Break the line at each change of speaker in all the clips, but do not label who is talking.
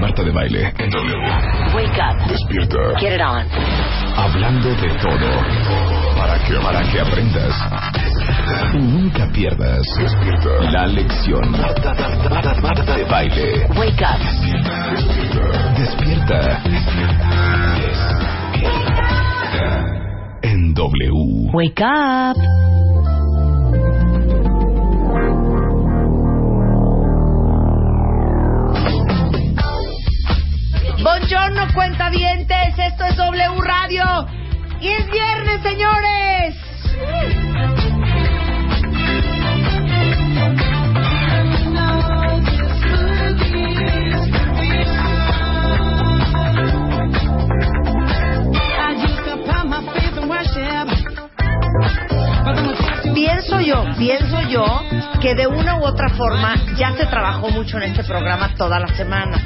Marta de Baile en W.
Wake up.
Despierta.
Get it on.
Hablando de todo. Para que, para que aprendas. Y nunca pierdas. Despierta. La lección. Marta, Marta, Marta de Baile.
Wake up.
Despierta. Despierta. En W.
Wake up.
Buongiorno, cuentavientes. Esto es W Radio. Y es viernes, señores. Pienso yo, pienso yo que de una u otra forma ya se trabajó mucho en este programa toda la semana.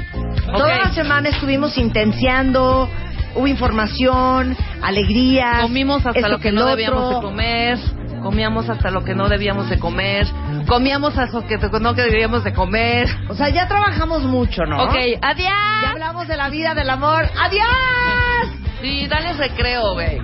Toda la semana estuvimos intensiando, hubo información, alegría.
Comimos hasta lo que no debíamos de comer, comíamos hasta lo que no debíamos de comer, comíamos hasta lo que no debíamos de comer.
O sea, ya trabajamos mucho, ¿no?
Ok,
Ya
adiós.
hablamos de la vida, del amor. ¡Adiós!
Sí, dale recreo, güey.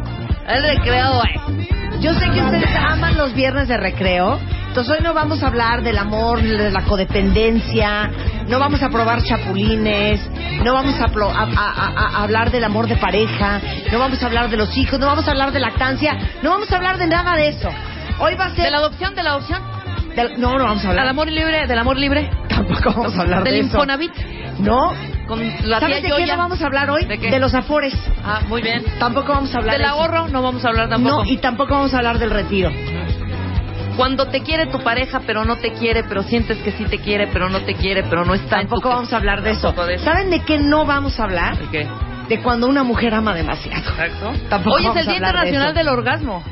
Dale recreo, güey.
eh. Yo sé que ustedes aman los viernes de recreo. Entonces hoy no vamos a hablar del amor, de la codependencia, no vamos a probar chapulines, no vamos a, plo- a- a- a- a hablar del amor de pareja, no vamos a hablar de los hijos, no vamos a hablar de lactancia, no vamos a hablar de nada de eso. Hoy va a ser...
De la adopción, de la adopción.
del- no, no vamos a hablar.
Al amor libre, del amor libre.
Tampoco vamos a hablar
Del
de eso.
Infonavit.
No.
Con la tía
¿Sabes de qué
Yoya.
no vamos a hablar hoy?
¿De qué?
los afores.
Ah, muy bien.
Tampoco vamos a hablar
Del
de eso.
ahorro no vamos a hablar tampoco.
No, y tampoco vamos a hablar del retiro.
Cuando te quiere tu pareja, pero no te quiere, pero sientes que sí te quiere, pero no te quiere, pero no está
Tampoco
en tu...
vamos a hablar de eso.
Tampoco de eso.
¿Saben de qué no vamos a hablar?
¿De qué?
De cuando una mujer ama demasiado.
Exacto.
Tampoco
Hoy es
vamos
el
a
Día
hablar de
Internacional
eso.
del Orgasmo.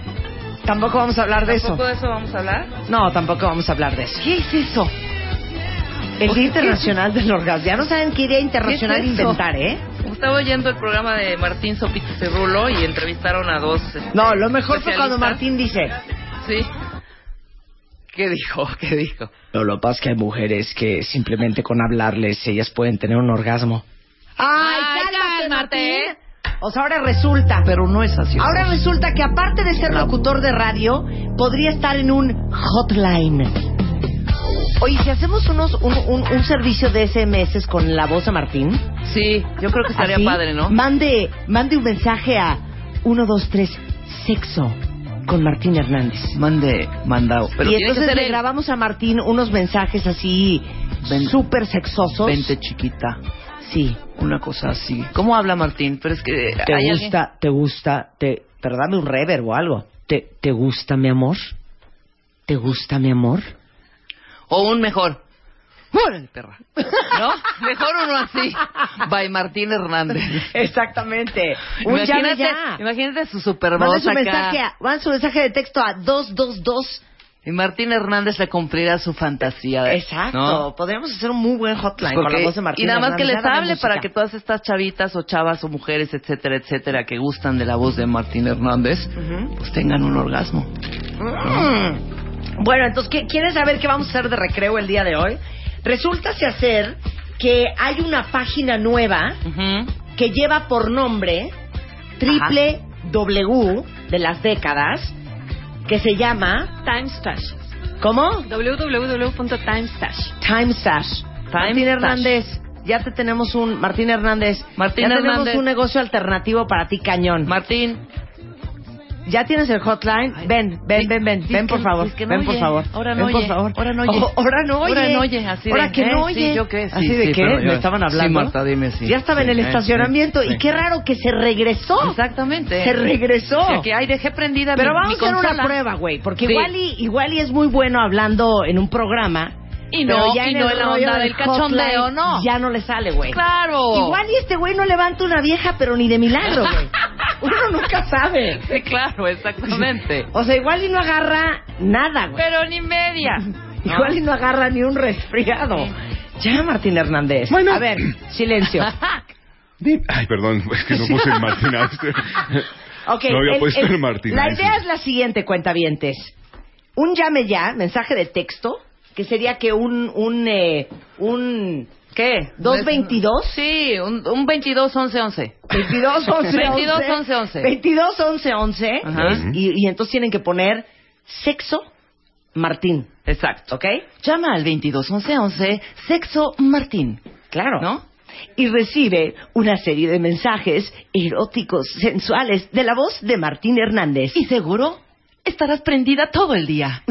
Tampoco vamos a hablar de eso.
de eso vamos a hablar?
No, tampoco vamos a hablar de eso.
¿Qué es eso?
El
¿Por
Día
qué?
Internacional del Orgasmo. Ya no saben qué Día Internacional
¿Qué es eso?
inventar, ¿eh?
Estaba oyendo el programa de Martín Sopita Cerrulo y entrevistaron a dos. este,
No, lo mejor fue cuando
especialistas.
Martín dice...
Sí. ¿Qué dijo? ¿Qué dijo?
No, lo que pasa es que hay mujeres que simplemente con hablarles ellas pueden tener un orgasmo.
¡Ay,
Ay,
cálmate,
cálmate.
Martín". O sea, ahora resulta...
Pero no es así.
Ahora resulta que aparte de ser locutor de radio, podría estar en un hotline. Oye, si hacemos unos, un, un- un servicio de SMS con la voz de Martín,
Sí, yo creo que estaría
así,
padre, ¿no?
Mande, mande un mensaje a 123 sexo con Martín Hernández.
Mande, manda.
Pero
y
tiene que
entonces
ser
le
él.
grabamos a Martín unos mensajes así súper sexosos.
Vente chiquita,
Sí.
una cosa así. ¿Cómo habla Martín? Pero es que eh,
¿Te
hay alguien-
gusta, te gusta, te. Pero dame un reverb o algo. ¿Te, ¿Te gusta mi amor? ¿Te gusta mi amor?
o un mejor. ¡Órale, perra! ¿No? Mejor uno así. By Martín Hernández.
Exactamente. Un llame
Imagínate,
ya.
imagínate su super
Mande
voz
su,
acá.
mensaje a- mande su mensaje de texto a 222.
Y Martín Hernández le cumplirá su fantasía.
Exacto.
¿no?
Podríamos hacer un muy buen hotline con la
Porque-
voz de Martín.
y nada más que
Hernández.
les
Ya dame
hable
música.
para que todas estas chavitas o chavas o mujeres, etcétera, etcétera, que gustan de la voz de Martín Hernández,
Ujú.
pues tengan un orgasmo.
Mm. Bueno, entonces, ¿qué- ¿quieres saber qué vamos a hacer de recreo el día de hoy? Resulta se hacer que hay una página nueva que lleva por nombre Triple W de las décadas que se llama
Timestash.
¿Cómo?
www.timestash.
Time Stash. Martín Hernández, ya te tenemos un Martín Hernández,
Martín
ya tenemos
Hernández.
un negocio alternativo para ti cañón.
Martín,
Ya tienes el hotline. Ven, ven,
Sí,
ven, ven.
sí,
ven,
es
por
que-
favor.
es que no
ven, por
oye.
favor.
Ahora no
ven, por
oye.
favor.
Ahora no oye.
Oh, ahora no oye.
Ahora no oye, así de,
Ahora que
eh,
no
sí,
oye.
yo qué, sí,
así de
sí,
qué,
pero yo-
me estaban
sí,
hablando.
Marta, dime, sí.
Ya estaba en el
Sí, eh,
estacionamiento.
sí,
Y
sí.
qué raro que se regresó.
exactamente.
Se regresó.
Sí, que ahí dejé prendida mi-
Pero
mi
vamos a hacer una
consola.
prueba, güey. Porque
Sí.
igual, y, igual y es muy bueno hablando en un programa.
Y
pero
no,
ya
y
en
no
el
en la
rollo
onda del cachondeo,
hotline
no.
Ya no le sale, güey.
Claro.
Igual y este güey no levanta una vieja, pero ni de milagro, güey. Uno nunca sabe.
Sí, claro, exactamente.
O sea, igual y no agarra nada, güey.
Pero ni media.
Igual y no agarra ni un resfriado. Ya, Martín Hernández.
Bueno.
A ver, silencio.
Di- Ay, perdón, es que no puse el Martín Auster.
Ok,
No había
el-
puesto
el-
el Martín.
La
ahí sí.
idea es la siguiente, cuentavientes. Un llame ya, mensaje de texto, que sería que un, un, eh, un
¿Qué?
¿Dos veintidós?
Sí, un, un 22 11 11.
22, 11,
22, 11, 11.
22, 11, 11.
Ajá.
Y, y entonces tienen que poner sexo Martín,
Exacto.
¿ok?
Llama al 22 11 11 sexo Martín,
Claro.
¿no?
Y recibe una serie de mensajes eróticos, sensuales, de la voz de Martín Hernández. Pues
Y seguro estarás prendida todo el día.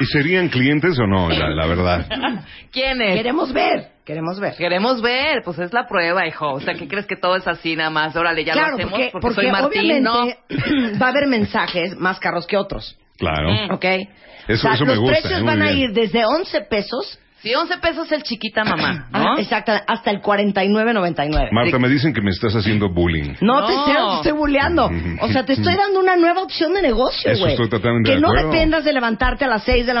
¿Y serían clientes o no? La, la verdad.
¿Quién es?
Queremos ver, queremos ver.
Queremos ver, pues es la prueba, hijo. O sea, ¿qué crees que todo es así nada más? Órale, ya lo
claro,
hacemos
porque,
porque, soy Martín, ¿no?
obviamente va a haber mensajes más caros que otros,
Claro.
¿ok?
Eso- eso me
los
gusta,
precios
eh, muy
van a
bien.
ir desde 11 pesos
Sí, 11 pesos el chiquita mamá, ¿no?
ah, exacta, hasta el 49.99.
Marta, me dicen que me estás haciendo bullying.
No, te,
No.
estoy, te estoy buleando. O sea, te estoy dando una nueva opción de negocio,
Eso
güey.
estoy totalmente
Que
de
no
acuerdo.
dependas de levantarte a las 6 de la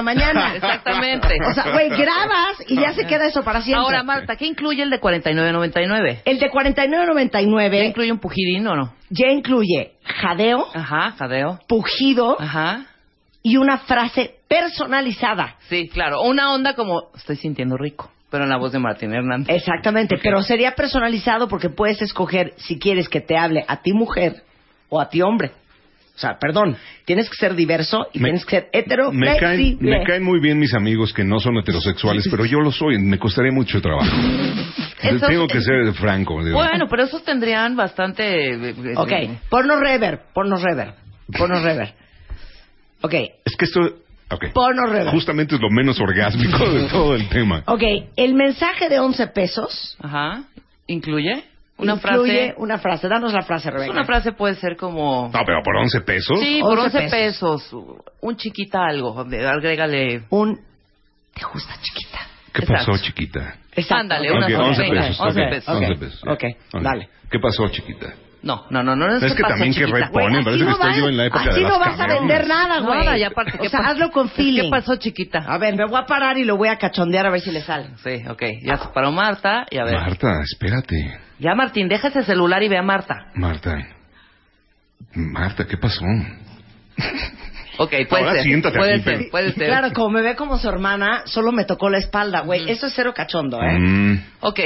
mañana.
Exactamente.
O sea, güey, grabas y ya se queda eso para siempre.
Ahora, Marta, ¿qué incluye el de 49.99?
el de
¿Ya
49.99
incluye un pujidín o no?
ya incluye jadeo,
Ajá, jadeo.
pujido
Ajá.
y una frase personalizada.
Sí, claro. Una onda como, estoy sintiendo rico, pero en la voz de Martín Hernández.
Exactamente, pero sería personalizado porque puedes escoger si quieres que te hable a ti mujer o a ti hombre. O sea, perdón, tienes que ser diverso y
Me-
tienes que ser hetero.
Me caen,
flexible.
me caen muy bien mis amigos que no son heterosexuales, pero yo lo soy, me costaría mucho trabajo.
Eso-
Tengo que ser franco. digo.
Bueno, pero esos tendrían bastante... eh, eh,
Ok, ponnos rever, ponnos rever, ponnos rever. Ok,
Es que esto... ok.
ponnos rever.
Justamente es lo menos orgásmico de todo el tema.
Ok, el mensaje de 11 pesos
Ajá. ¿Incluye? Una
incluye
frase...
una frase. Danos la frase,
pues
Rebeca.
Una frase puede ser como...
No, pero por 11 pesos.
Sí, por
11
11 pesos. Un chiquita algo. Agrégale...
Un... ¿Te gusta, chiquita?
¿Qué
Exacto.
pasó, chiquita?
Exacto.
Ándale,
Ok,
una sola.
11
Venga,
pesos.
11
ok,
pesos.
11
Ok,
pesos.
ok, dale.
¿Qué pasó, chiquita?
No, no, no, no. no
Es que
pasó,
también que
chiquita.
reponen,
Güey,
parece que
no
estoy
vas-
yo en la época
así
de las
no vas a
cavernas.
vender nada, güey.
Nada, y aparte,
o
¿qué
sea,
pasó?
hazlo con feeling.
¿Qué pasó, chiquita?
A ver, me voy a parar y lo voy a cachondear a ver si le sale.
Sí, ok. Ya se paró Marta y a ver.
Marta, espérate.
Ya, Martín, deja ese celular y ve a Marta.
Marta. Marta, ¿qué pasó?
Ok, puede
Ahora
ser.
siéntate
puede
aquí,
ser,
pero-
puede ser.
Claro, como me ve como su hermana, solo me tocó la espalda, güey. Eso es cero cachondo, ¿eh?
Mm,
Ok.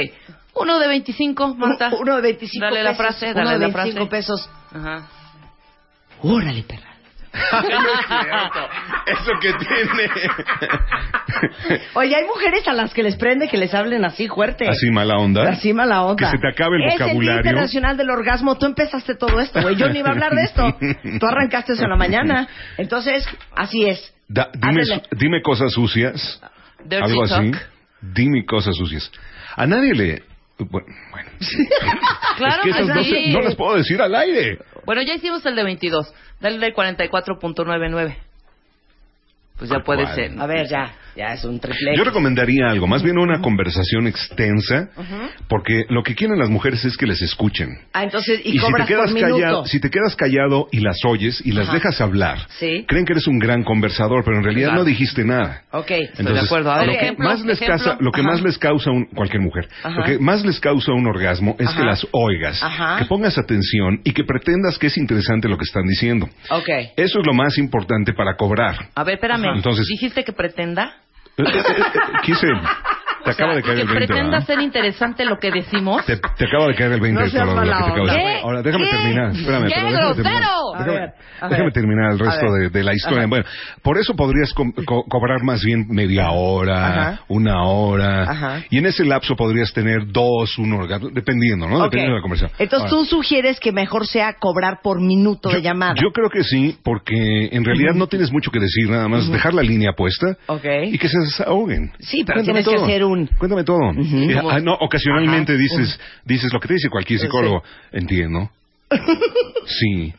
Uno de 25, Marta.
Uno de 25
Dale la
pesos.
frase,
uno
dale
de
la
25
frase.
pesos.
Ajá.
Órale, perra.
¿Eso que tiene?
Oye, hay mujeres a las que les prende que les hablen así fuerte.
Así mala onda.
Así mala onda.
Que se te acabe el
es
vocabulario.
el Día Internacional del Orgasmo. Tú empezaste todo esto, güey. Yo no iba a hablar de esto. Tú arrancaste eso en la mañana. Entonces, así es.
Da- dime,
Ándale.
su- dime cosas sucias.
Dirty
algo así.
talk.
Dime cosas sucias. A nadie le... Bueno, bueno.
Claro
es que esas
que
no,
sí.
se- no las puedo decir al aire.
Bueno, ya hicimos el de 22. Dale el de 44.99. Pues ya
¿Cuál?
puede ser.
A ver, ya. Ya es un triple.
Yo recomendaría algo, más bien una conversación extensa, porque lo que quieren las mujeres es que les escuchen.
Ah, entonces, y,
si te
cobras
quedas
por
callado,
minuto.
si te quedas callado y las oyes y las
Ajá.
dejas hablar,
Sí.
creen que eres un gran conversador, pero en realidad
Claro.
no dijiste nada.
Ok.
de acuerdo. A ver,
lo que
ejemplos,
más les
ejemplo.
causa, lo que
Ajá.
más les causa un, cualquier mujer, lo que más les causa un orgasmo es que
Ajá.
las oigas,
Ajá.
que pongas atención y que pretendas que es interesante lo que están diciendo.
Ok.
Eso es lo más importante para cobrar.
A ver, espérame.
Ajá. Entonces-
¿Dijiste que pretenda?
Eh, eh, eh, Quise, te
O sea,
acaba de caer
que
el 20,
pretenda
¿verdad?
ser interesante lo que decimos.
Te, te acaba de caer el 20
No
esto,
seas
lo- lo
mala
que te acabo de-
onda,
güey.
Ahora, déjame
¿Qué?
terminar. Espérame,
¡Qué
pero déjame terminar.
grosero!
Déjame,
A ver, a
déjame
ver.
terminar el resto
A
de,
ver.
de la historia.
Ajá.
Bueno, por eso podrías co- co- cobrar más bien media hora,
Ajá.
una hora.
Ajá.
Y en ese lapso podrías tener dos, un orgasmo, dependiendo, ¿no?
Ok.
Dependiendo de la conversación.
Entonces,
Ahora,
tú sugieres que mejor sea cobrar por minuto de llamada.
Ah. Yo creo que sí, porque en realidad no tienes mucho que decir, nada más dejar la línea puesta
Ok.
y que se desahoguen.
Sí, pero
Cuéntame
tienes que
todo.
hacer un-
Cuéntame todo. Eh, ah, no, ocasionalmente
Ajá.
dices, dices lo que te dice cualquier psicólogo. Entiendo. sí.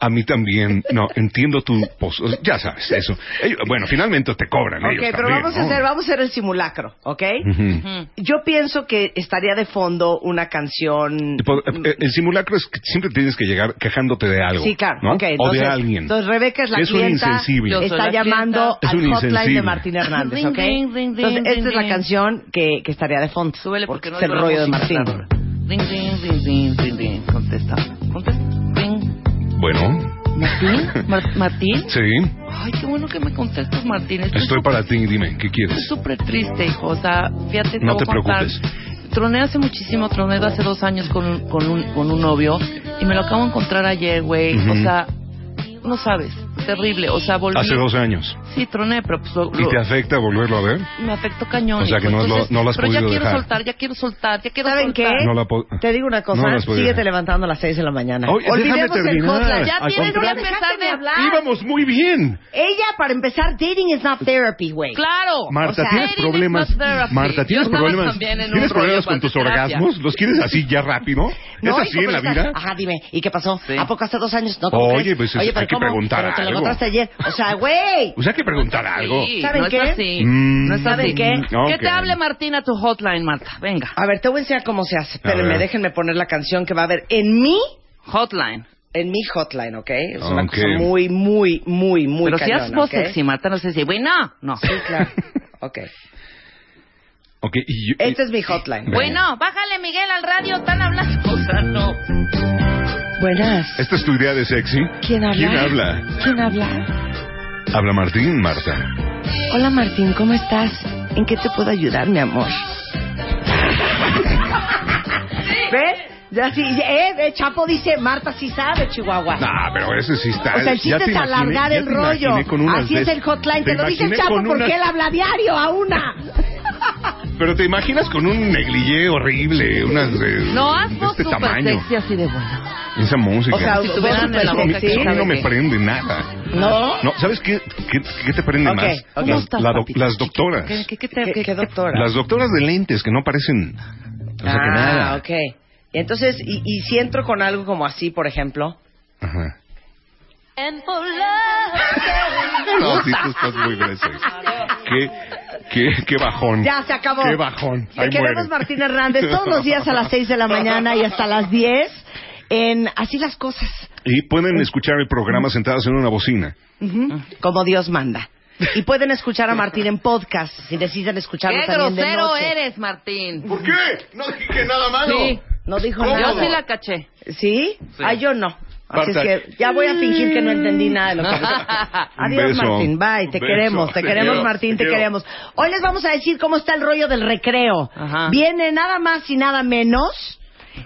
A mí también, no, entiendo tu pos- ya sabes, eso. Ellos- bueno, finalmente te cobran
Ok,
ellos
pero
también,
vamos a
¿no?
hacer, vamos a hacer el simulacro, ¿ok?
Ujú.
Ujú.
Yo pienso que estaría de fondo una canción.
Y por- eh, El simulacro es que siempre tienes que llegar quejándote de algo.
Mm. Sí, claro.
¿no?
ok,
o
entonces-
de alguien.
Entonces, Rebeca es la
Es un
clienta.
insensible.
Yo soy
Está
la
llamando
clienta. Es
al
un
hotline de
insensible.
Martín Hernández,
Ring,
¿ok?
ring, ring,
Entonces,
ring,
esta es la
ring.
canción que, que estaría de fondo.
Súbele porque no
es el
oigo la
rollo de
música,
Martín.
claro. Ring, ring, ring, ring, ring, ring. Contesta. Contesta. Ring.
Bueno,
¿Martín? Mar- ¿Martín?
Sí,
Ay, qué bueno que me contestas, Martín. Estoy
estoy para ti, dime, ¿qué
Estoy
quieres?
súper triste, hijo. O sea, fíjate,
No
voy
te
a contar.
preocupes.
Troné hace muchísimo, troné hace dos años con, un- con, un, con un novio y me lo acabo de encontrar ayer, güey.
Ujú.
O sea, no sabes, terrible. O sea, volví.
Hace dos años.
Sí, troné, pero pues lo-
¿Y
lo-
te afecta volverlo a ver?
me afectó cañón.
O sea, que
hijo.
no lo- no lo has
pero ya
podido
quiero
dejar.
soltar, ya quiero soltar, ya quiero
¿Saben qué?
soltar.
¿Eh?
No la po-
Te digo una cosa,
No las podía
síguete
dejar.
levantando a las 6 de la mañana.
Oye, déjame
Olvidemos el hotline.
terminar.
Ya
Al
tienes que
contrario,
empezar de hablar.
Íbamos muy bien.
Ella, para empezar, dating is not therapy, güey.
Claro.
Marta,
O sea,
¿tienes
dating is
problemas?
not therapy.
Marta, ¿tienes
Yo estaba
problemas?
también en un
¿Tienes
rollo
problemas con
para
tus
terapia.
orgasmos? ¿Los quieres así ya rápido? ¿Es
No,
así
hijo,
en la
pero está-
vida?
Ajá, dime. ¿Y qué pasó?
Sí.
¿A poco hace dos años? No, ¿cómo
Oye,
crees?
pues,
Oye,
hay
pero
que
¿cómo?
preguntar
Pero te lo
algo.
encontraste ayer. O sea, güey.
Pues hay que preguntar algo.
Sí,
¿Saben
no
qué?
Es así.
Mm.
No es
¿Saben
así.
qué?
Que
Ok.
te hable Martín a tu hotline, Marta. Venga.
A ver, te voy a enseñar cómo se hace. Espérenme,
ver.
déjenme poner la canción que va a haber en mi,
Hotline.
en mi hotline, ¿ok? Es una
Ok.
cosa muy, muy, muy, muy
Pero si
cañona,
haces voz
¿ok?
sexy, Marta, no sé si. Bueno, no.
Sí, claro. Ok.
Ok, y yo-
Este es mi hotline.
Venga.
Bueno, bájale, Miguel, al radio. Están hablando. O sea, no.
Buenas.
¿Esta es tu idea de sexy?
¿Quién habla?
¿Quién habla?
¿Quién habla?
Habla Martín, Marta.
Hola Martín, ¿cómo estás? ¿En qué te puedo ayudar, mi amor?
¿Ves? Ya sí, eh, eh, Chapo dice, Marta sí sabe, Chihuahua.
Ah, pero ese sí está...
O sea, el
ya
chiste
te
es
imaginé-
alargar
ya
el
te imaginé
rollo.
con unas
Así
de-
es el hotline. Te lo dice el
imaginé
Chapo
con
porque
unas-
él habla diario a una.
Pero te imaginas con un negligé horrible, unas de,
No, haz
de
voz
este
súper
tamaños.
sexy así de bueno.
Esa música.
O sea,
Si
vos
tuvieran en
súper
la boca,
sexy.
Eso a mí no
¿sabe
me
qué?
prende nada.
¿No?
No, ¿sabes qué, qué, qué te prende
Ok,
más?
ok.
Las,
estás,
la doc-
papi?
las doctoras.
¿Qué, qué, qué te-
¿Qué,
qué-
qué
qué-
doctora?
Las doctoras de lentes que no parecen. O sea, que nada.
Ah, ok. Y entonces, y, y si entro con algo como así, por ejemplo,
Ajá.
And for love.
No, sí, pues, tú estás muy grueso. Qué, qué, qué bajón.
Ya se acabó.
Qué bajón.
Te
Ahí
queremos
muere.
Martín Hernández todos los días a las 6 de la mañana y hasta las 10 en Así las cosas,
Y pueden escuchar el programa sentadas en una bocina.
Mm, como Dios manda. Y pueden escuchar a Martín en podcast si necesitan escucharlo
Qué
también de
grosero
noche.
eres, Martín.
¿Por qué? No dije nada malo.
Sí.
No dijo
¿Cómo?
Yo
nada.
sí la caché.
¿Sí? Ah, yo no. Así
Marta.
es que ya voy a fingir que no entendí nada de lo que
Un
Adiós,
beso.
Martín. Bye. Te
Un beso.
queremos, te,
Te
queremos,
quiero,
Martín, te,
te quiero.
queremos. Hoy les vamos a decir cómo está el rollo del recreo.
Ajá.
Viene nada más y nada menos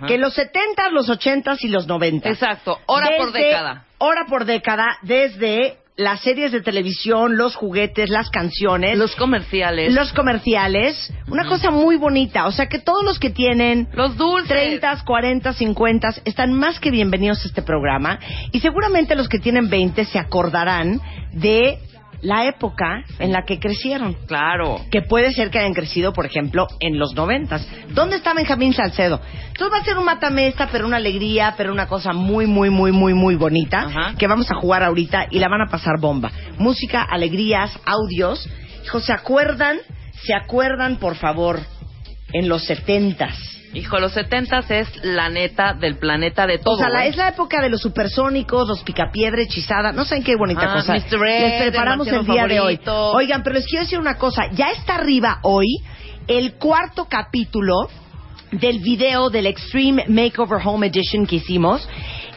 que los 70, los 80 y los 90.
Exacto. Hora por
Desde-
década.
Hora por década, desde las series de televisión, los juguetes, las canciones,
Los comerciales.
los comerciales. Una cosa muy bonita. O sea que todos los que tienen
Los dulces.
30, 40, 50 están más que bienvenidos a este programa y seguramente los que tienen 20 se acordarán de la época en la que crecieron.
Claro.
Que puede ser que hayan crecido, por ejemplo, en los noventas. ¿Dónde está Benjamín Salcedo? Entonces va a ser un matamesta, pero una alegría, pero una cosa muy, muy, muy, muy, muy bonita
Ajá.
que vamos a jugar ahorita y la van a pasar bomba. Música, alegrías, audios. Hijo, ¿se acuerdan? ¿Se acuerdan, por favor, en los setentas?
Hijo, los setentas es la neta del planeta de todo. ¿eh?
O sea, la-
güey.
es la época de los supersónicos, los picapiedra, hechizada, no saben qué bonita
Ah,
cosa.
Mr. Ed,
les preparamos
el
el, día de hoy.
favorito.
Oigan, pero les quiero decir una cosa, ya está arriba hoy el cuarto capítulo del video del Extreme Makeover Home Edition que hicimos.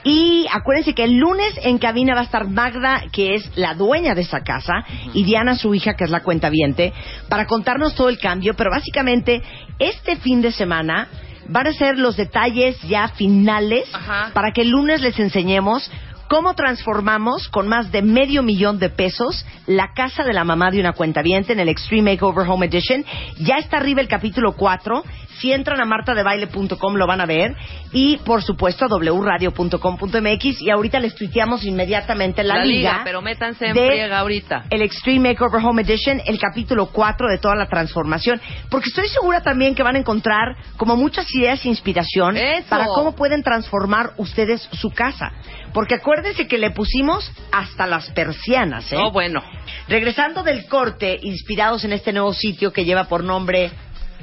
Y acuérdense que el lunes en cabina va a estar Magda, que es la dueña de esa casa, y Diana, su hija, que es la cuentaviente, para contarnos todo el cambio. Pero básicamente, este fin de semana van a ser los detalles ya finales
Ajá.
para que el lunes les enseñemos cómo transformamos con más de medio millón de pesos la casa de la mamá de una cuentaviente en el Extreme Makeover Home Edition. Ya está arriba el capítulo 4. Si entran a martadebaile.com lo van a ver. Y, por supuesto, a wradio.com.mx. Y ahorita les tuiteamos inmediatamente la,
La liga,
liga.
pero métanse en
de
friega ahorita.
El Extreme Makeover Home Edition, el capítulo 4 de toda la transformación. Porque estoy segura también que van a encontrar como muchas ideas e inspiración
Eso.
para cómo pueden transformar ustedes su casa. Porque acuérdense que le pusimos hasta las persianas, ¿eh?
No, Oh, bueno.
Regresando del corte, inspirados en este nuevo sitio que lleva por nombre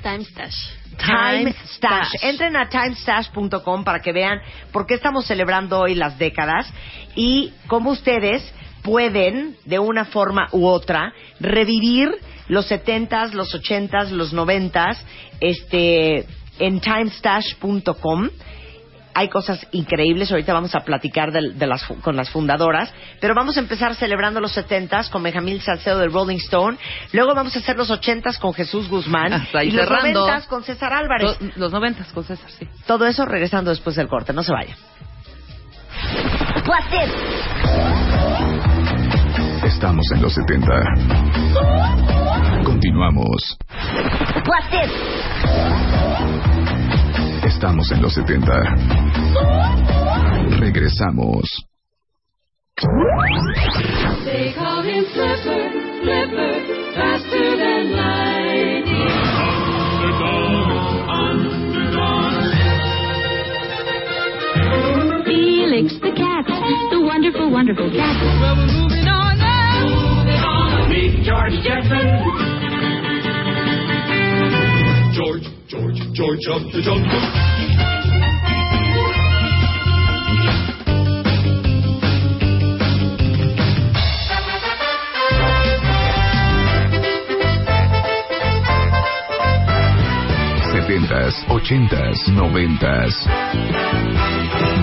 Time Stash.
Time
Time
Stash.
Stash.
Entren a timestash.com para que vean por qué estamos celebrando hoy las décadas y cómo ustedes pueden, de una forma u otra, revivir los 70s, los 80s, los 90s este, en timestash.com.
hay cosas increíbles. Ahorita vamos a platicar de, de las, fu- con las fundadoras. Pero vamos a empezar celebrando los 70s con Benjamín Salcedo del Rolling Stone. Luego vamos a hacer los 80s con Jesús Guzmán.
Hasta ahí
y los
cerrando.
90s con César Álvarez.
Lo- Los noventas con César, sí.
Todo eso regresando después del corte. No se vaya.
What's this?
Estamos en los 70. Continuamos.
What's this?
Estamos en los 70. Regresamos.
They call him Flipper, Flipper, faster than lightning. Felix the cat, the wonderful, wonderful cat. Well, we're moving on now. Moving on. Meet George Jetson. George, George, George of the jungle.
Setentas, ochentas, noventas.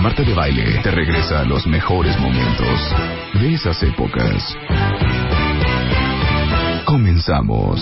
Marta de Baile te regresa a los mejores momentos de esas épocas. Comenzamos.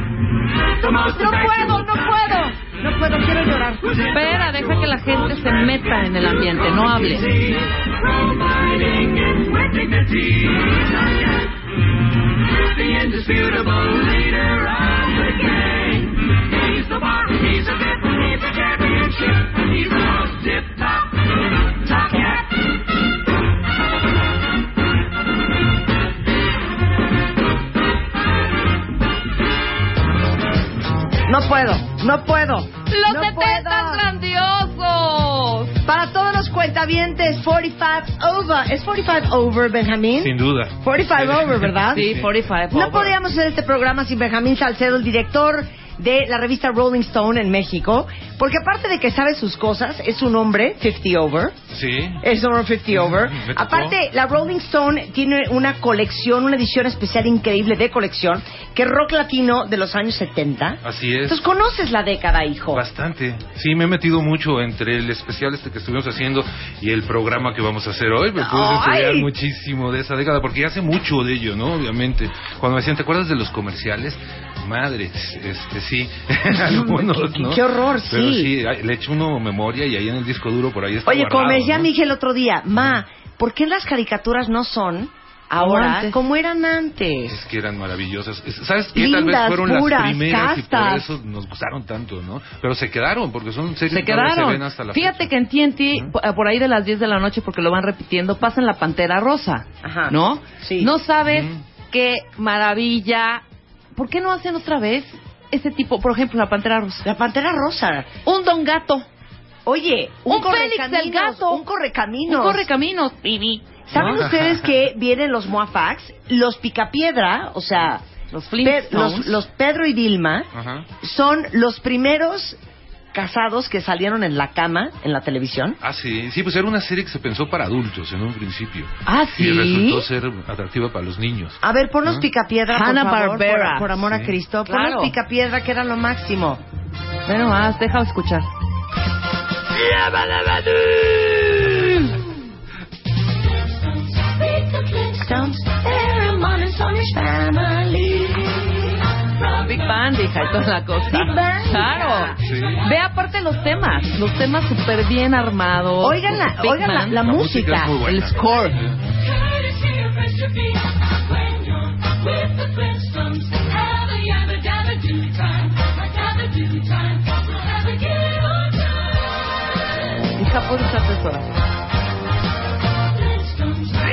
No puedo, no puedo. No puedo, quiero llorar. Espera, deja que la gente se meta en el ambiente, no hable.
Providing and with dignity. Mm-hmm. The indisputable leader of the gang. He's the boss, he's a bit, he's a championship. He's the most tip top, top cat.
No puedo, no puedo.
¡Los
no
70
puedo.
grandiosos!
Para todos los cuentavientes, 45 over. ¿Es 45 over, Benjamín?
Sin duda.
45 over, ¿verdad?
Sí, 45.
No podíamos hacer este programa sin Benjamín Salcedo, el director de la revista Rolling Stone en México, porque aparte de que sabe sus cosas, es un hombre 50 over.
Sí.
Es un hombre 50 over.
Me tocó.
Aparte, la Rolling Stone tiene una colección, una edición especial increíble de colección, que es rock latino de los años 70.
Así es.
Entonces conoces la década, hijo.
Bastante. Sí, me he metido mucho entre el especial este que estuvimos haciendo y el programa que vamos a hacer hoy. Me pude
¡Ay!
estudiar muchísimo de esa década porque ya hace mucho de ello, ¿no? Obviamente. Cuando me decían, ¿te acuerdas de los comerciales? Madres, este sí. Algunos,
Qué-
¿no?
qué horror, sí.
Pero sí, ay, le eché uno memoria y ahí en el disco duro por ahí está.
Oye, como
guardado,
me decía
¿no?
mi hija el otro día, ma, ¿por qué las caricaturas no son ahora
antes.
como eran antes?
Es que eran maravillosas. Es- ¿Sabes qué? Tal vez
Lindas,
fueron
puras,
las primeras
castas.
y por eso nos gustaron tanto, ¿no? Pero se quedaron porque son series
Se
que ahora se
quedaron.
ven hasta la
Fíjate que en TNT, po- por ahí de las 10 de la noche, porque lo van repitiendo, pasan la Pantera Rosa,
Ajá.
¿no?
Sí.
No sabes
Ujú.
qué maravilla. ¿Por qué no hacen otra vez ese tipo, por ejemplo, la Pantera Rosa?
La Pantera Rosa.
Un Don Gato.
Oye, un,
Un Félix
correcaminos,
del Gato.
Un correcaminos.
Un correcaminos. Bibi.
¿Saben
¿No?
ustedes que vienen los Moafax? Los Picapiedra, o sea,
Los
Pe-
Flintstones.
los, los Pedro y Vilma,
Ajá.
son los primeros casados que salieron en la cama, en la televisión.
Ah, sí. Sí, pues era una serie que se pensó para adultos en un principio.
Ah,
Y
sí.
resultó ser atractiva para los niños.
A ver, ponnos
Ah.
Picapiedra, por
Hanna
favor,
Barbera.
por, por amor a
Sí.
Cristo.
Claro.
Ponnos Picapiedra, que era lo máximo.
Bueno, más, déjame escuchar.
Read the Flintstones, they're a Montessori's family.
Big Band, hija, y toda la cosa.
Big Band.
Claro. Ve aparte los temas. Los temas súper bien armados.
Oigan la-
Big
oigan la-
Band.
la
es muy buena.
el score.
Courtesy of Mr. Bean, when you're with the Flintstones, have a yabba dabba doo time, a dabba doo time, we'll have a good old time.
Hija, puedo estar tres horas.
Flintstones,
O sea,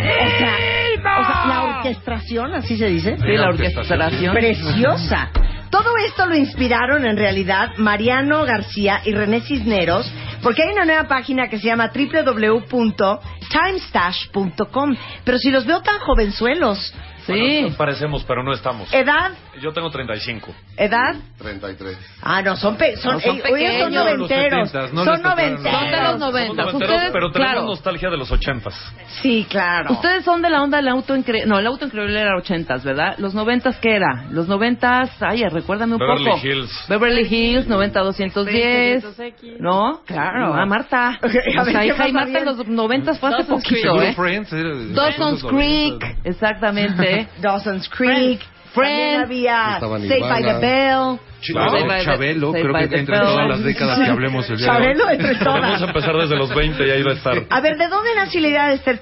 o sea, la orquestación, así se dice.
Sí, la
La orquestación.
orquestación.
Preciosa. Todo esto lo inspiraron en realidad Mariano García y René Cisneros Porque hay una nueva página que se llama www.timestash.com. Pero si los veo tan jovenzuelos.
Bueno, parecemos, pero no estamos.
¿Edad?
Yo tengo 35.
¿Edad?
33.
Ah, no, son, pe- son,
No, son
eh, ellos son
pequeños.
noventeros.
Los 70s, no
son
les tocaron los-
Son
noventeros.
de los
Somos
noventas.
noventeros,
Ustedes,
pero tenemos
claro,
nostalgia de los 80s.
Sí, claro.
ustedes son de la onda del auto increíble. No, el auto increíble era ochentas, ¿verdad? ¿Los noventas qué era? Los noventas, ay, recuérdame un
Beverly
poco.
Hills.
Beverly Hills, 90-210.
200X.
No, claro, a Marta.
a
o
ver,
sea,
¿qué
hija, y
pasa
Marta en
bien?
los noventas fue hace
Dawson's
poquito,
Seguro
¿eh?
Friends era de-
Dawson's
de-
Creek, exactamente.
Dawson's Creek. También
Friends.
había
Estaban
Saved by the
Nirvana.
Bell.
Claro,
Saved by the-
Chabelo,
Saved
creo
by
que
the
entre
Bell.
todas las décadas que hablemos el día de hoy.
Chabelo entre todas.
Podemos empezar desde los 20 y ahí va a estar.
A ver, ¿de dónde nació la idea de ser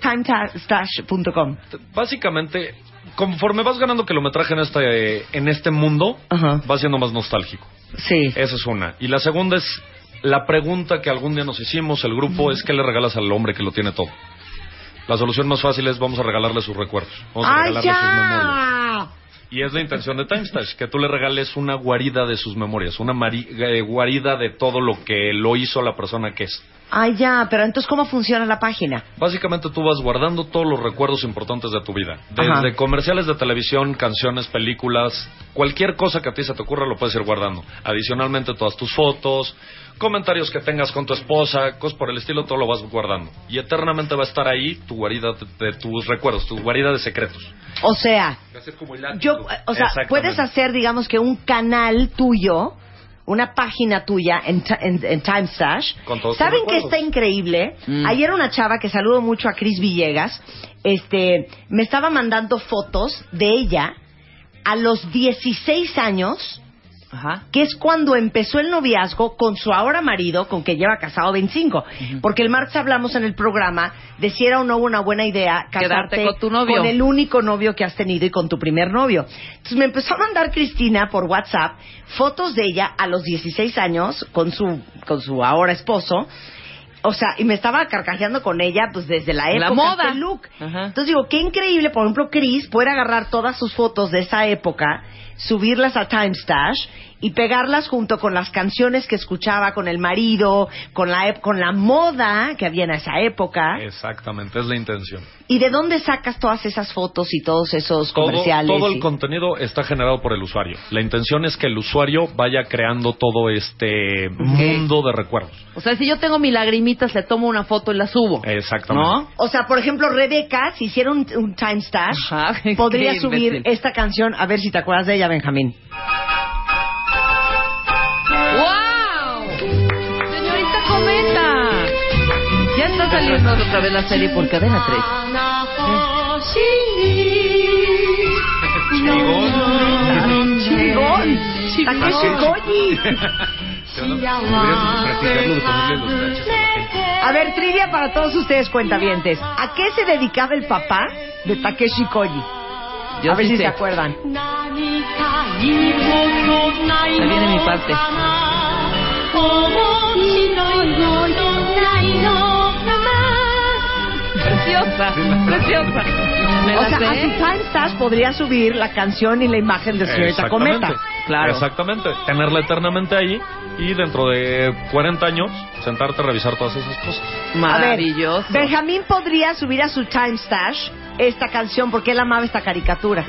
timestash.com?
Básicamente, conforme vas ganando kilometraje en este, en este mundo,
Ajá.
vas siendo más nostálgico.
Sí.
Esa es una. Y la segunda es la pregunta que algún día nos hicimos, el grupo, es ¿qué le regalas al hombre que lo tiene todo? La solución más fácil es vamos a regalarle sus recuerdos, vamos a
¡Ay,
regalarle sus memorias.
ya!
Y es la intención de Timestash, que tú le regales una guarida de sus memorias, una mari- eh, guarida de todo lo que lo hizo la persona que es.
¡Ay, Ah, ya! Pero entonces, ¿cómo funciona la página?
Básicamente tú vas guardando todos los recuerdos importantes de tu vida. Desde
Ajá.
comerciales de televisión, canciones, películas, cualquier cosa que a ti se te ocurra lo puedes ir guardando. Adicionalmente todas tus fotos, comentarios que tengas con tu esposa, cosas por el estilo, todo lo vas guardando. Y eternamente va a estar ahí tu guarida de, de tus recuerdos, tu guarida de secretos.
O sea,
Va a ser como el ático.
yo, o sea,
Exactamente.
puedes hacer, digamos, que un canal tuyo, una página tuya en, Ti- en, en Timestash.
Con todos tus
¿Saben que
recuerdos?
está increíble?
Mm.
Ayer una chava que saludo mucho a Cris Villegas, este, me estaba mandando fotos de ella a los 16 años,
Ajá.
que es cuando empezó el noviazgo con su ahora marido, con que lleva casado 25. Porque el martes hablamos en el programa de si era o no una buena idea
Quedarte
casarte
con tu novio.
con el único novio que has tenido y con tu primer novio. Entonces me empezó a mandar Cristina por WhatsApp fotos de ella a los 16 años con su, con su ahora esposo. O sea, y me estaba carcajeando con ella pues desde la época
La moda.
hasta el look.
Ajá.
Entonces digo, qué increíble, por ejemplo, Chris poder agarrar todas sus fotos de esa época, subirlas a Timestash y pegarlas junto con las canciones que escuchaba con el marido, con la ep- con la moda que había en esa época.
Exactamente, es la intención.
¿Y de dónde sacas todas esas fotos y todos esos
Todo,
comerciales?
todo el
y-
contenido está generado por el usuario. La intención es que el usuario vaya creando todo este mundo de recuerdos.
O sea, si yo tengo mis lagrimitas, le tomo una foto y la subo.
Exactamente.
¿No?
O sea, por ejemplo, Rebeca, si hiciera un, un Timestash,
Ajá, qué
podría subir
imbécil.
esta canción, a ver si te acuerdas de ella, Benjamín.
¡Wow! Señorita Cometa. Ya está saliendo otra vez la serie por cadena 3.
¡Chingón! ¡Takeshi Koji!
Deberías practicarlo de ponerle los taches a la gente.
A ver, trivia para todos ustedes cuentavientes. ¿A qué se dedicaba el papá de Takeshi Koji?
Yo
a ver
sí
si
sé.
se acuerdan.
Ahí viene mi parte. Preciosa, preciosa. Me
o
la
sea,
sé.
a su Time Stars podría subir la canción y la imagen de señorita
Exactamente.
Cometa.
Claro.
Exactamente. Tenerla eternamente ahí y dentro de 40 años sentarte a revisar todas esas cosas.
A ver,
Maravilloso.
Benjamín podría subir a su Time Stash esta canción porque él amaba esta caricatura.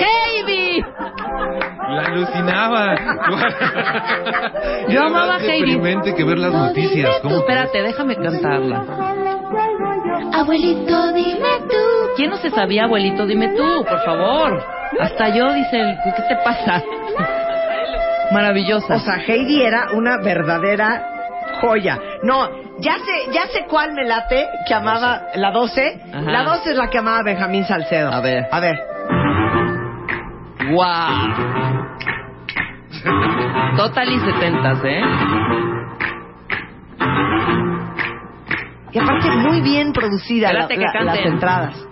Heidi.
La alucinaba.
Yo amaba a Heidi.
deprimente que ver las noticias. ¿Cómo
Espérate, déjame cantarla.
Abuelito, dime tú.
¿Quién no se sabía, abuelito? Dime tú, por favor. Hasta yo, dice el, ¿qué te pasa? Maravillosa.
O sea, Heidi era una verdadera joya. No, ya sé, ya sé cuál me late que amaba la 12.
Ajá.
La 12 es la que amaba Benjamín Salcedo.
A ver.
A ver.
wow. Total y setentas, ¿eh?
Y aparte muy bien producida la-
Espérate que
la-
canten.
las entradas.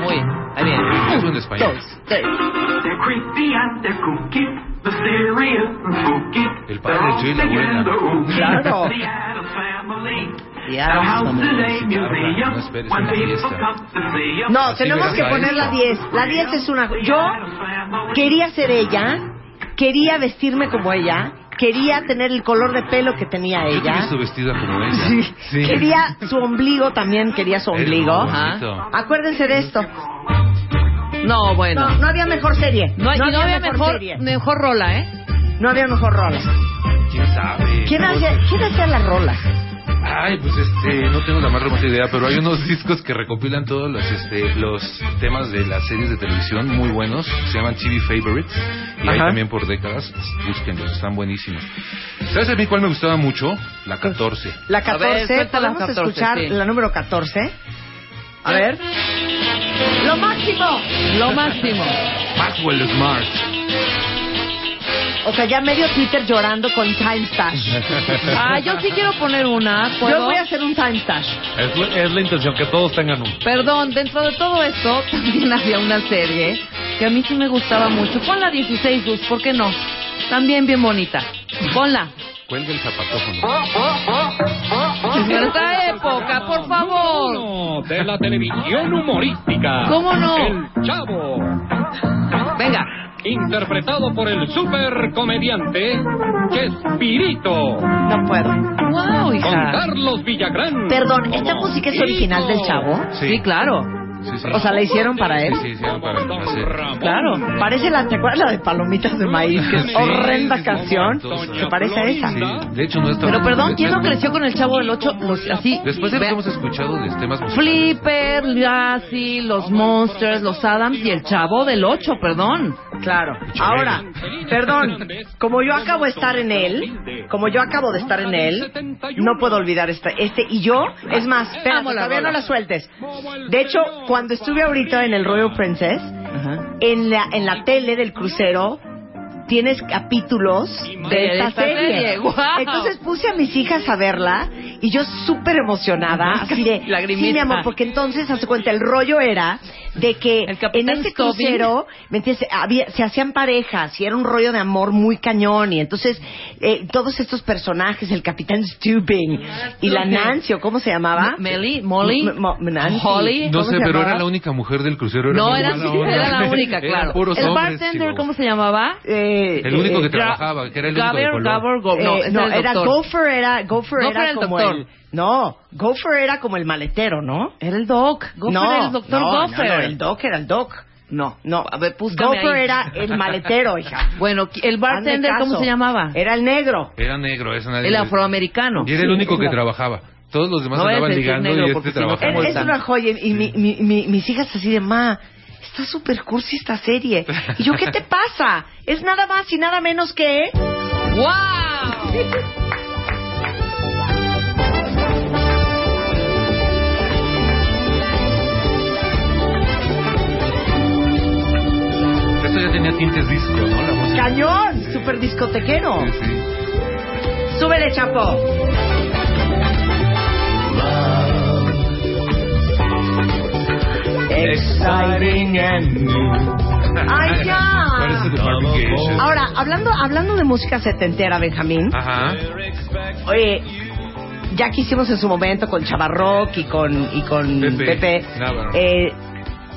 Muy bien. Ahí viene.
es en español?
tres.
El padre, el tío y la abuela.
Claro.
No esperes una fiesta.
No,
Así ¿eh?
tenemos
verás
que
a
poner
ella.
la 10. La 10 es una... Yo quería ser ella, quería vestirme como ella, quería tener el color de pelo que tenía
Yo
ella.
también estuve vestida como ella. Sí.
Quería su ombligo también, quería su
Era
ombligo.
¿ah?
bonito.
Ajá. Acuérdense de esto.
No, bueno.
No, no había mejor serie.
No, y no había mejor-
mejor rola, ¿eh? No había mejor rola.
¿Quién sabe?
¿Quién
No
hacía, quién hacía las rolas?
Ay, pues este, no tengo la más remota idea, pero hay unos discos que recopilan todos los este, los temas de las series de televisión muy buenos, se llaman TV Favorites, y ahí
Ajá.
también por décadas, pues, búsquenlos, están buenísimos. ¿Sabes a mí cuál me gustaba mucho? La 14.
La
A ver,
14,
suelta la
¿podemos
14,
escuchar
sí.
la número 14? A ver. ¡Lo máximo!
Lo máximo.
Maxwell Smart.
O sea, ya medio Twitter llorando con Time Stash.
Ah, yo sí quiero poner una. ¿puedo?
Yo voy a hacer un Time Stash.
Es, la- es la intención, que todos tengan uno.
Perdón, dentro de todo esto también había una serie que a mí sí me gustaba mucho. Pon la 16, Luz, ¿por qué no? También bien bonita. Ponla.
Cuelga el zapatófono.
Es nuestra época, por favor.
Oh, de la televisión humorística.
¿Cómo no?
El Chavo.
Venga.
Interpretado por el supercomediante Chespirito.
No puedo.
Wow,
Con
hija.
Carlos Villagrán.
Perdón, ¿esta
como
música es original del
Tito.
chavo?
Sí,
claro.
O sea, ¿la hicieron para él?
Sí, sí, hicieron para la serie.
Claro, parece la, ¿te acuerdas la de Palomitas de Maíz? Que es
Sí,
horrenda
sí,
canción,
sí.
se parece a esa.
Sí, de hecho no está
Pero perdón, ¿quién no creció con el chavo del 8? así.
Después de lo
Ve-
que hemos escuchado de temas musicales,
Flipper, Lassie, los Monsters, los Adams y el chavo del 8, perdón.
Claro. Ahora, perdón, como yo acabo de estar en él, como yo acabo de estar en él, no puedo olvidar esta- este. Y yo, es más, espérate,
Amo la
todavía no
rola.
la sueltes. De hecho, cuando estuve ahorita en el Royal Princess, en la, en la tele del crucero, tienes capítulos
De
de esta
esta serie,
serie.
guau.
Entonces puse a mis hijas a verla y yo súper emocionada, así de,
Lagrimita.
sí, mi amor, porque entonces, hace cuenta, el rollo era de que en
capitán
ese
Stobin.
crucero, ¿me entiendes? Había- se hacían parejas y era un rollo de amor muy cañón y entonces eh, todos estos personajes, el capitán Stubing y la Nancy, ¿o cómo se llamaba?
Me- Melly, Molly,
M- Mo- Nancy.
Holly.
No
¿Cómo
sé,
se
pero
llamaba?
era la única mujer del crucero.
No,
muy
era,
mala onda.
era la única,
Eran
claro.
puros
el
hombres,
bartender,
chico.
¿cómo se llamaba?
Eh,
El único
eh,
que
eh,
trabajaba, que era el único de
Gaber,
color.
Gaber, Go-
eh,
no, ese
no,
era el
era
doctor.
Gopher, era Gopher,
Gopher
era
era el
como
doctor.
el- no, Gopher era como el maletero, ¿no?
Era el doc. Gopher
no,
era el doctor
no, no,
Gopher.
no, el doc era el doc.
No,
No, pues
a ver, búscame
Gopher
ahí.
era el maletero, hija.
Bueno, el bartender,
Hazme
¿cómo
caso.
se llamaba?
Era el negro.
Era negro, eso nadie.
El afroamericano.
Y era el único que trabajaba. Todos los demás
No
andaban
es el
ligando
negro,
y
porque
este
si no,
trabajaba.
¿cómo
Es, es
están?
una joya. Y mi- mi- mi- mis hijas así de, ma, está súper cursi esta serie. Y yo, ¿qué te pasa? Es nada más y nada menos que...
¡Wow!
Esto ya tenía tintes disco, ¿no? La música.
¡Cañón! Súper discotequero.
Sí, sí.
Súbele, chapo.
Exciting and
¡Ay,
Por eso
ya!
de Barbie Gates.
Ahora, hablando, hablando de música setentera, Benjamín,
Ajá.
oye, ya que hicimos en su momento con Chavarrock y con, y con
Pepe.
Pepe,
Navarro.
eh,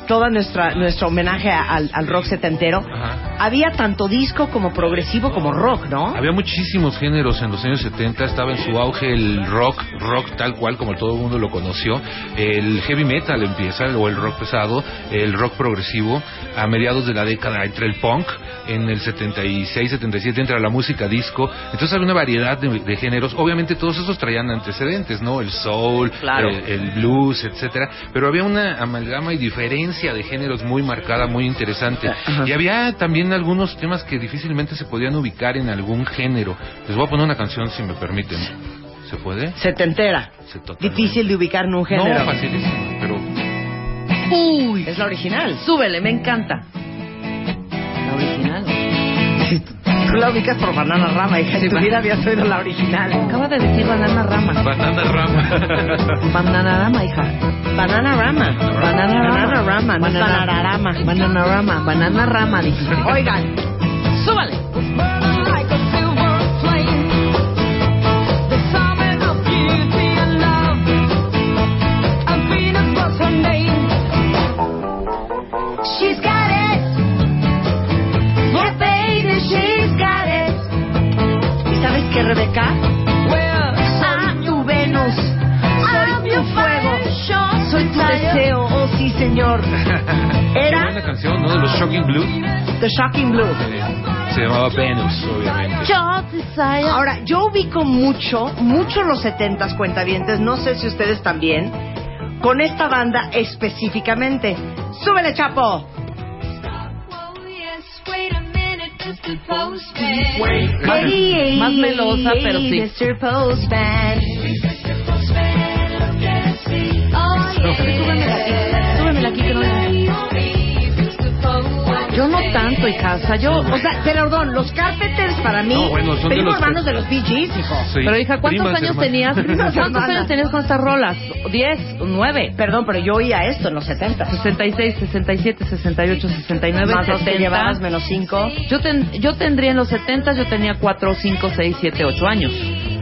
todo nuestro homenaje al, al rock setentero,
Ajá.
había tanto disco como progresivo como rock, ¿no?
Había muchísimos géneros en los años 70, estaba en su auge el rock, rock tal cual como todo el mundo lo conoció, el heavy metal empieza, o el rock pesado, el rock progresivo, a mediados de la década entre el punk, en el 76, 77 entra la música disco, entonces había una variedad de, de géneros, obviamente todos esos traían antecedentes, ¿no? El soul,
Claro.
el, el blues, etcétera, pero había una amalgama y diferencia de géneros muy marcada, muy interesante. Y había también algunos temas que difícilmente se podían ubicar en algún género. Les voy a poner una canción si me permiten. ¿Se puede?
Setentera.
Se totalmente-
Difícil de ubicar en un género.
No, facilísimo, pero
Uy,
es la original.
súbele, me encanta. La original.
Tú la ubicas por Banana Rama, hija.
Sí,
en tu
va.
vida habías oído la original.
Acaba de decir banana rama.
Banana Rama.
Banana rama, hija.
Banana Rama.
Banana rama.
Banana Rama, no es Banana Rama.
Banana rama, banana rama, dijiste.
Oigan,
súbale.
She's got it. Yeah, baby, she's got it.
Rebeca? Soy tu Venus, soy tu fuego, soy tu deseo, oh sí señor.
Qué buena canción, ¿no? De los Shocking Blue.
The Shocking Blue.
Se llamaba Venus, obviamente.
Ahora, yo ubico mucho, mucho los 70s cuentavientes, no sé si ustedes también, con esta banda específicamente. ¡Súbele, Chapo!
Más melosa, pero sí.
Mr. Postman.
Súbemela aquí que no Yo no tanto, hija. O sea, yo.
O sea, perdón, los Carpenters para mí,
No, bueno, son de
primos
los que-
hermanos de los Bee Gees, hijo.
Sí,
pero hija, ¿cuántos
primas,
años
hermanas.
tenías?
Primas,
¿Cuántos
hermanas.
años tenías con estas rolas? ¿Diez? ¿Nueve?
Perdón, pero yo oía esto en los 70.
66, 67, 68, 69,
Más los que
70.
llevabas menos 5.
Yo, ten- yo tendría en los 70, yo tenía 4, 5, 6, 7, 8 años.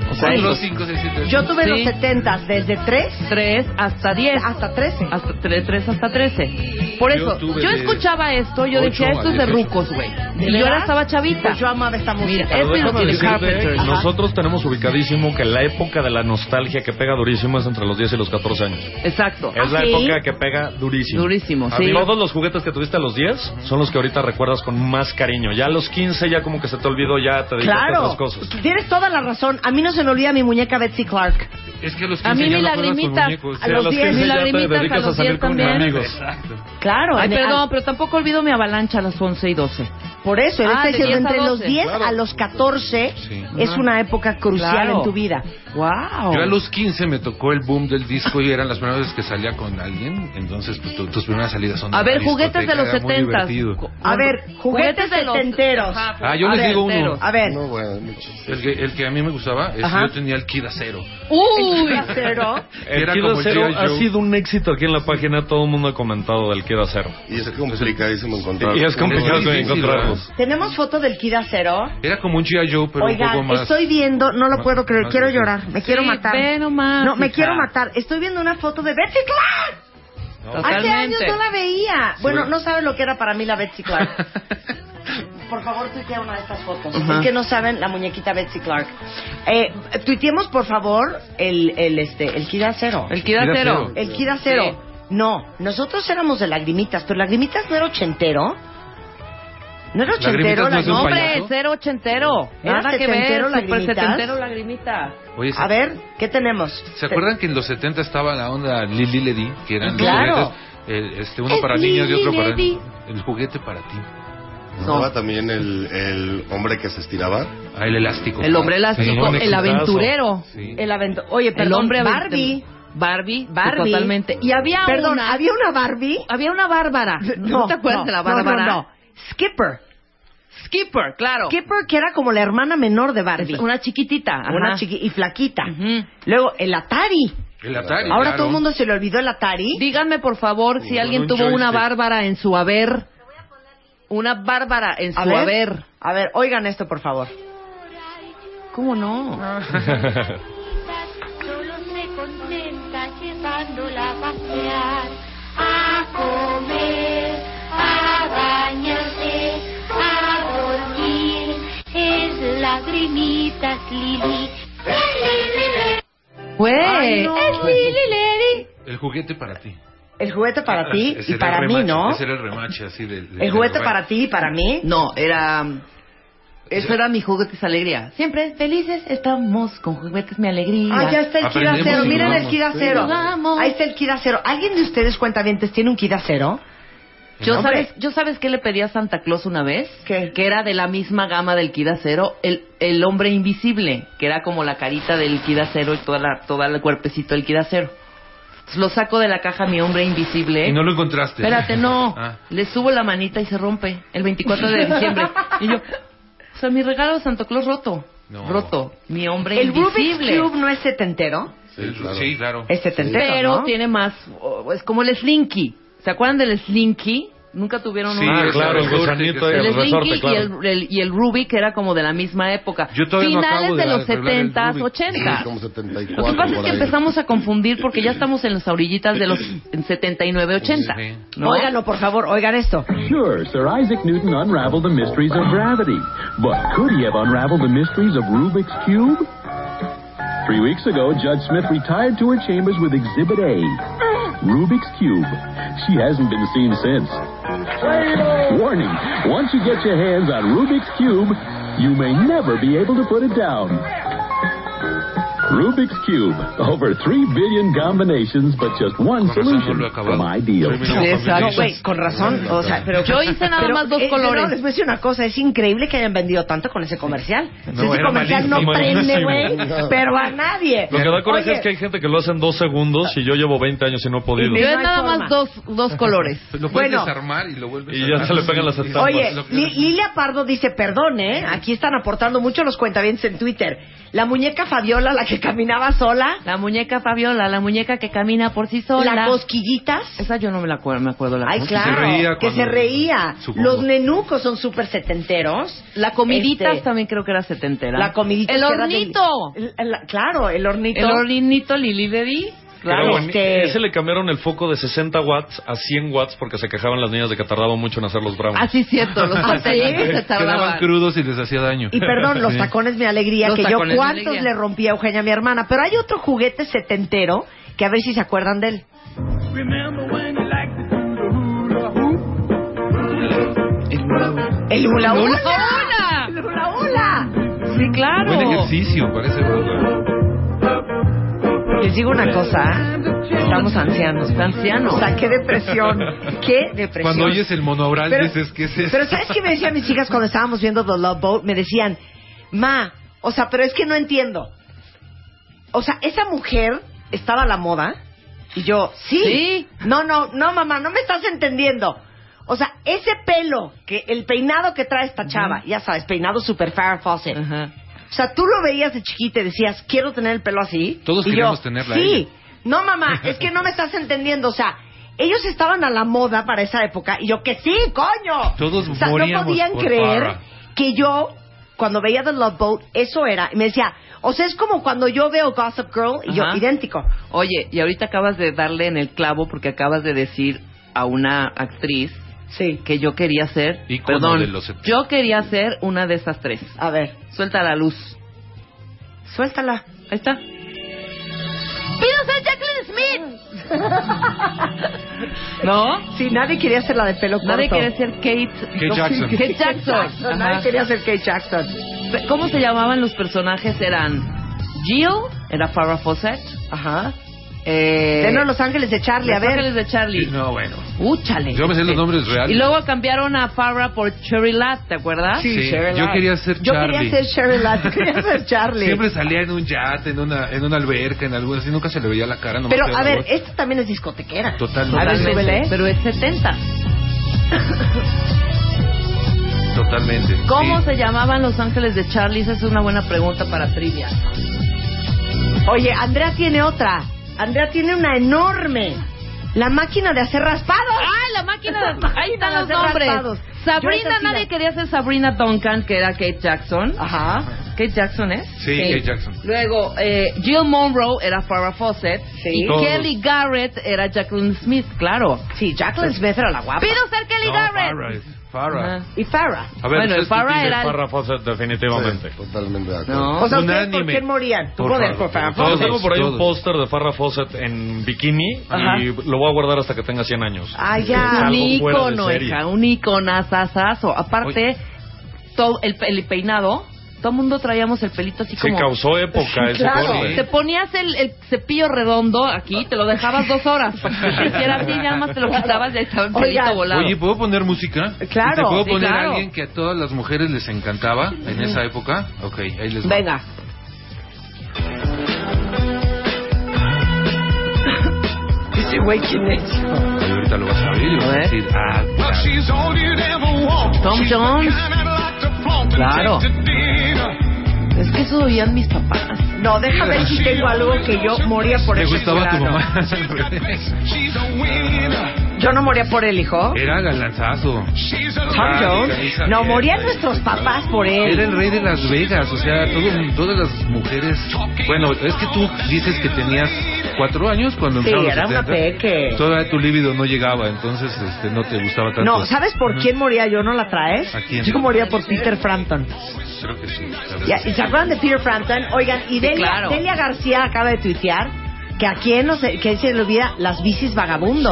O sea,
Cuatro,
hijos,
cinco, seis, siete,
Yo tuve
Sí.
los 70 desde 3
3 hasta 10.
hasta 13.
Hasta 3, hasta 13. Por
Yo
eso, yo,
tuve de
escuchaba esto, yo
ocho
decía, esto
a
es de
18.
rucos, güey.
¿De
Y yo
verdad?
ahora estaba chavita.
Pues yo amaba esta música.
Mira, esto y lo
Déjame
que los
decirte,
Carpenters.
Ajá. Nosotros tenemos ubicadísimo que la época de la nostalgia que pega durísimo es entre los 10 y los 14 años.
Exacto.
Es la
Ah, sí?
época que pega durísimo.
Durísimo,
A
sí.
mí Todos los juguetes que tuviste a los 10 son los que ahorita recuerdas con más cariño. Ya a los 15 ya como que se te olvidó, ya te dedicaste a
Claro,
otras cosas.
tienes toda la razón. A mí no se me olvida mi muñeca Betsy Clark.
Es que a los
A
15
mí
ya
mi
no juegas con
lagrimita,
muñecos.
a
Sí,
los 10,
ya te
lagrimitas,
dedicas
a los
salir
10
con
también.
amigos.
Claro,
Ay,
en-
perdón, pero tampoco olvido mi avalancha a las 11 y 12.
a- por eso, él
Ah,
está
de
diciendo
10 a
entre los
12,
10
claro.
a los 14
Sí.
es
Ajá.
una época crucial
Claro.
en tu vida.
¡Wow!
Yo a los 15 me tocó el boom del disco y eran las primeras veces que salía con alguien. Entonces, pues tu- tus primeras salidas son.
A
de
ver,
la
juguetes de los
discoteca, era muy
70.
divertido.
A ver, juguetes setenteros.
Ah, yo
A
les
ver,
digo uno.
cero.
A ver,
El que, el que a mí me gustaba, es,
Ajá.
yo tenía el Kid Acero.
¡Uy!
cero.
El
Era
Kid
como el
Acero
G.I.
ha
Joe.
sido un éxito aquí en la página. Todo el mundo ha comentado del Kid Acero.
Y es complicadísimo encontrar.
Y es complicado
Es difícil,
encontrarlos.
¿tenemos foto del Kid Acero?
Era como un G.I. Joe, pero un poco
Oigan,
más.
estoy viendo, no lo
más-
puedo creer,
más
quiero
grande.
llorar, me quiero
Sí,
matar.
ve nomás,
no, me
hija.
quiero matar. Estoy viendo una foto de Betsy Clark. Hace años
Totalmente.
no la veía. Ah, Bueno, no saben lo que era para mí la Betsy Clark. Por favor, tuitea una de estas fotos.
Ajá.
Es que no saben la muñequita Betsy Clark. Eh, tuiteemos, por favor, el, el, este, el Kid Acero.
El Kid Acero.
El Kid Acero. No, nosotros éramos de Lagrimitas, pero Lagrimitas no era ochentero. No era ochentero,
Lagrimitas no es un
no, hombre.
payaso.
Hombre, cero ochentero.
Era
Nada que
setentero,
ver, super
lagrimitas.
setentero lagrimita.
Oye, ¿se,
A ver, ¿qué tenemos?
¿se acuerdan que en los 70 estaba la onda Lili Ledi? Que eran
Claro.
los juguetes. eh, este, uno
Es
para niños y otro
Lili
para.
Ledi.
El juguete para ti.
Estaba también el, el hombre que se estiraba.
Ah, el elástico.
El hombre elástico,
Sí.
el aventurero.
Sí.
El avento- Oye,
el
perdón,
hombre aventurero.
Barbie.
Barbie.
Barbie.
Totalmente. Y había
Perdón,
una.
¿había una Barbie?
Había una Bárbara. ¿No, te acuerdas
no,
de la Bárbara?
No, no, no. Skipper.
Skipper, claro.
Skipper, que era como la hermana menor de Barbie.
Una chiquitita. ajá.
Una chiqui y flaquita.
Ujú.
Luego, el Atari.
El Atari.
Ahora
claro.
todo el mundo se le olvidó el Atari.
Díganme, por favor, si
Con
alguien
un
tuvo una
joystick.
Bárbara en su haber. Una Bárbara en su
A ver.
haber.
A ver, oigan esto, por favor.
¿Cómo no?
Solo se contenta llevándola a pasear, a comer, a bañarse, a dormir. Es lagrimitas, Lili.
Güey.
Ay, no.
Es Lili Lady.
El juguete para ti.
El juguete para
Ah,
ti
ese
y
era
para
el
mí,
remache,
¿no?
Ese era el remache así de, de-
El juguete
de-
para ti y para mí.
No, era. Eso era mi juguetes alegría. Siempre felices estamos con juguetes mi alegría.
Ah, ya está el Kid
Aprendemos
Acero.
y
Miren el
jugamos.
Kid Acero.
Jugamos.
Ahí está el Kid Acero. ¿Alguien de ustedes, cuentavientes, tiene un Kid Acero?
Yo
Hombre.
sabes, yo sabes qué le pedí a Santa Claus una vez,
¿Qué?
que era de la misma gama del Kid Acero, el, el hombre invisible, que era como la carita del Kid Acero y toda la, todo el cuerpecito del Kid Acero. Entonces, lo saco de la caja mi hombre
¿eh?
invisible.
Y no lo encontraste.
Espérate, no.
Ah.
Le subo la manita y se rompe el 24 de diciembre. Y yo, o sea, mi regalo de Santa Claus roto.
No.
Roto. Mi hombre
El Rubik's
invisible.
Cube no es setentero.
Sí, claro. Sí, claro.
Es setentero,
Pero
Este ¿no?
tiene más, oh, es como el Slinky. ¿Se acuerdan del Slinky? Nunca tuvieron
Sí,
uno.
ah, claro, el gusanito,
El,
el resorte,
Slinky y
claro.
el, el- y el Ruby, que era como de la misma época.
Yo todavía no
Finales
acabo
de,
de
los
arreglar el
70s,
Ruby.
80s.
Sí, como 74.
Lo que pasa es
por
que
ahí.
empezamos a confundir porque ya estamos en las orillitas de los 79-80.
Óiganlo, por favor, oigan esto.
Sure, Sir Isaac Newton unraveled the mysteries of gravity. But could he have unraveled the mysteries of Rubik's Cube? Three weeks ago, Judge Smith retired to her chambers with Exhibit A Rubik's Cube. She hasn't been seen since. Warning once you get your hands on Rubik's Cube, you may never be able to put it down. Rubik's Cube. Over 3 billion combinations, but just one solution from ideal.
No, güey, con razón. O sea, pero
Yo hice nada
pero,
más dos
eh,
colores.
No, les voy a decir una cosa, es increíble que hayan vendido tanto con ese comercial. O sea, ese
era
comercial no
malísimo,
prende, güey,
malísimo.
pero a nadie.
Lo que da coraje
Oye,
es que hay gente que lo hace en dos segundos y yo llevo 20 años y no he podido.
Yo es nada más dos, dos colores.
Lo puedes desarmar y lo vuelves
Y ya se le pegan las estampas.
Oye, Li- Lilia Pardo dice, perdón, ¿eh? Aquí están aportando mucho los cuentavientes en Twitter. La muñeca Fabiola, la que caminaba sola.
La muñeca Fabiola, la muñeca que camina por sí sola.
La cosquillitas.
Esa yo no me la acuerdo, me acuerdo la
Ay,
cosquilla.
claro, que se reía.
Supongo.
Los nenucos son súper setenteros.
La comiditas
Este,
también creo que era setentera.
La comidita.
El
que era
hornito.
del- el- el- claro, el hornito.
El hornito Lili Bebí.
Pero
Claro.
bueno, Ese le cambiaron el foco de 60 watts a 100 watts porque se quejaban las niñas de que tardaba mucho en hacer los brownies.
Así es cierto, los
Ah, ¿sí?
pasteles se
Quedaban
tardaban.
crudos y les hacía daño.
Y perdón, los
Sí.
tacones mi alegría,
Los
que yo
tacones, mi
cuántos
alegría.
le rompí a Eugenia, mi hermana. Pero hay otro juguete setentero que a ver si se acuerdan de él. El hula hula. El hula hula.
Sí, claro.
Buen ejercicio, parece.
Les digo una cosa, ¿eh? estamos ancianos.
Ancianos.
O sea, qué depresión. Qué depresión.
Cuando oyes el monobral
Pero-
dices, ¿qué es eso?
Pero ¿sabes qué me decían mis hijas cuando estábamos viendo The Love Boat? Me decían, ma, o sea, pero es que no entiendo. O sea, esa mujer estaba a la moda. Y yo, sí.
Sí.
No, no, no, mamá, no me estás entendiendo. O sea, ese pelo, que el peinado que trae esta chava, ya sabes, peinado super Farrah Fawcett.
Ajá.
O sea, tú lo veías de chiquita y decías, quiero tener el pelo así.
Todos
Y
queríamos
yo,
tenerla a
Sí.
ella.
No, mamá, es que no me estás entendiendo. O sea, ellos estaban a la moda para esa época y yo, que sí, coño.
Todos
o sea, no
moríamos
podían
por
creer
Farrah.
que yo, cuando veía The Love Boat, eso era. Y me decía, o sea, es como cuando yo veo Gossip Girl y yo,
Ajá.
idéntico.
Oye, y ahorita acabas de darle en el clavo porque acabas de decir a una actriz
Sí.
que yo quería ser.
Ícono
perdón,
de los setenta.
yo quería ser una de esas tres.
A ver,
Suelta la luz.
suéltala.
Ahí está.
Pido ser Jacqueline Smith.
¿No?
Sí, nadie quería hacer la de pelo corto.
Nadie quiere ser Kate.
Kate Jackson.
Kate Jackson.
Jackson,
Ajá.
Nadie quería ser Kate Jackson.
¿Cómo se llamaban los personajes? Eran Jill, era Farrah Fawcett.
Ajá.
Eh,
Denos Los Ángeles de Charlie, a
Los
ver.
Ángeles de Charlie.
No, bueno.
Úchale.
Yo me sé los nombres reales.
Y luego cambiaron a Farrah por Cherry Latt, ¿te acuerdas?
Ah, Sí, yo quería ser
Yo
Charlie.
quería ser Cheryl Latt, quería ser Charlie.
Siempre salía en un yate, en una, en una alberca, en algo así. Nunca se le veía la cara. nomás
Pero,
quedaba
a ver,
gorda.
esta también es discotequera.
Totalmente.
A ver, súbele.
Pero es 70.
Totalmente.
¿Cómo
Sí.
se llamaban Los Ángeles de Charlie? Esa es una buena pregunta para trivia.
Oye, Andrea tiene otra. Andrea tiene una enorme. La máquina de hacer raspados.
¡Ah, la máquina!
La
Ahí están
máquina
los
de
nombres.
raspados. Yo esa
Sabrina,
sí la-
nadie quería ser Sabrina Duncan, que era Kate Jackson.
Ajá.
Kate Jackson, ¿es?
Sí, Kate Jackson.
Luego, eh, Jill Monroe era Farrah Fawcett.
Sí.
Y
Todos.
Kelly Garrett era Jacqueline Smith, claro.
Sí, Jacqueline Smith era la guapa.
Pido ser Kelly
No,
Garrett.
Farrah es- Farrah.
Ajá.
Y Farrah.
A
bueno,
ver,
el
ustedes qué
Farrah
tienen,
era... el-
Farrah Fawcett, definitivamente.
Sí, totalmente de acuerdo.
No.
O sea, ¿ustedes ¿por
Unánime.
qué morían? Tú
Por
poder,
favor,
por favor.
por
Yo
favor.
tengo por ahí un
todos.
póster de Farrah Fawcett en bikini
Ajá.
y lo voy a guardar hasta que tenga 100 años.
Ah,
Es
ya.
un
algo fuera de
ícono,
serie.
hija, un iconazazazo. Aparte,
Oye.
todo el, pe- el peinado, todo el mundo traíamos el pelito así
Sí,
como...
causó época ese
claro.
corte.
Te ponías el, el cepillo redondo aquí, te lo dejabas dos horas para que se hiciera así, nada más te lo quitabas y ahí estaba el
Oigan.
pelito volado.
Oye, ¿puedo poner música?
Eh, Claro,
¿Y ¿Te puedo
sí,
poner
claro.
alguien que a todas las mujeres les encantaba en esa época? Ok, ahí les va.
Venga. Ese güey, ¿quién es?
Ahí ahorita lo vas a oír y vas a decir, ah, claro.
Tom Jones. Claro. Es que eso oían mis papás.
No, déjame ver si tengo algo que yo moría por
Me
ese
gustaba tu
fulano.
mamá.
Yo no moría por él, hijo.
Era galanzazo. Ah,
Tom Jones. No, morían nuestros papás por él.
Era el rey de Las Vegas, o sea, todo- todas las mujeres. Bueno, es que tú dices que tenías cuatro años cuando
Sí,
entraron los
era una
70.
peque.
Todavía tu líbido no llegaba, entonces este, no te gustaba tanto.
No, ¿sabes por quién moría yo? ¿No la traes?
¿A quién?
Yo moría por Peter Frampton.
Creo que sí.
Ya, ¿Y se acuerdan de Peter Frampton? Oigan, y Delia,
claro.
Delia García acaba de tuitear que a quién no se, que se le olvida las bicis vagabundo.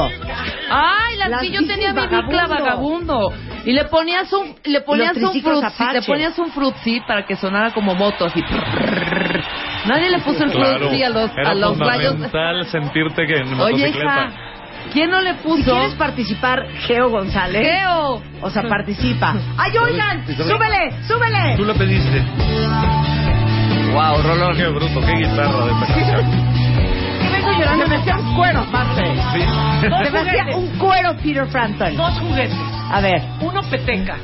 Ay, las,
Las
que yo
bicis
tenía mi bicla vagabundo. Y le ponías un le ponías
los
un
triciclos
frutzi,
Apache.
le ponías un frutzi para que sonara como moto así. Nadie le puso el
Claro,
frutzi a los
era
a los rayos.
fundamental sentirte que en
Oye,
motocicleta.
hija, ¿quién no le puso?
Si quieres participar, Geo González.
Geo.
O sea, participa. ¡Ay, oigan! ¡Súbele! ¡Súbele!
Tú la pediste.
Wow, Rolón.
Qué bruto, qué guitarra de esta canción.
Que vengo llorando. Se me hacía un cuero, aparte. Se me hacía un cuero Peter Frampton.
Dos juguetes.
A ver.
Uno peteca.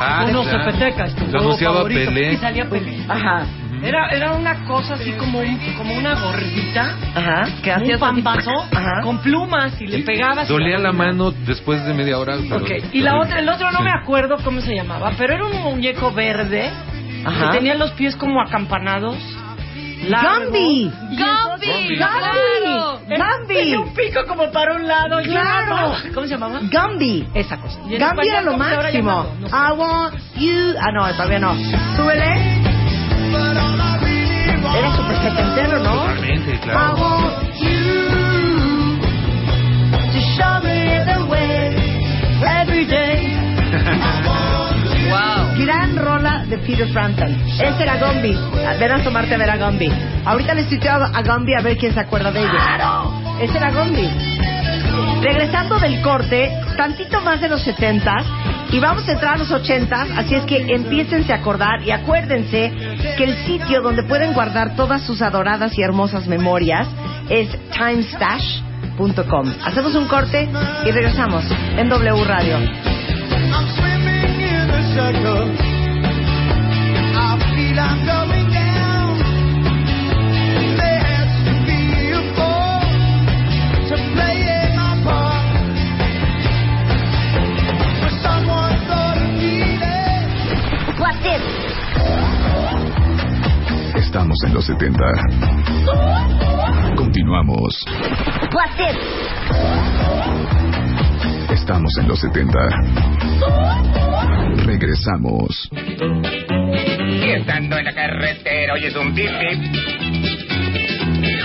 Ah,
uno
claro.
zapeteca. es tu
Lo
juego
anunciaba
favorito.
Pelé.
Y salía Pelé.
Ajá.
Era, era una cosa así como, un- como una gordita.
Ajá. Que
un
hacías así.
pampazo con plumas y le pegabas. y-
Dolía la mano después de media hora. pero-
Ok, y la otra, el otro no
Sí.
me acuerdo cómo se llamaba, pero era un muñeco verde
Ajá.
que tenía los pies como acampanados. largo.
¡Gambi!
Y
¡Gambi!
entonces-
¡Gambi!
¡Claro!
¡Gambi!
Él Tenía un pico como para un lado. y una
Claro.
mano. ¿Cómo se llamaba?
Gambi.
Esa cosa. Y en
Gambi
español,
era lo
¿cómo se habrá
máximo.
llamado? No sé.
I want you. Ah, no, todavía no. Súbele. Era súper setentero, ¿no?
Totalmente,
I
claro.
want you to show me the way every day.
Wow.
Gran rola de Peter Frampton. Ese era Gumby. Ven a asomarte a ver a Gumby. Ahorita les tuiteo a Gumby a ver quién se acuerda de ella. ¡Claro! Ese era Gumby. Regresando del corte, tantito más de los 70s y vamos a entrar a los 80s, así es que empiécense a acordar y acuérdense que el sitio donde pueden guardar todas sus adoradas y hermosas memorias es timestash.com. Hacemos un corte y regresamos en W Radio.
I'm swimming in a circle. I feel I'm going down. There has to be a fall to play in my part. But someone thought of me there.
What's this?
Estamos en los 70. Continuamos.
What's this?
Estamos en los 70. Regresamos.
Y estando en la carretera oyes un bip bip.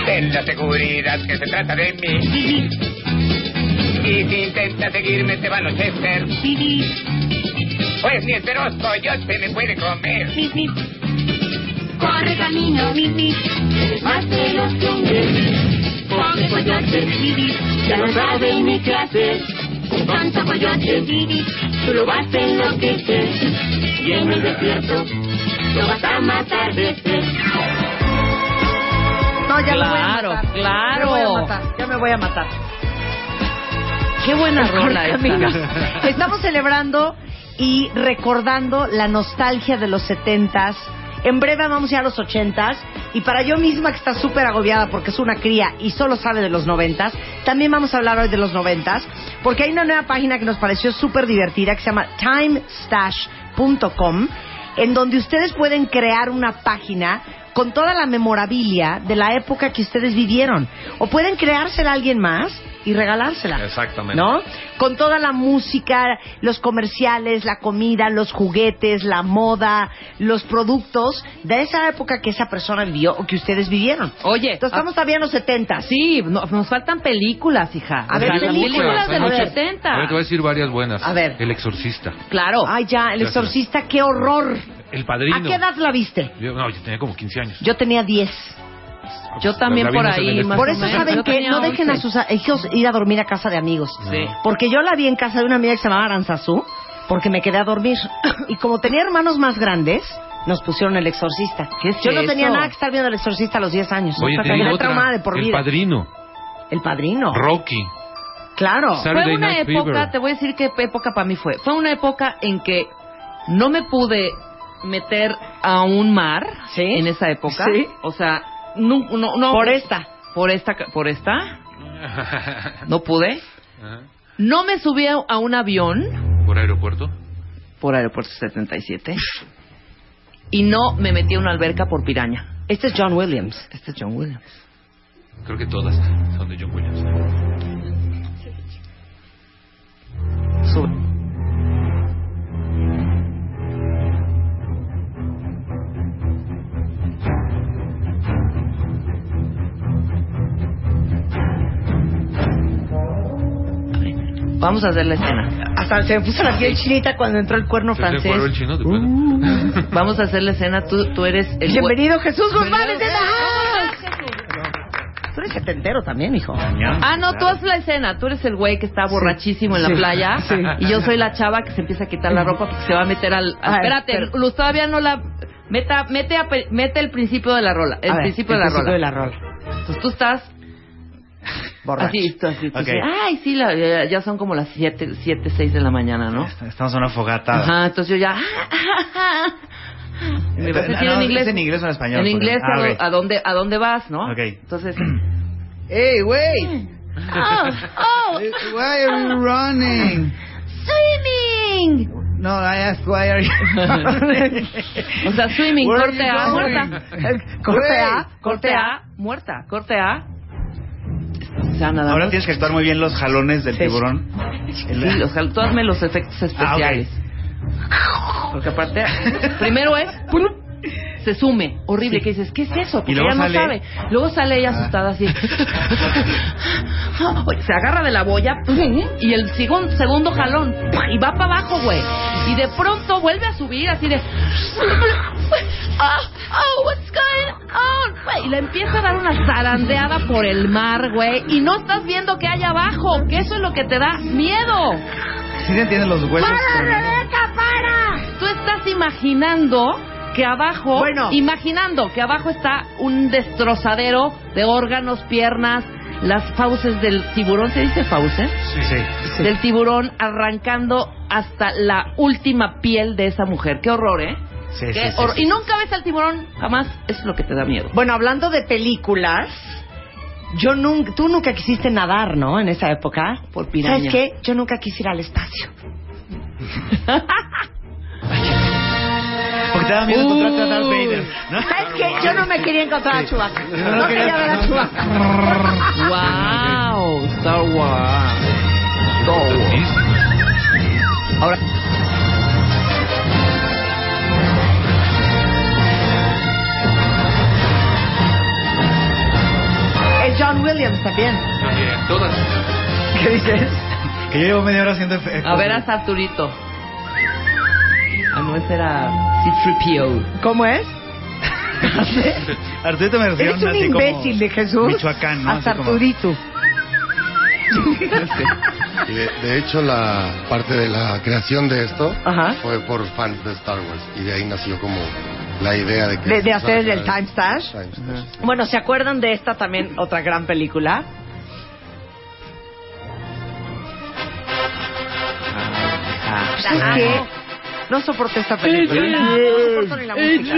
Ten la seguridad que se trata de mí. Y si intenta seguirme te va a anochecer. Pues mi esperoso coyote me puede comer.
Corre camino, más veloz que un bip. Pobre coyote, ya lo saben ni qué hacer. Un tonto coyote, tú lo vas a enloquecer. Y en el desierto, lo vas a matar de sed.
No, ya
Claro,
me voy a matar.
claro.
Ya me voy a matar. Ya me voy a matar.
Qué buena rola esta.
Amigos, Estamos celebrando y recordando la nostalgia de los 70s. En breve vamos ya a los 80s. Y para yo misma, que está súper agobiada porque es una cría y solo sabe de los 90s, también vamos a hablar hoy de los 90s. Porque hay una nueva página que nos pareció súper divertida que se llama timestash.com, en donde ustedes pueden crear una página con toda la memorabilia de la época que ustedes vivieron. O pueden creársela a alguien más y regalársela.
Exactamente.
¿No? Con toda la música, los comerciales, la comida, los juguetes, la moda, los productos de esa época que esa persona vivió o que ustedes vivieron.
Oye,
Entonces estamos todavía en los 70.
Ah. Sí, no- nos faltan películas, hija.
Ah, A ver,
Las
películas,
películas de
hay
los
muchas.
70.
Ahora te voy a decir varias buenas.
A ver.
El exorcista.
Claro.
Ay, ya, El
Gracias.
Exorcista, qué horror.
El
¿A
padrino.
qué edad la viste?
Yo, no, yo tenía como 15 años.
Yo tenía 10.
Yo también
La
por
vimos en
ahí.
el
más
Por
o
eso
menos.
saben
Yo
que
tenía
no dejen a
11.
sus a- hijos ir a dormir a casa de amigos.
Sí.
Porque yo la vi en casa de una amiga que se llamaba Aranzazú, porque me quedé a dormir. Y como tenía hermanos más grandes, nos pusieron el exorcista.
¿Qué es
yo no tenía
eso?
nada que estar viendo el exorcista a los 10 años.
Oye,
Nunca
te
me
digo
quedé
otra.
traumada de por
el
vida.
padrino.
El padrino.
Rocky.
Claro.
Saturday
fue una
Night
época,
Fever.
te voy a decir qué época para mí fue. Fue una época en que no me pude meter a un mar en esa época.
Sí.
O sea, no, no, no-
Por esta.
Por esta, ca- por esta, no pude. No me subí a a un avión
¿Por aeropuerto?
por Aeropuerto 77 y no me metí a una alberca por piraña.
Este es John Williams.
Este es John Williams.
Creo que todas son de John Williams.
Sube. Vamos a hacer la escena.
Hasta se me puso la piel chinita cuando entró el cuerno
¿Se te
francés.
cuadró el chino? ¿Te cuadra?
Uh.
Vamos a hacer la escena. Tú, tú eres el. güe-
Bienvenido Jesús Guzmán
Bienvenido.
desde la
eh,
house. Tú eres setentero también, hijo.
Ah, no, tú haces la escena. Tú eres el güey que está borrachísimo en la
Sí.
playa.
Sí.
Y yo soy la chava que se empieza a quitar la ropa porque se va a meter al.
A ver,
espérate,
pero-
Luz todavía no la. Meta, mete, a pe- mete el principio de la rola. El
A ver,
principio de la rola. Entonces tú estás.
Borracho.
Así, tú así, tú
Ok.
así. Ay, sí, la- ya, ya son como las 7, 7, 6 de la mañana, ¿no?
Estamos en una fogata.
Ajá, entonces yo ya. "Ah, Me vas a decir
No,
en inglés.
¿Es en inglés o en español?
En
Porque-
inglés,
Ah,
a-
ok.
a, dónde, a dónde vas, ¿no?
Ok.
Entonces. ¡Ey, güey!
Oh,
oh.
Why are you running?
Swimming.
No, I asked why are you running.
O sea, swimming,
Where
corte ah,
are
A,
you
muerta.
going?
Corte
Güey.
A, corte A, muerta. Corte A.
Ahora tienes que actuar muy bien los jalones del tiburón. Ah,
Sí, los, jal- tú hazme los efectos especiales. Porque aparte, primero es. ¡pum! Se sume, horrible, que dices, ¿qué es eso? Porque
luego
ella no
sale-
sabe. Luego sale ella asustada así. Se agarra de la boya ¡pum! y el segun- segundo jalón ¡pum! y va para abajo, güey. Y de pronto vuelve a subir así de. "Ah, oh, what's going on?" güey. Y le empieza a dar una zarandeada por el mar, güey. Y no estás viendo que hay abajo, que eso es lo que te da miedo.
Sí se entienden los huesos.
Rebeca, para! Tú estás imaginando que abajo,
Bueno.
imaginando que abajo está un destrozadero de órganos, piernas, las fauces del tiburón, ¿se dice fauces?
Sí, sí.
Del tiburón arrancando hasta la última piel de esa mujer. Qué horror, ¿eh?
Sí,
Qué
sí, sí,
horror.
sí.
Y nunca ves al tiburón, jamás. Eso es lo que te da miedo.
Bueno, hablando de películas, yo nunca, tú nunca quisiste nadar, ¿no? En esa época. Por
piraña.
¿Sabes qué? Yo nunca quise ir al espacio.
Porque te da miedo encontrarte a Darth Vader. ¿no?
¿Sabes qué? Yo no me quería encontrar a Chewbacca.
No
No
quería-
quería ver a Chewbacca.
¡Wow! Star Wars. Star Wars. Ahora.
Es John Williams también.
También, todas.
¿Qué dices?
Que yo llevo media hora haciendo efectos.
A ver a Arturito. Ah, no, ese era C-3PO.
¿Cómo es?
Arturito me refiero
Eres un
así como
imbécil de Jesús.
Michoacán, ¿no?
Hasta
Así como-
Arturito.
Y de, de hecho, la parte de la creación de esto fue por fans de Star Wars. Y de ahí nació como la idea de que...
De, de hacer el Time Stash.
Time Stash.
Bueno, ¿se acuerdan de esta también, otra gran película? ¿Sabes
Ah.
qué? No soporté esta película. No soporto ni la música.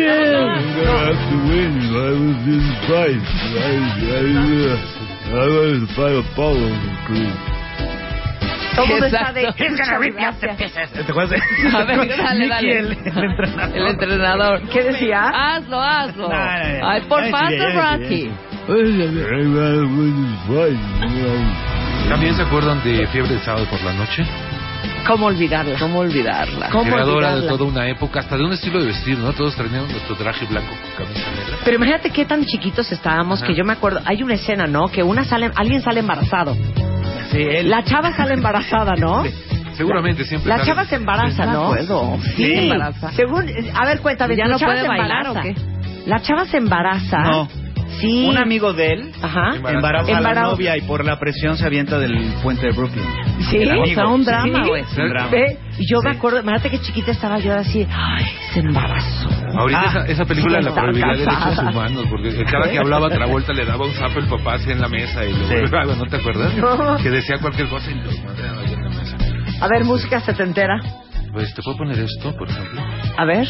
Todo está de...
Exacto.
¿Te acuerdas de...?
A ver, dale,
Mickey,
dale.
El, el entrenador.
El entrenador.
¿Qué decía?
Hazlo,
No,
hazlo.
no, no.
Ay, por
Ay,
favor,
sí, ya, ya,
Rocky.
ya,
¿También se acuerdan de Fiebre de Sábado por la Noche?
¿Cómo olvidarla?
¿Cómo olvidarla?
¿Cómo
Creadora de
olvidarla?
toda una época, hasta de un estilo de vestir, ¿no? Todos teníamos nuestro traje blanco con camisa negra.
Pero imagínate qué tan chiquitos estábamos que yo me acuerdo, hay una escena, ¿no? Que una sale, alguien sale embarazado.
Sí, él.
La chava sale embarazada, ¿no?
Seguramente siempre.
La
salen-
chava se embaraza,
No
¿no?
puedo.
Sí.
Se embaraza.
Según, a ver, cuéntame,
¿Ya
¿la
no
chava
puede
se
bailar
embaraza?
o
La chava se embaraza.
No.
Sí.
Un amigo de él
Ajá.
embaraza a la
Embarazo.
novia y por la presión se avienta del puente de Brooklyn.
Sí,
El
o
amigo.
sea, un drama,
Sí,
güey.
es un drama.
Ve, Y yo me acuerdo, imagínate que chiquita estaba yo así, ay, se embarazó.
Ahorita
Ah,
esa, esa película
sí,
la
está
probabilidad de
casada.
derechos humanos, porque cada que hablaba Travolta le daba un zapo el papá así en la mesa y luego, ¿no te acuerdas?
No.
Que decía cualquier cosa y lo mandaba ahí en la mesa.
A ver, música setentera.
Pues te puedo poner esto, por ejemplo.
A ver.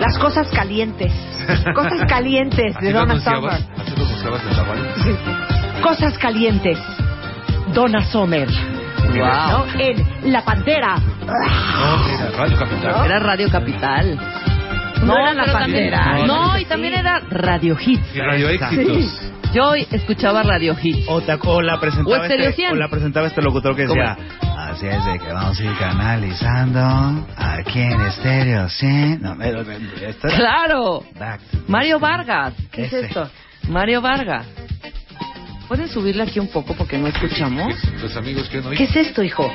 Las cosas calientes. Cosas calientes de
¿Así lo
Donna
anunciabas?
Summer.
¿Así lo anunciabas en la radio?
Cosas calientes. Donna Sommer.
Wow.
¿No? En La Pantera.
No, era Ah, Radio Capital.
Era Radio Capital. No, era La
pero también-
Pantera.
No, y también era Radio Hits.
Y Radio Éxitos.
Yo escuchaba Radio Hits.
O, te- o la
O
presentaba
Estéreo
este,
100.
o la presentaba este locutor que decía, así es de que vamos a ir canalizando aquí en estéreo, ¿sí? No, pero, esto es-
¡Claro!
Back.
Mario Vargas. ¿Qué
Ese.
es esto? Mario Vargas. ¿Pueden subirle aquí un poco porque no escuchamos?
Los amigos que no
¿Qué es esto, hijo?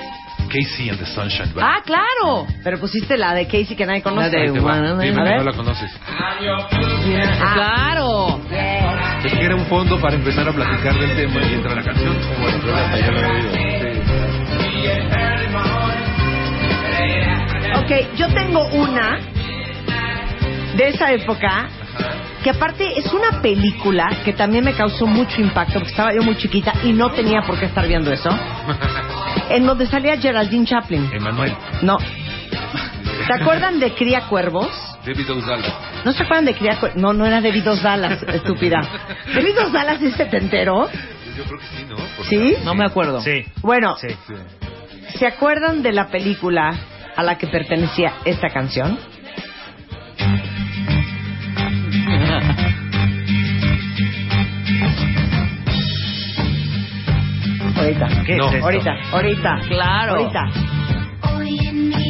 Casey and the Sunshine Band.
Ah, claro. Pero pusiste la Ah, de Casey que nadie conoce.
Ahí te va. Dime que no la conoces.
Ah.
¡Claro!
Se quiere un fondo para empezar a platicar del tema y entra la canción. Bueno, pero hasta ya lo he oído.
Ok, yo tengo una de esa época que aparte es una película que también me causó mucho impacto porque estaba yo muy chiquita y no tenía por qué estar viendo eso. En donde salía Geraldine Chaplin.
Emanuel,
No. ¿Se acuerdan de Cría Cuervos?
David Osvaldo.
¿No se acuerdan de Cría Cuervos? No, no era de Dos Dallas, estúpida. ¿De Dos Dallas es setentero?
Yo creo que sí, ¿no?
¿Sí?
No me acuerdo.
Sí.
Bueno,
Sí.
¿se acuerdan de la película a la que pertenecía esta canción? Ahorita.
¿Qué es esto?
Ahorita, ahorita.
Claro.
Ahorita.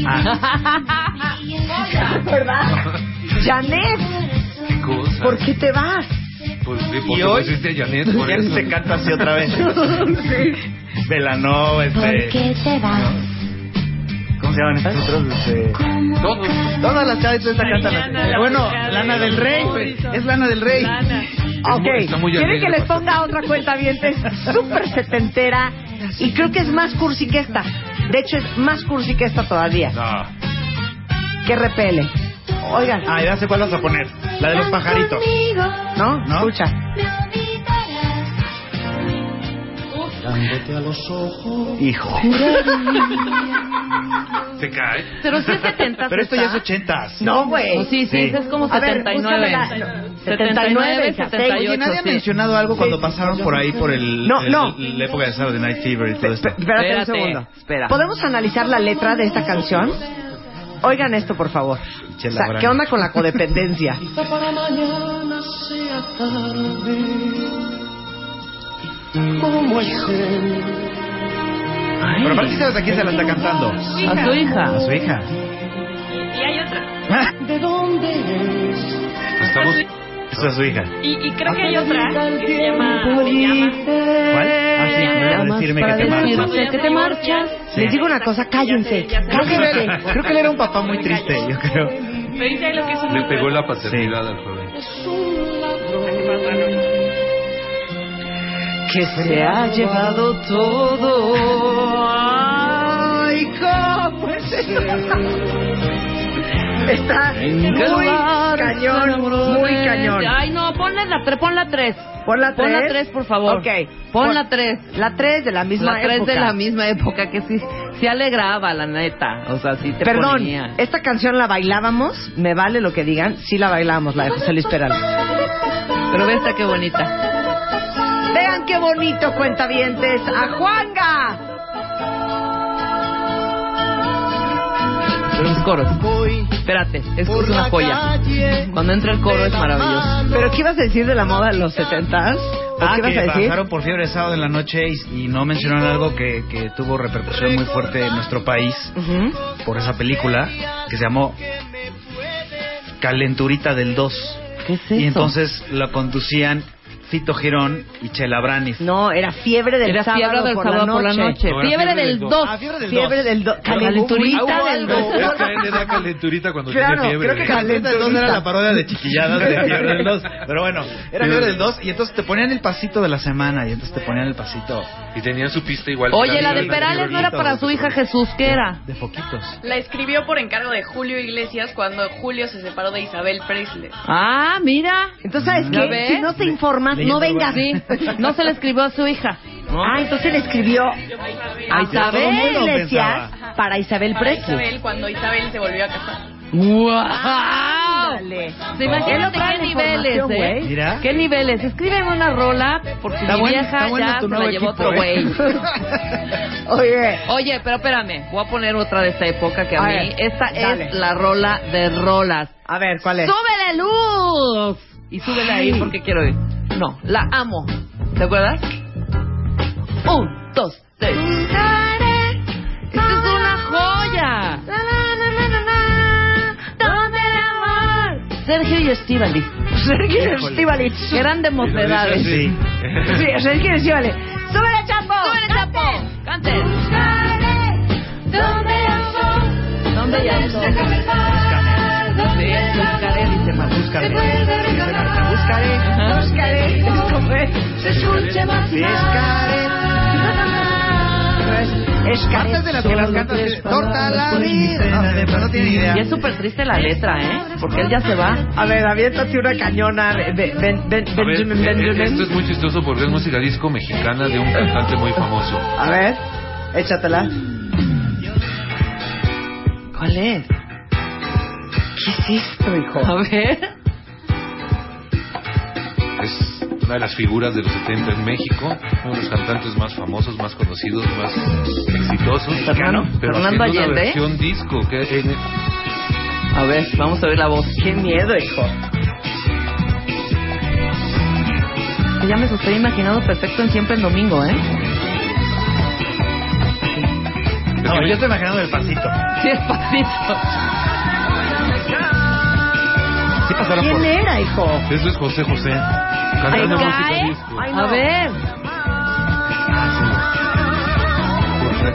Ah,
¿Verdad? Janet,
¿Qué cosa?
¿por qué te vas?
Pues, sí,
Y
porque
hoy-
pusiste a Janet por
él
eso.
se canta así otra vez.
Sí.
Velanova, este...
te vas?
¿Cómo se llaman estos otros? Este...
Todos.
Todas las chavitas esta cantan así.
Mariana, la
Bueno,
mujer de
Lana del Rey, güey.
Morrison.
Es Lana del Rey.
Lana.
Ok,
está muy
¿quieren
alegre,
que les
Paco.
ponga otra cuenta vientes súper setentera? Y creo que es más cursi que esta. De hecho, es más cursi que esta todavía.
No.
Que repele. Oigan,
Ah, ya sé cuál vas a poner. La de los pajaritos.
¿no?
¿No?
Escucha.
Dándote a los ojos. Hijo.
Se cae.
Pero
Pues
sí es 70.
Pero esto ya es
¿está?
ochentas.
No, güey.
No, sí, sí,
Sí.
ese es como
A ver,
79.
búscame la- no,
79,
78,
Oye, nadie ha
sí.
mencionado algo cuando pasaron por ahí por el,
No,
el-
no.
la época de Saturday Night Fever y todo esto.
Espérate,
Espérate,
un segundo.
espera.
¿Podemos analizar la letra de esta canción? Oigan esto, por favor.
Chela
O sea,
Brana.
¿Qué onda con la codependencia?
para mañana sea tarde. Como hay gente
Pero aparte sí sabes a quién se la está cantando.
A su
A
hija.
su hija.
Y hay otra.
de dónde eres.
Estamos...
Eso es su hija.
Y, y creo que hay
¿eh?
otra que se llama. Me llama.
¿Cuál? Ah, sí, no era decirme que te marchas.
decirme que te marchas.
Sí.
Les digo una cosa, cállense.
Ya sé, ya
Creo que,
cállense.
era, creo que él era un papá muy triste, yo creo.
Pero dice lo que es un
Le pegó
recuerdo.
la paternidad al joven.
Es un ladrón.
Que se ha llevado todo.
Ay, ¿cómo es eso? Está muy cañón, muy cañón.
Ay, no, ponle la 3, pon la 3.
Pon la
Pon la
3.
tres, por favor.
Ok.
Pon la 3.
La 3 de la misma
La 3
época.
de la misma época que sí se alegraba, la neta. O sea, sí te
Perdón,
ponía.
esta canción la bailábamos, me vale lo que digan, sí la bailábamos, la de José Luis Perales.
Pero ve esta qué bonita.
Vean qué bonito cuentavientes a Juanga.
Los coros. Espérate, es que es una joya. Cuando entra el coro es maravilloso.
Pero qué ibas a decir de la moda de los setentas? ¿O
Ah,
¿Qué
que
ibas a decir?
bajaron por fiebre el sábado en la noche y, y no mencionaron algo que, que tuvo repercusión muy fuerte en nuestro país
Ujú.
por esa película que se llamó Calenturita del 2.
¿Qué es
Y entonces la conducían Fito Girón y Chela Branis.
No, era fiebre del
Era
sábado,
fiebre del
por,
sábado
la
por la noche.
No, era
Fiebre
fiebre
del
del
2.
Ah, fiebre del
Fiebre
2.
del do...
Calenturita
calenturita
del
del
dos.
Es que a él le da calenturita cuando
Claro,
tiene fiebre.
creo que cal-
Calenturita del 2 era la parodia de chiquilladas de fiebre del 2. Pero bueno, era fiebre del 2 y entonces te ponían el pasito de la semana y entonces te ponían el pasito
Y tenían su pista igual. que
Oye, la de
del-
Perales no era para su hija Jesús, ¿qué era?
de foquitos.
La escribió por encargo de Julio Iglesias cuando Julio se separó de Isabel Presley.
Ah, mira.
Entonces, ¿sabes
¿Ya
qué?
ves?
Si no te informas,
Leyendo
no vengas.
Sí, no se le escribió a su hija.
Ah, entonces le escribió a
yo todo el
Isabel
mundo
Iglesias
pensaba.
para Isabel
Para
Presley.
Isabel cuando Isabel se volvió a casar.
¡Guau!
Ah,
Sí, Imagínate qué niveles, ¿eh?
Mira.
¿Qué niveles? Escríbeme una rola porque
Está
mi
bueno-
vieja
está bueno
ya
tu
se la
nuevo
llevó
equipo,
otro
¿eh?
güey.
Oye.
Oye, pero espérame. Voy a poner otra de esta época que a,
A
mí...
ver,
Esta
dale.
es la rola de rolas.
A ver, ¿cuál es?
¡Súbele luz! Y súbele ahí
Ay.
porque quiero ir. No, la amo. ¿Te acuerdas? Un, dos, tres. Esta es una joya. ¿Dónde el amor? Sergio y Estivali.
Sergio y Estíbaliz.
Eran de mocedades.
Sí, Sergio y Estíbaliz. ¡Súbele, chapo!
¡Súbele, chapo! ¡Cante!
¿Dónde
¿Dónde
llamó?
Buscaré, dice más. Buscaré.
Buscaré, buscaré, buscaré, se escucha más
Antes de las que las cantas, eh, torta la vida. No tiene idea.
Y es súper triste la letra, ¿eh? Porque él ya se va.
A ver, aviéntate una cañona. Ve- ve- ven- ven-
A ver,
Benjamin,
eh, eh,
Benjamin.
esto es muy chistoso porque es música disco mexicana de un cantante muy famoso.
A ver, échatela. ¿Cuál es? ¿Qué es esto, hijo?
A ver.
Es una de las figuras de los 70 en México, uno de los cantantes más famosos, más conocidos, más exitosos.
Fernando-
pero
Fernando
haciendo
Allende.
Una versión disco. Que, en-
A ver, vamos a ver la voz. ¡Qué miedo, hijo! Ya me estoy imaginando perfecto en siempre el domingo, ¿eh?
No, yo estoy imaginando el pasito.
Sí, es pasito.
Sí pasaron
¿Quién
por-
era, hijo?
Eso es José José, cantando
Ay,
música Ah,
cae.
disco.
A ver.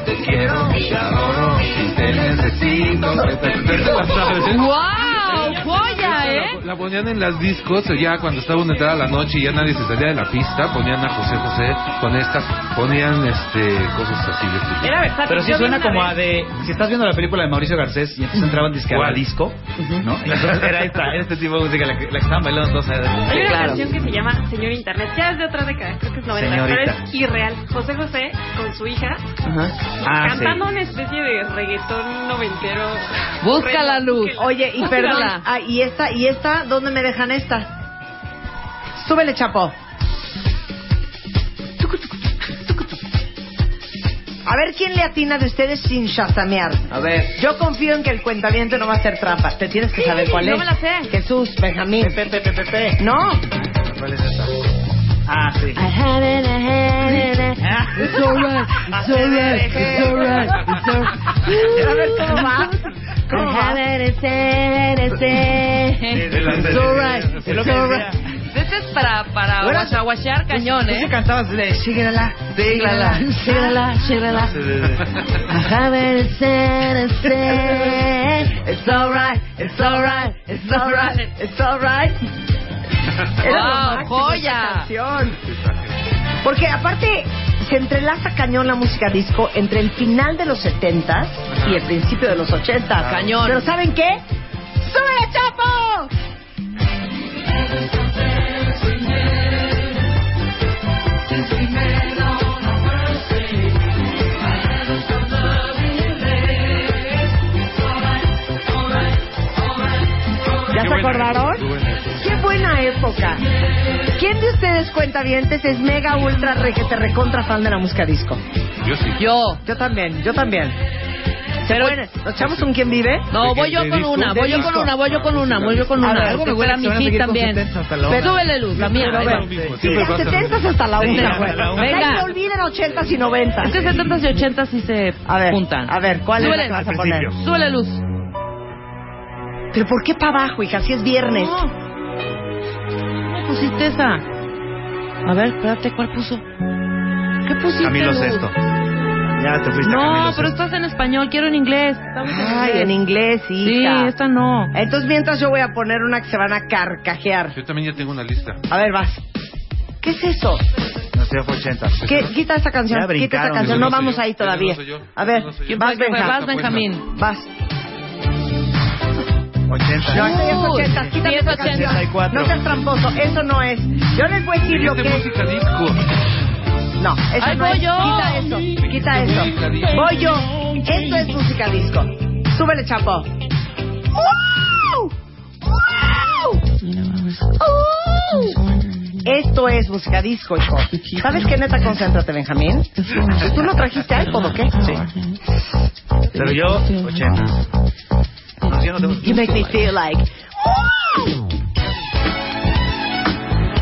Te quiero, te adoro, te necesito.
¡Wow! ¡Joya, eh!
La ponían en las discos, ya cuando estaba una entrada la noche y ya nadie se salía de la pista, ponían a José José con estas, ponían este cosas así. de este tipo.
Era versátil.
Pero sí
Yo vi
suena
una
como
vez-
a de. Si estás viendo la película de Mauricio Garcés y entonces entraban disque a
¿Cuál?
la disco, ¿no? Y entonces era esta, era este tipo de música la que, la que estaban bailando todos
Hay una
allá.
canción que se llama Señor Internet. Ya es de otra década, creo que es 90,
Señorita.
pero es irreal. José José con su hija
Ah, sí.
cantando una especie de reggaetón noventero.
Busca la luz.
Oye, y perdón. Ah, y esta, y esta, ¿dónde me dejan esta? Súbele, chapo. A ver quién le atina de ustedes sin chasamear.
A ver.
Yo confío en que el cuentamiento no va a hacer trampa. Te tienes que saber cuál
yo
es.
me la sé.
Jesús, Benjamín. No.
¿Cuál es esta? Ah, sí.
It's alright, it's alright, it's alright, it's alright.
A ver cómo va. ¿Cómo va?
It's alright, it's alright.
Este es para, para
Bueno, pues,
guachaguachear cañón,
Tú sí
¿eh?
cantabas de Shigrala, Shigrala, Shigrala, Shigrala. It's alright, it's alright, it's alright, it's alright. Era lo
¡Wow!
máximo esa
¡Joya!
canción. Porque aparte se entrelaza cañón la música disco entre el final de los 70s y el principio de los 80s.
Cañón.
Pero ¿saben qué? ¡Súbele, chapo! ¿Ya se acordaron? ¡Qué buena época! ¿Quién de ustedes cuenta dientes es mega ultra re, que te recontra fan de la música disco?
Yo sí.
Yo.
Yo también, yo también. Pero, ¿Nos echamos un quién vive?
No, voy yo con una, voy yo con una, voy yo con
Ah,
una, voy yo con
A ver,
una. Algo que huela a mi hit también. Súbele luz, la mía. ahí va.
Sí, las 70 hasta la
Sí,
1,
hasta
güey.
la una.
Venga.
Venga.
se olviden 80 y 90.
Es que 70 y 80 sí se
A ver,
juntan.
a ver, ¿cuál es la
Súbele.
que vas a poner?
Súbele luz.
¿Pero por qué para abajo, hija? Si es viernes.
¿Qué pusiste esa? A ver, espérate, ¿cuál puso? ¿Qué pusiste?
Camilo
luz?
Sesto. Ya te fuiste a Camilo
No, pero
Sesto.
estás en español, quiero en inglés.
Ay, en inglés, hija.
Sí, esta no.
Entonces, mientras yo voy a poner una que se van a carcajear.
Yo también ya tengo una lista.
A ver, vas. ¿Qué es eso?
No sé, fue 80.
¿Qué- quita esta canción,
Ya
quita esta
brincaron.
canción.
Ese no
No
soy
vamos
yo,
ahí
ese no
todavía.
soy yo, ese
A ver,
no soy yo.
vas,
Quién
Benja.
sabe, vas,
Benjamín.
Vas.
80.
No, esta ya es 80.
sí
Quítame
es
esa canción.
84.
No seas tramposo, eso no es. Yo les voy a decir lo que es.
música disco.
No, eso
Ahí
no
voy
es.
yo.
Quita eso, quita eso. Voy yo. Esto es música disco. Súbele, chapo. ¡Wow! ¡Wow! Esto es Música Disco, hijo. ¿Sabes qué neta? Concéntrate, Benjamín. ¿Tú no trajiste iPod o qué? Sí.
Pero yo, 80. No, yo no tengo-
You make me feel like.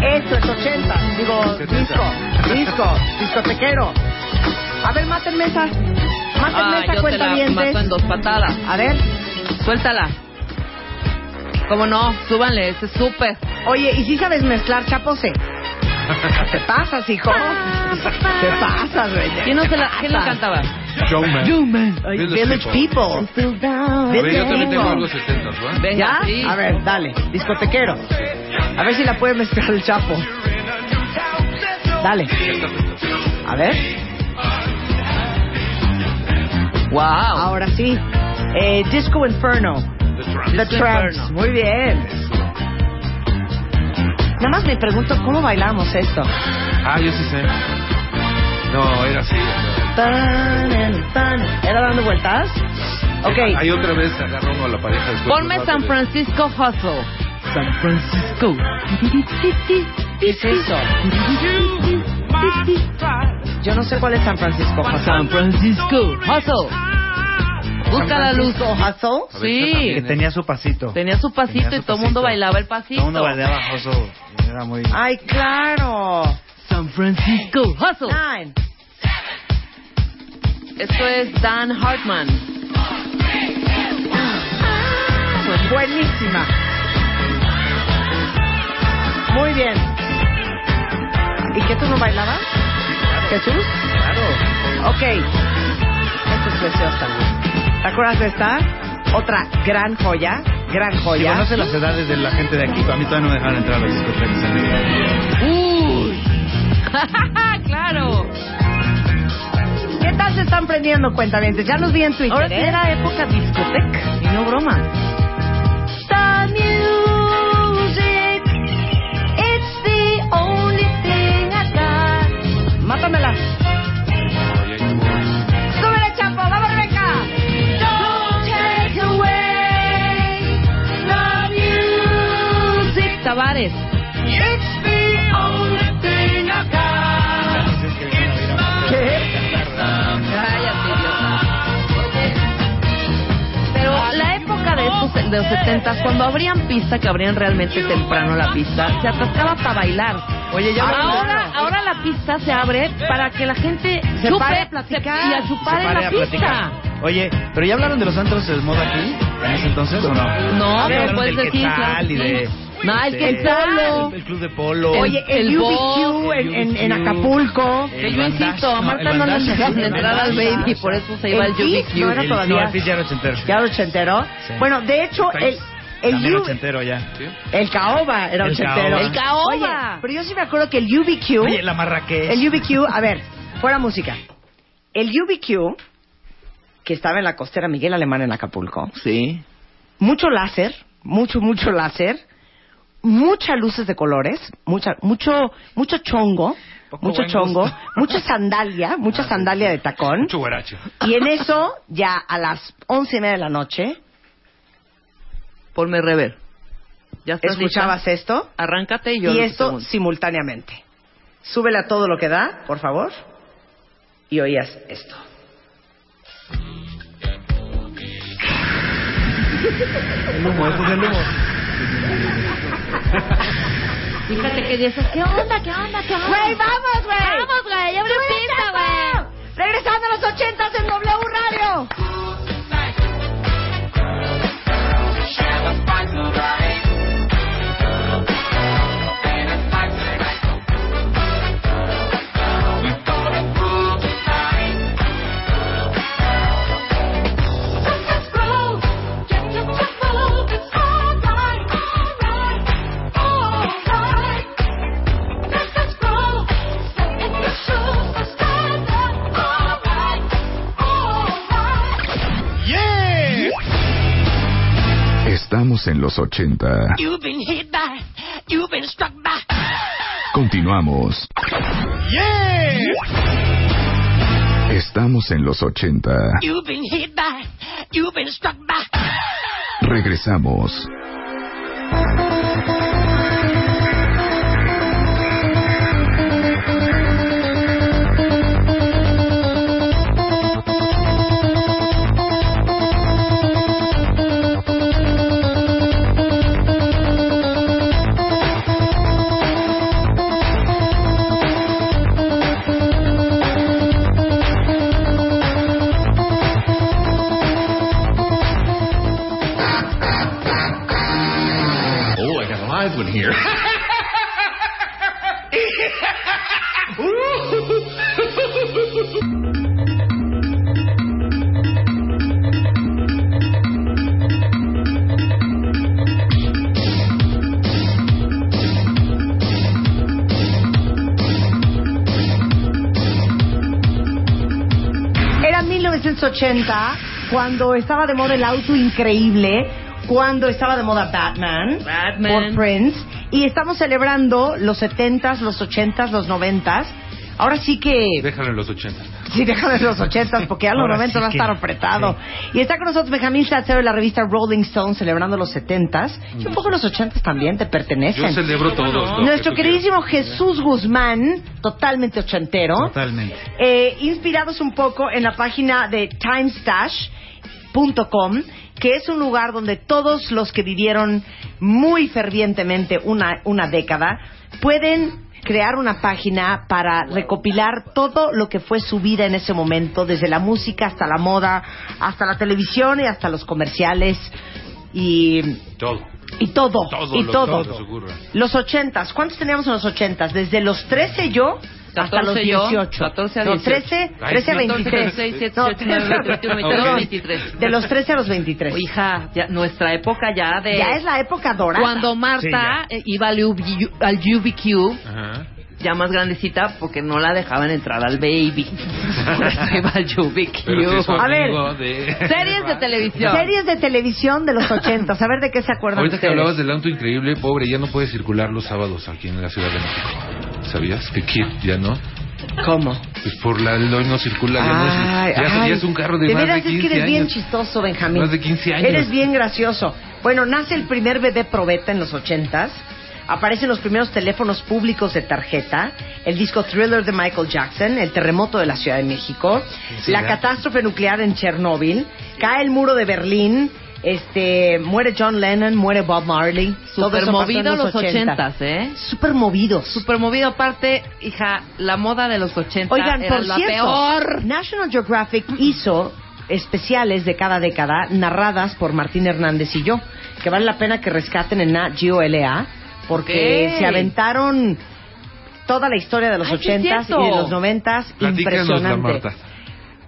Eso es 80. Digo, disco, disco, discotequero. A ver, mátenme esa. Mátenme
Ah,
esa
yo te
cuenta
la mato en dos patadas.
A ver.
Suéltala. ¿Cómo no? Súbanle, ese es súper.
Oye, ¿y si sabes mezclar chapose? ¿Te pasas, hijo? ¿Te pasas, güey?
¿Quién, no se la, ¿Quién lo
Pasas.
cantaba?
Showman.
Showman. Ay,
Village
Village People.
A ver, yo
Village
también tengo
People.
algo 70, ¿va?
¿Ya? A ver, dale, discotequero. A ver si la puede mezclar el chapo. Dale. A ver.
Wow.
Ahora sí. Eh, Disco Inferno. The
Disco
Tramps.
Inferno.
Muy bien. Nada más me pregunto cómo bailamos esto.
Ah, yo sí sé. No, era así.
Tan, tan. ¿Era dando vueltas? Ok.
Ahí otra vez agarró uno a la pareja después.
Pues,
Ponme San Francisco Hustle.
San Francisco.
¿Qué es eso? Yo no sé cuál es San Francisco.
San Francisco Hustle. Busca la luz.
Hustle?
Que
Sí.
tenía su pasito.
Tenía su pasito
¿eh? Tenía
y
su
todo el mundo
pasito.
bailaba el pasito.
Todo el mundo bailaba Hustle. Era muy...
Ay, claro.
San Francisco Hustle.
Nine.
Esto es Dan Hartman.
Pues Buenísima. Muy bien. ¿Y qué tú no bailabas? ¿Jesús? Claro. Ok. Esto es preciosa. ¿Te acuerdas de esta? Otra gran joya. Gran
Si
joya.
conoce las edades de la gente de aquí, para mí todavía no me dejaron entrar a los discotecas.
¡Uy! ¡Claro!
¿Qué tal se están prendiendo cuentavientes? Ya los vi en Twitter.
Ahora sí
¿eh?
era época discoteca.
Y no broma.
The music, it's the only thing I got.
Mátamela.
Súbele, Chapo, vámonos, venga. Don't take away the music,
Tavares.
it's the only thing I got. It's my
Cállate, idiota. Pero la época de, estos, de los 70 cuando abrían pista, que abrían realmente temprano la pista, se atascaba para bailar.
Oye, ya
ahora,
bailaron.
ahora la pista se abre para que la gente
Se
chupe
pare a
se-
platicar.
y a chupar
Se
en
pare
la
a platicar.
pista.
Oye, ¿pero ya hablaron de los antros de moda aquí? ¿En ese entonces o no?
No,
Ya
pero
hablaron
puedes
del
decir,
Quetzal y
claro,
de...
sí. No, el
de-
Quetzal.
El club de polo.
Oye, el,
el
UBQ
Bob,
en, en, en
UBQ.
Acapulco.
Que
El
yo
Bandash,
insisto, a
no,
Marta
el
no le
Bandash,
dejaban
el
entrar al
Bandash.
baby, por eso se iba
El
al
Kiss, no era
UBQ.
todavía.
No, el Fizz ya era ochentero.
Ya era ochentero.
Sí.
Bueno, de hecho, el,
También
el, U-
ochentero ya.
el Caoba era
El
ochentero.
Caoba.
El Caoba.
Oye, pero yo sí me acuerdo que el UBQ.
Oye, la marraqués.
El UBQ, a ver, fuera música. El UBQ, que estaba en la costera Miguel Alemán en Acapulco.
Sí.
Mucho láser, mucho, mucho láser. Muchas luces de colores, mucha, mucho, mucho chongo,
Poco
mucho
buen
chongo,
gusto. Ah,
mucha sandalia, mucha sandalia de tacón.
Mucho guaracho.
Y en eso, ya a las once y media de la noche,
Ponme rever. ¿Ya estás
escuchabas
lista?
esto
Arráncate y yo
y
lo
esto
segundo.
simultáneamente. Súbele a todo lo que da, por favor. Y oías esto.
El humo, eso es el humo.
Fíjate que dices,
¿Qué onda? ¿Qué onda? ¿Qué onda?
Güey, vamos, güey.
Vamos, güey. Ya abre pista, güey.
Regresando a los ochentas en W Radio.
Estamos en los 80.
You've been hit by, you've been struck by.
Continuamos.
Yeah!
Estamos en los 80.
You've been hit by, you've been struck by.
Regresamos.
Oh,
live one here.
Era 1980 cuando estaba de moda el auto increíble, cuando estaba de moda Batman, por Prince y estamos celebrando los 70s, los 80s, los 90s. Ahora sí que
Déjalo en los 80.
Sí, déjame los 80 porque ya los
Ahora
90
sí
va a
que-
estar apretado. Y está con nosotros Benjamín Salcedo de la revista Rolling Stone celebrando los 70 y un poco los 80 también te pertenecen.
Yo celebro todos, lo que
Nuestro
tú
queridísimo Jesús Guzmán, totalmente ochentero,
Totalmente.
eh, inspirados un poco en la página de timestash.com, que es un lugar donde todos los que vivieron muy fervientemente una, una década pueden crear una página para recopilar todo lo que fue su vida en ese momento, desde la música hasta la moda, hasta la televisión y hasta los comerciales y,
Todo.
y todo, y
lo
todo.
que se les ocurra.
Los ochentas, ¿cuántos teníamos en los ochentas? Desde los 13 yo hasta
14
los
yo,
18.
14 a
No,
18.
13,
Ay,
13
14,
a 23.
16, 17,
No,
18, 19, 20, 21, 23.
De los 13 a los 23.
Hija, Ah, ya, nuestra época ya de...
Ya es la época dorada.
Cuando Marta eh, iba al, UB al UBQ, ya más grandecita, porque no la dejaban entrar al baby. Por eso iba al UBQ.
Pero si es su
A ver,
amigo de...
Series de televisión.
Series de televisión de los 80. A ver de qué se acuerdan
Ahorita que
ustedes.
hablabas del auto increíble, pobre, ya no puede circular los sábados aquí en la Ciudad de México. ¿Sabías que Kid ya no?
¿Cómo?
Pues por la hoy no circula, ya, no
Ay,
es, ya-
ay.
ya es un carro de, más
veras
de 15
es que eres
años.
bien chistoso, Benjamín.
Más de 15 años.
Eres bien gracioso. Bueno, nace el primer bebé probeta en los 80s. Aparecen los primeros teléfonos públicos de tarjeta, el disco Thriller de Michael Jackson, el terremoto de la Ciudad de México,
Sí,
la
ya.
catástrofe nuclear en Chernóbil, cae el muro de Berlín, este, muere John Lennon, muere Bob Marley. Todo
Súper
eso pasó en
movido los
80s.
ochentas, ¿eh?
Súper movidos.
Súper movido. Aparte, hija, la moda de los ochentas
Oigan,
era
por
la
cierto,
peor.
National Geographic hizo especiales de cada década narradas por Martín Hernández y yo, que vale la pena que rescaten en Nat Geo LA, porque
Ok.
se aventaron toda la historia de los
Ay, sí es
ochentas
cierto.
y de los noventas,
Platícanos, la
impresionante.
Marta.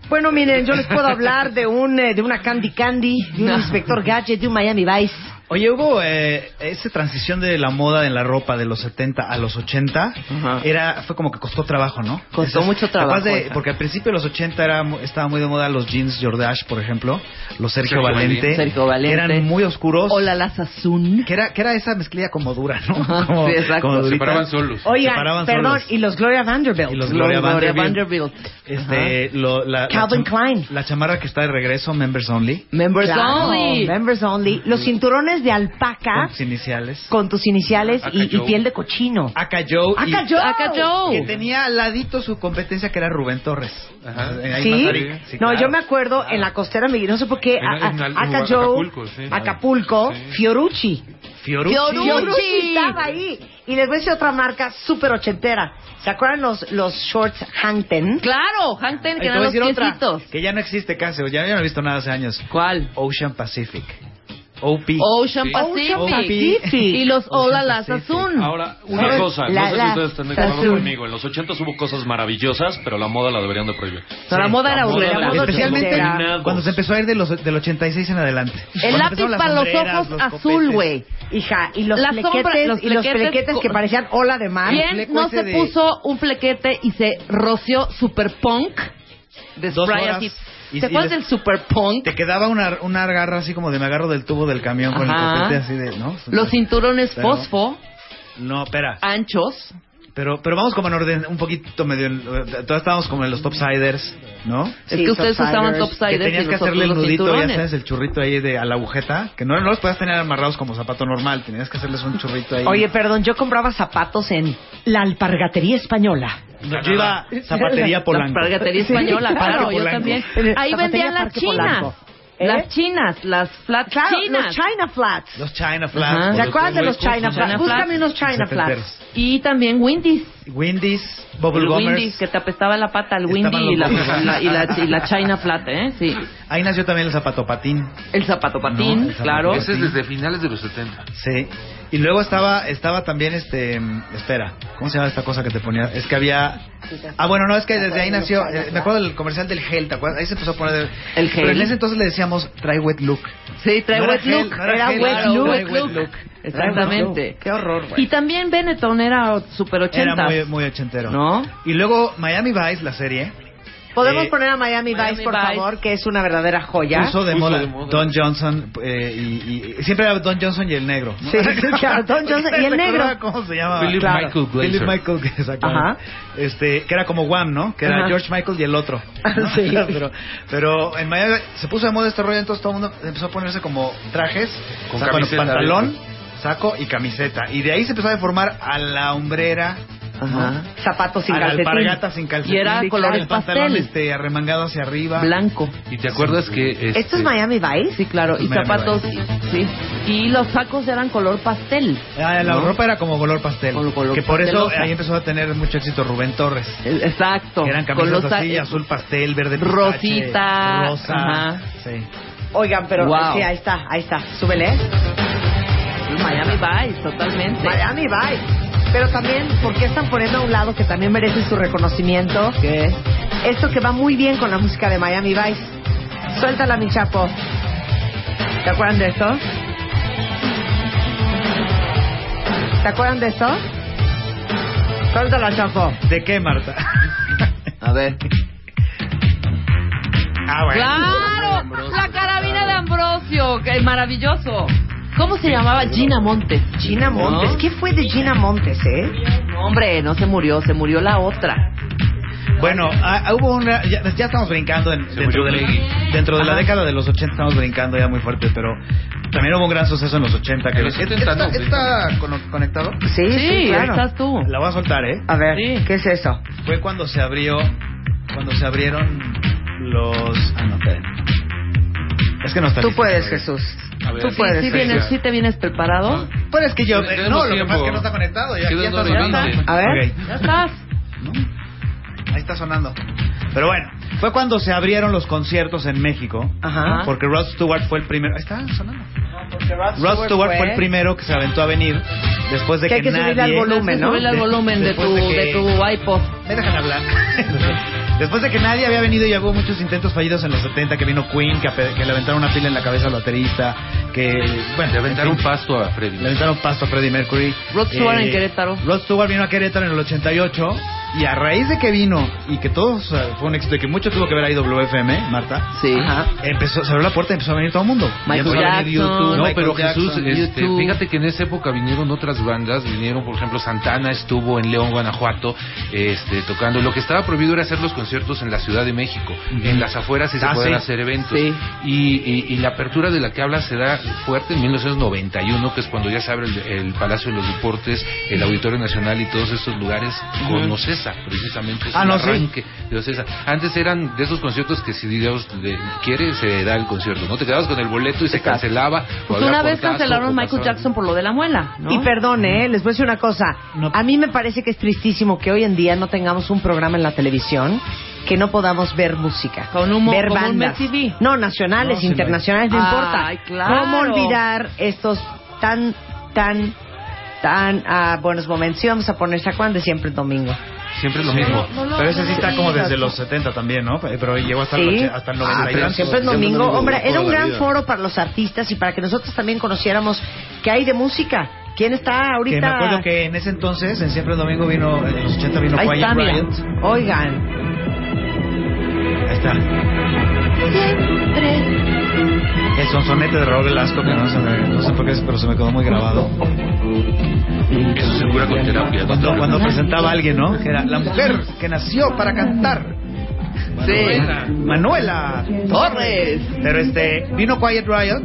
Bueno, miren, yo les puedo hablar de un eh, de una Candy Candy, de un
No.
Inspector Gadget, de un Miami Vice.
Oye, hubo eh, esa transición de la moda en la ropa de los 70 a los 80, era fue como que costó trabajo, ¿no?
Costó mucho
capaz
trabajo,
de-
ajá.
porque al principio de los 80 era, mu- estaba muy de moda los jeans Jordache, por ejemplo, los Sergio,
Sergio
Valente,
Valente. Sergio Valente.
eran muy oscuros.
O la Lazazun.
Que era, que era esa mezclilla como dura, ¿no?
Ajá,
Como,
sí, exacto.
Oh, como durita.
Se paraban solos.
Oigan,
Se paraban
perdón,
solos.
y los Gloria Vanderbilt.
Y los Gloria Gloria
Vanderbilt.
Este, lo- la, la
Calvin
cham-
Klein.
La chamarra que está de regreso, Members Only.
Members
Claro, Members only. Los cinturones de alpaca
Con sus iniciales.
con tus iniciales
Acá
y, y
Joe.
piel de cochino.
Aka Joe. y-
Aka Joe. Aka Joe.
Que tenía al ladito su competencia que era Rubén Torres. Eh, Ahí
¿Sí?
Mazarik. Sí,
no,
claro. Ah.
yo me acuerdo en la costera, me- no sé por qué,
En-
a- a-
en algún
Aka
lugar,
Joe, Ah, Acapulco,
Acapulco, sí.
Fiorucci.
Fiorucci.
Fiorucci estaba ahí. Y les voy a decir otra marca súper ochentera. ¿Se acuerdan los, los shorts Hangten?
Claro, Hangten,
Ay, te voy a decir otra, que ya no existe casi, ya, ya no he visto nada hace años.
¿Cuál?
Ocean Pacific. OP.
Ocean Pacific. Y los Ola Lazazun.
Ahora, Una cosa, no sé si ustedes están de acuerdo conmigo. En los 80 hubo cosas maravillosas, pero la moda la deberían de prohibir.
No, la moda era horrible.
de los
Especialmente
peinados.
cuando se empezó a ir de los, del 86 en adelante.
El
Cuando
lápiz
empezaron las
para los
sombreras,
ojos
los
azul,
copetes.
güey.
Hija, y los
La
flequetes,
sombra- los
y los
flequetes
flequetes que
co-
parecían ola de mar.
¿Quién no se puso un flequete y se roció super punk de
Dos
spray
horas.
así?
Y-
¿Te
y
acuerdas
des-
del super punk?
Te quedaba una, una garra así como de me agarro del tubo del camión con
Ajá.
el copete así de, ¿no?
Los cinturones
Pero-
fosfo,
No, espera.
anchos.
Pero, pero vamos como en orden, un poquito medio. en- eh, Todos estábamos como en los topsiders, ¿no?
Es que ustedes usaban
Que
topsiders
tenías
y
que
nosotros
hacerle el
los
nudito, ya
cinturones.
sabes, el churrito ahí de, a la agujeta. Que no, no los podías tener amarrados como zapato normal, tenías que hacerles un churrito ahí.
Oye, perdón, yo compraba zapatos en la alpargatería española.
No, yo iba a zapatería Polanco.
La Zapatería española,
Sí,
claro,
Parque
yo
Polanco.
también. Ahí
Zapatería
vendían las
Parque
chinas.
Polanco. ¿Eh?
Las chinas, las flat
Claro,
chinas.
los China Flats.
Los China Flats.
Ajá.
o
¿Se acuerdan de
West
los
Coast,
China
¿no?
Flats? Búscame unos China Flats.
Setenteros.
Y también Windy's.
Wendy's, Bubble
el
Gummers.
Windy, que te apestaba la pata el Windy
Estaban los
y la,
Gummers.
la- y, la, y la China Flat, ¿eh? Sí.
Ahí nació también el zapatopatín.
El zapatopatín, claro.
Ese es desde finales de los 70.
Sí. Y luego estaba estaba también este, mm, espera, ¿cómo se llama esta cosa que te ponía? Es que había Ah, bueno, no, es que desde ahí nació, eh, me acuerdo del comercial del gel, ¿te acuerdas? Ahí se empezó a poner el,
El gel.
Pero en ese entonces le decíamos trae wet look.
Sí, trae
No era
wet
gel,
look.
no
era
gel,
wet
claro,
look.
trae wet look.
Exactamente.
Qué horror, güey.
Y también Benetton era super 80.
Era muy, muy ochentero.
¿No?
Y luego Miami Vice, la serie.
¿Podemos
Eh,
poner a Miami,
Miami
Vice, por
Vice.
favor? Que es una verdadera joya.
Puso de, moda. Don Johnson eh, y, y- siempre era Don Johnson y el negro. ¿no?
Sí, claro, Don Johnson y el
¿Se
negro.
acuerda ¿Cómo se llamaba?
Philip Claro. Michael Glaser.
Philip Michael Glaser, claro.
Ajá.
Este, que era como Wham, ¿no? Que era
Ajá.
George Michael y el otro. ¿no?
Ah,
Sí.
pero, pero en Miami se puso de moda este rollo, entonces todo el mundo empezó a ponerse como trajes,
Con
saco, bueno,
camiseta,
pantalón, saco y camiseta. Y de ahí se empezó a deformar a la hombrera.
Ajá.
Zapatos
a
sin
la
calcetín.
alpargata sin calcetín.
Y era color
el pantalón
pastel.
este, arremangado hacia arriba.
Blanco.
¿Y te acuerdas que este,
es Miami Vice? Sí, claro.
Esto
Y
es Miami
zapatos,
Vice.
sí. Y los sacos eran color pastel.
Ah, la
¿no?
ropa era como color pastel. que por eso
pastelosa.
ahí empezó a tener mucho éxito Rubén Torres.
Exacto.
Que eran
Con
camisas
los
así,
sa-
azul pastel, verde pistache,
Rosita,
rosa.
ajá.
Sí.
Oigan, pero
Wow.
sí, ahí está, ahí está. Súbele.
Miami Vice, totalmente.
Miami Vice. Pero también, ¿por qué están poniendo a un lado que también merece su reconocimiento?
¿Qué?
Esto que va muy bien con la música de Miami Vice. Suéltala, mi chapo. ¿Te acuerdan de esto? ¿Te acuerdan de esto? Suéltala, chapo.
¿De qué, Marta?
A ver.
Ah, bueno.
Claro, la carabina de Ambrosio, que es maravilloso. ¿Cómo se llamaba Gina Montes?
Gina Montes. ¿Qué fue de Gina Montes, eh?
No, hombre, no se murió, se murió la otra.
Bueno, ah, ah, hubo una. Ya, ya estamos brincando en- dentro, de, dentro de la
Ajá.
década de los 80, estamos brincando ya muy fuerte, pero también hubo un gran suceso en los 80. Que
En los 70 no, sí.
¿Está cono- conectado?
Sí, sí, claro.
estás tú.
La voy a soltar, ¿eh?
A ver, ¿qué es eso?
Fue cuando se abrió, cuando se abrieron los... Ah, no, esperen. Es que no está
Tú
listo
puedes,
todavía.
Jesús.
A ver,
Tú
Sí,
puedes,
sí
sí,
vienes,
claro.
sí te vienes preparado.
Pero es que yo... eh,
Tenemos
no, lo que
tiempo.
pasa es que no está conectado. Ya,
Quedan
ya está
dos
sonando.
veinte.
A ver.
Ok,
Ya estás.
ahí está sonando. Pero bueno, fue cuando se abrieron los conciertos en México.
Ajá.
Porque Rod Stewart fue el primero... Ahí está sonando.
Rod
Rod Stewart fue el primero que se aventó a venir después de
Que
que,
hay que subirle
nadie...
al
Tienes
volumen,
que
¿no?
Subirle al
De-
volumen de tu,
después
de,
de que-
tu iPod.
Me dejan hablar. Después de que nadie había venido y hubo muchos intentos fallidos en los 70, que vino Queen, que, ape- que le aventaron una pila en la cabeza al baterista, que... Bueno,
Le aventaron
en fin,
pasto a Freddy.
Le aventaron pasto a Freddie Mercury. Eh,
Rod Stewart en Querétaro.
Rod Stewart vino a Querétaro en el 88 y a raíz de que vino y que todo o sea, fue un éxito y que mucho tuvo que ver ahí WFM, Marta.
Sí.
Empezó, se abrió la puerta y empezó a venir todo el mundo. Y
Michael
empezó a venir
Jackson.
YouTube,
No,
Michael
pero
Jackson.
Jesús, este,
YouTube.
fíjate que en esa época vinieron otras bandas, vinieron, por ejemplo, Santana estuvo en León, Guanajuato, este, tocando. Lo que estaba prohibido era hacer los conciertos en la Ciudad de México, en las afueras sí se
Ah,
pueden
sí.
hacer eventos.
Sí.
Y, y- y la apertura de la que habla se da fuerte en 1991, que es cuando ya se abre el, el Palacio de los Deportes, el Auditorio Nacional y todos estos lugares con Ocesa, precisamente. Es
Ah,
Pues un
no, sí.
arranque de Ocesa. Antes eran de esos conciertos que si Dios le quiere, se da el concierto, ¿no? Te quedabas con el boleto y se cancelaba
Pues
había
una vez
portazo,
cancelaron
o
Michael
pasaban-
Jackson por lo de la muela, ¿no?
Y perdón, ¿eh? les voy a decir una cosa. A mí me parece que es tristísimo que hoy en día no tengamos un programa en la televisión que no podamos ver música.
Con un mo-
ver
con un
bandas.
MTV.
No, nacionales,
No, sí,
internacionales, no,
no.
importa.
Ay, claro.
¿Cómo olvidar estos tan, tan, tan ah, buenos momentos? Sí, vamos a poner, ¿se acuerdan de siempre el domingo?
Siempre es lo mismo.
Pero ese sí está como desde los 70 también, ¿no? Pero llegó hasta, el,
Sí.
oche- hasta el
Ah,
90 y
pero
tantos.
siempre es domingo.
domingo,
Hombre,
toda
era un
la
gran
vida.
foro para los artistas y para que nosotros también conociéramos qué hay de música. ¿Quién está ahorita?
Que me acuerdo que en ese entonces, en Siempre el Domingo vino, en los 80 vino
Ahí
Quiet
está, mira.
Riot.
Oigan.
Ahí está. El sonsonete de Raúl Velasco, que no sé, no sé por qué, pero se me quedó muy grabado.
Eso se cura con terapia.
Cuando, cuando presentaba a alguien, ¿no? Que era la mujer que nació para cantar. Manuela, Manuela Torres. Pero este, vino Quiet Riot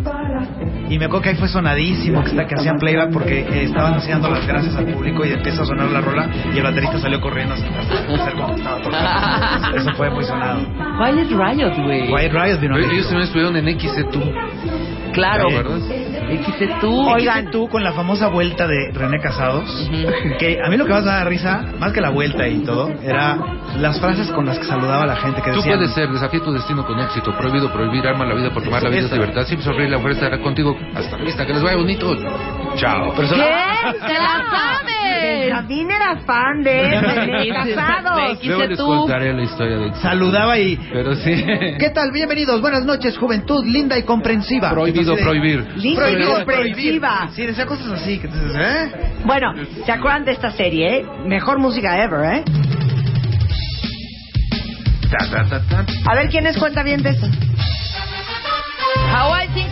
y me acuerdo que ahí fue sonadísimo que, está- que hacían playback porque eh, estaban haciendo las gracias al público y empieza a sonar la rola y el baterista salió corriendo hasta hasta el como estaba tocando. Eso fue muy sonado.
Quiet Riot, güey.
Quiet Riot vino a
Pero
México.
E ellos también estuvieron en XC2.
Claro.
Oye,
Dijiste tú.
Oigan, tú con la famosa vuelta de René Casados, que a mí lo que más me da risa, más que la vuelta y todo, era las frases con las que saludaba a la gente que
Tú
decían,
puedes ser, desafía tu destino con éxito. Prohibido prohibir, arma la vida por tomar la vida es libertad. Siempre sonríe, la fuerza estará contigo. Hasta la vista, que les vaya bonito. Chao.
¿Qué?
¡Te la sabes!
Benjamín era fan de René Casados.
Luego les contaré la historia de
Saludaba y...
Pero sí.
¿Qué tal? Bienvenidos, buenas noches, juventud linda y comprensiva.
Prohibido
Así de-
prohibir.
Linda y comprensiva.
Sí, decía cosas así, que dices, ¿eh?
Bueno, ¿se acuerdan de esta serie? eh? Mejor música ever, ¿eh?
Ta, ta, ta, ta.
A ver quién es cuenta bien de esto.
Hawaii 5-0.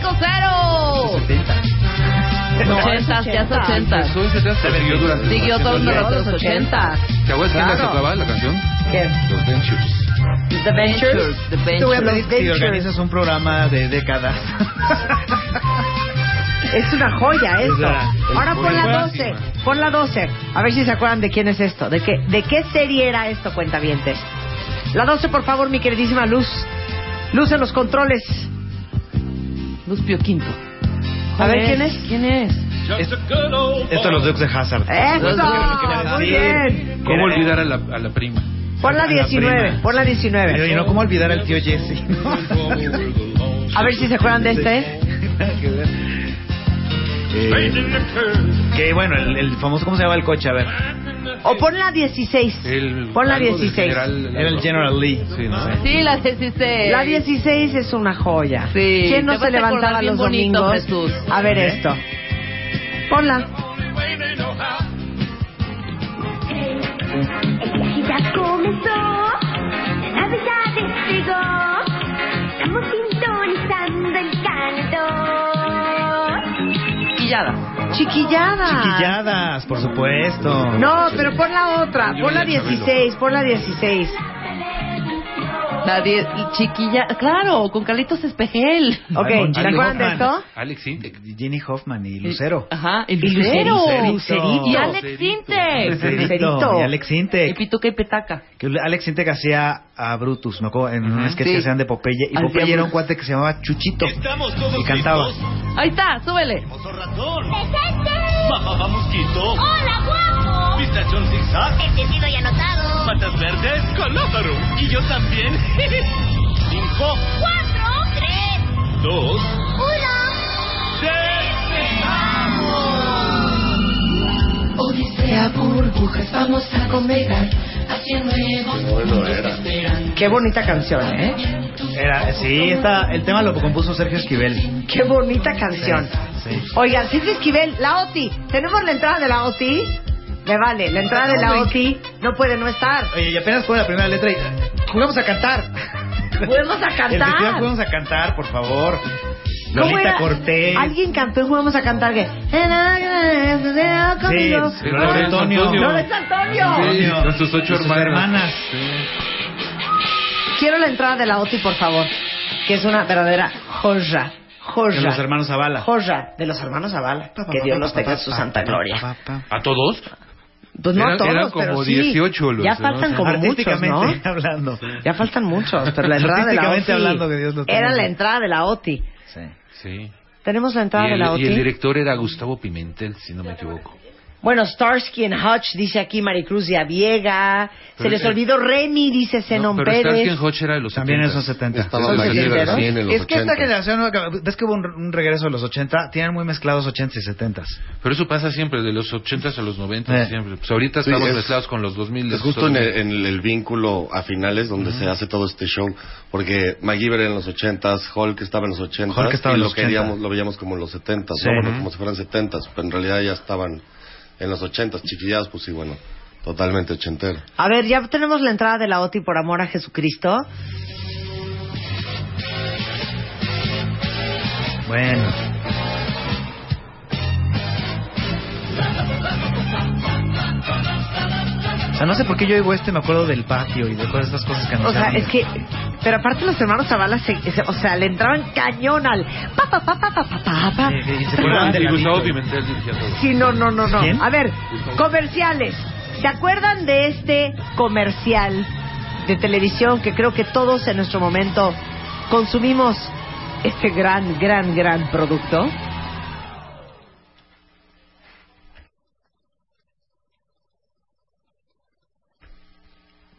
80, ya es 80.
Eso es desde hace- siguió durante
Siguió todo durante los 80.
¿Te acuerdas quién la
Claro.
tocaba la canción?
¿Qué?
Los Ventures.
The Ventures.
The
Te voy a pedir que si
Ventures.
organizas un programa de décadas.
Es una joya
Es
esto.
la- es
Ahora pon la
buenísima.
12. Pon la 12. A ver si se acuerdan de quién es esto. ¿De qué, de qué serie era esto, cuentavientes? La 12, por favor, mi queridísima Luz. Luz en los controles.
Luz Pio Quinto.
A ver
Joder,
quién es.
¿Quién es?
Esto los Dukes de Hazard.
¡Eso! Muy bien.
¿Cómo olvidar a la, a la prima?
Pon la 19. Pon la
Pero, y
19.
no, ¿cómo olvidar al tío Jesse?
A ver si se acuerdan de este.
Eh, que bueno, el, el famoso, ¿cómo se llama el coche? A ver.
O pon la 16.
El,
Pon la 16.
Era el General Lee.
Sí, no sé.
Sí, la 16.
La 16 es una joya.
Sí,
¿Quién no
te vas
se
a
levantaba
acordar bien
los
bonito,
domingos?
Jesús.
A ver
¿Eh?
esto. Ponla.
Ya comenzó, la verdad llegó, estamos sintonizando el canto.
Chiquillada.
Chiquillada.
Chiquilladas, por supuesto.
No, pero pon la otra. Pon la
Julia Chabelo.
16. Pon la 16.
La 10. Chiquilla. Claro, con Carlitos Espejel.
Ok,
Ay,
¿se
Jenny
acuerdan de
Hoffman.
esto?
Alex Sintek.
Jenny Hoffman y Lucero.
Ajá, el
Y Lucerito.
Lucero.
Lucerito.
Y Alex Sintek.
Lucerito. Y Alex
Y
Intec.
Pituca y Petaca.
Que Alex Intec hacía a Brutus, ¿me acuerdo? En un sketch
Sí.
que hacían de Popeye. Y
Hacía
Popeye era un
Brutus.
cuate que se llamaba Chuchito. Y cantaba.
Ahí está, súbele.
¡Presente!
Mosquito,
¡Hola, guapo!
pistachón um zigzag,
Entendido y anotado.
patas verdes, colófaro. Y yo también. Cinco,
¡Cuatro! ¡Tres!
dos,
¡Uno!
Odisea, burbujas, vamos a comer. Haciendo
Bueno, era.
Qué bonita canción, ¿eh?
Era, sí, esta, el tema lo compuso Sergio Esquivel.
Qué bonita canción.
Sí.
Oigan, Silvia Esquivel, la OTI. ¿Tenemos la entrada de la OTI? Me vale, la entrada de la OTI no puede no estar.
Oye, y apenas fue la primera letra y... ¡Jugamos a cantar!
Podemos a
El festival
cantar.
Juguemos a cantar, por favor.
¿Cómo
Lolita
era?
Cortés.
Alguien cantó y jugamos a cantar que.
Sí,
Conmigo.
Lorenzo Antonio.
Lorenzo Antonio.
Sí,
Antonio.
con sus ocho
Con sus
hermanas.
hermanas.
Quiero la entrada de la OTI, por favor. Que es una verdadera joya.
De los
Joya.
hermanos Zavala.
Joya de los hermanos Zavala. Que Dios los tenga en su santa gloria.
¿A todos?
Pues no
Eran-
a todos,
eran como
pero sí.
18 los,
ya
¿no?
faltan
O sea,
como muchos,
Artísticamente
¿no?
hablando.
Ya faltan muchos, pero la entrada de la
Artísticamente
OTI
hablando, que Dios los tenga
era
en
la
su-
entrada de la OTI.
Sí.
Sí.
Tenemos la entrada
Y
de la
el,
OTI.
y el director era Gustavo Pimentel, si no me equivoco.
Bueno, Starsky and Hutch, dice aquí Maricruz de Aviega. Se
Pero
les
sí.
olvidó Remy, dice Zenon
pero Starsky
Pérez.
and Hutch era de los
También
70.
esos 70.
Estaba
Esos
la
sesenteros.
quiebra en los
Es que esta
80.
generación, nueva, ves que hubo un, un regreso de los 80, tienen muy mezclados 80 y 70.
Pero eso pasa siempre, de los 80 a los 90
Eh.
siempre. Pues ahorita
Sí,
estamos
es-
mezclados con los 2000.
Es justo en el, en el- el vínculo a finales donde se hace todo este show, porque MacGyver en los 80s, Hulk estaba en los 80s,
Hulk
y
estaba en
lo,
los
queríamos,
80s.
lo veíamos como en los 70s,
Sí.
¿no? Bueno,
Ujú.
como si fueran 70s, pero en realidad ya estaban en los 80s, chiquilladas, pues sí, bueno, totalmente ochentero.
A ver, ya tenemos la entrada de la OTI por amor a Jesucristo.
Bueno. O
Ah,
sea, no sé por qué yo oigo este, me acuerdo del patio y de todas estas cosas que nos
O sea,
llaman.
es que... Pero aparte los hermanos Zavala, se- se- o sea, le entraban cañón al... Pa, pa, pa, pa, pa, pa, pa, pa.
Sí, sí, y se
Ah,
ponían de
y Gustavo
ladito.
Pimentel dirigía todo.
Sí, no, no, no, no.
¿Quién?
A ver, comerciales. ¿Se acuerdan de este comercial de televisión que creo que todos en nuestro momento consumimos este gran, gran, gran producto.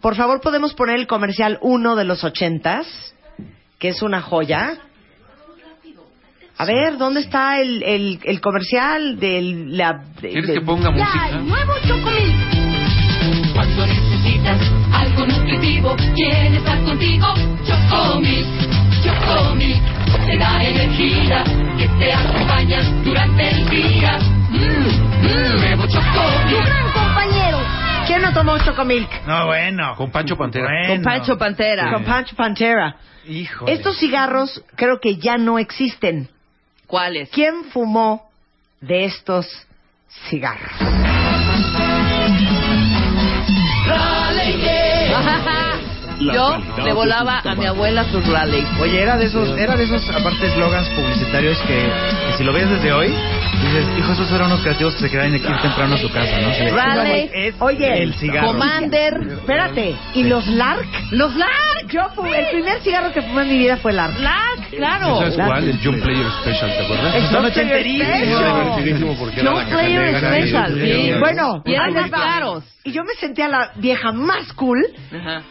Por favor, podemos poner el comercial 1 de los 80s, que es una joya. A ver, ¿dónde está el, el, el comercial del... La, de-
¿Quieres que
de-
ponga
Ya,
música?
el nuevo Chocomil. Cuando necesitas algo nutritivo, ¿quién está contigo? Chocomil, Chocomil. Te da energía que te acompaña durante el día. Mmm, mmm, nuevo Chocomil. Tu gran compañero.
¿Quién no tomó Chocomilk?
No, bueno.
Con Pancho Pantera.
Con Pancho Pantera. Con Pancho Pantera.
Híjole.
Estos cigarros creo que ya no existen.
¿Cuáles?
¿Quién fumó de estos cigarros?
Yo le volaba a mi abuela sus rally.
Oye, era de esos, era de esos aparte eslogans publicitarios que, que si lo ves desde hoy, dices, hijo, esos eran unos creativos que se querían ir temprano a su casa, ¿no? Se-
Raleigh, oye,
el cigarro.
Commander, espérate, ¿y los Lark?
Los Lark.
Yo fumé- el primer cigarro que fumé en mi vida fue Lark.
Lark,
¿No ¿Sabes cuál? El John Player Special, ¿te acuerdas?
El John Player
Es divertidísimo porque era
No
la caja negra y el John Player.
Bueno,
Y eran
ahí les
más
va.
caros.
Y yo me sentía la vieja más cool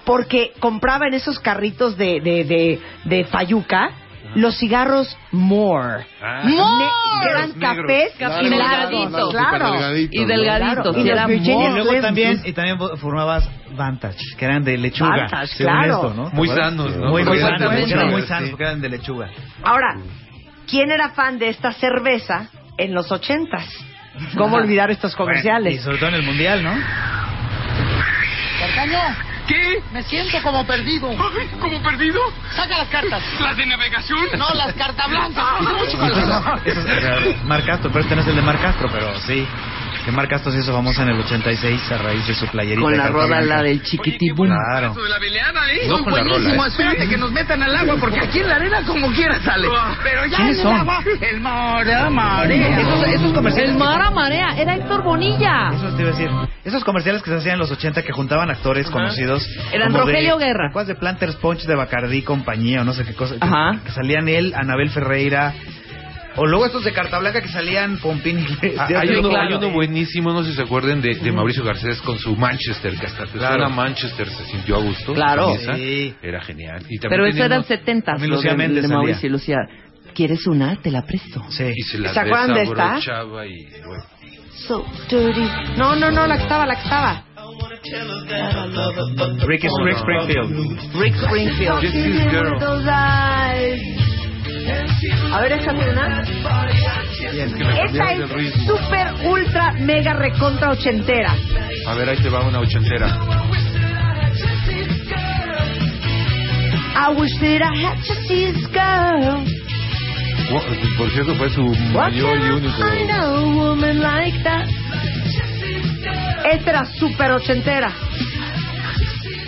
porque compraba en esos carritos de, de, de, de Fayuca los cigarros Moore.
¡More!
que eran
Los negros.
cafés
Claro,
y
claro,
delgaditos.
claro.
Claro.
Y delgaditos,
Claro.
y eran
los Virginia
Y luego
Slims.
también, y también vo- formabas Vantage, que eran de lechuga.
Vantage,
según
claro.
esto, ¿no? ¿Te
Muy
acuerdas?
sanos, ¿no?
Muy, muy
Porque eran de
sanos,
lechuga.
eran muy
Sí.
sanos porque eran de lechuga.
Ahora, ¿quién era fan de esta cerveza en los ochentas? ¿Cómo olvidar estos
Bueno, y
comerciales?
sobre todo en el mundial, ¿no?
Carcaño. ¿Qué? Me siento como perdido. ¿Como perdido? Saca las cartas. ¿Las de navegación? Ah. No, las cartas blancas. Mucho calor.
Eso es, o sea, Mar Castro, pero este no es el de Mar Castro, pero sí. Que Mar Castro se hizo famosa en el 86 a raíz de su playerita.
Con la rola, la
del chiquitibum. Claro.
de la veleada, ¿eh?
No
Son
con la rola,
buenísimos.
¿eh?
Espérate que nos metan al agua, porque aquí en la arena como quiera sale. Pero ya en
¿Quiénes
el
son?
agua, el mar a marea.
Esos- esos comerciales-
El mar a marea. Era Héctor Bonilla.
Eso te iba a decir. Esos comerciales que se hacían en los 80 que juntaban actores conocidos.
Eran
como
Rogelio
de,
Guerra.
¿Cuál de Planters Punch de Bacardí compañía o no sé qué cosa? que-
Ajá.
Que, salían él, Anabel Ferreira. O luego estos de Carta Blanca que salían con Pin Inglés.
Ah,
Ya
hay,
te
uno,
digo,
hay uno buenísimo, no sé si se acuerden, de, de Mauricio Garcés con su Manchester, que hasta claro. Manchester se sintió a gusto.
Claro.
con esa.
Sí.
Era genial. Y también
Pero eso era
teníamos-
70
también Lucía
de
Méndez salía.
Mauricio Lucía. ¿Quieres una? Te la presto.
Sí.
Y se la
¿Se acuerdan de esta?
desabrochaba y, bueno.
So dirty. No, no, no, la que estaba, la que estaba.
Rick, Rick Springfield.
Rick Springfield.
This is girl.
A ver, échate una. Esta
cambiaste el
es
ritmo.
super ultra mega recontra ochentera.
A ver, ahí te va una ochentera.
I wish that I had just this girl.
Wow, Por cierto, fue su mayor y único.
I know a woman like that. Esta era super ochentera.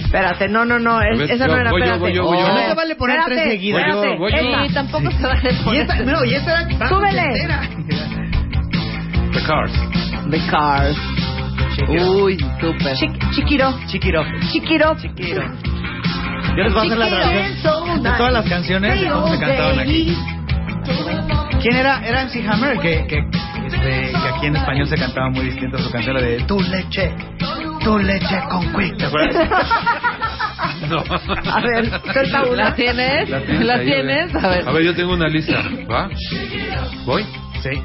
Espérate, no, no, no, es-
ver,
esa
yo-
no era,
voy yo,
espérate. Oh.
voy yo, voy yo.
No.
No se
vale poner
Espérate,
tres seguidas.
espérate,
Voy yo, voy yo.
esta.
Sí, tampoco se vale
Y
poner.
esta, no, y esta era tan
Súbele.
ochentera.
The Cars.
The Cars. Uy, súper.
Chiqui- Chiquiro.
Chiquiro.
Chiquiro.
Yo les voy a hacer la traducción de todas las canciones de cómo se cantaban aquí. ¿Quién era? Era MC Hammer, que, que, este, que aquí en español se cantaba muy distinto a su canción, la de Tu leche, tu leche con quick. ¿Te acuerdas?
No.
A ver, suelta una.
¿La tienes?
La tienes,
¿La
ahí,
tienes? A ver.
A ver, yo tengo una lista. ¿Va? ¿Voy?
Sí.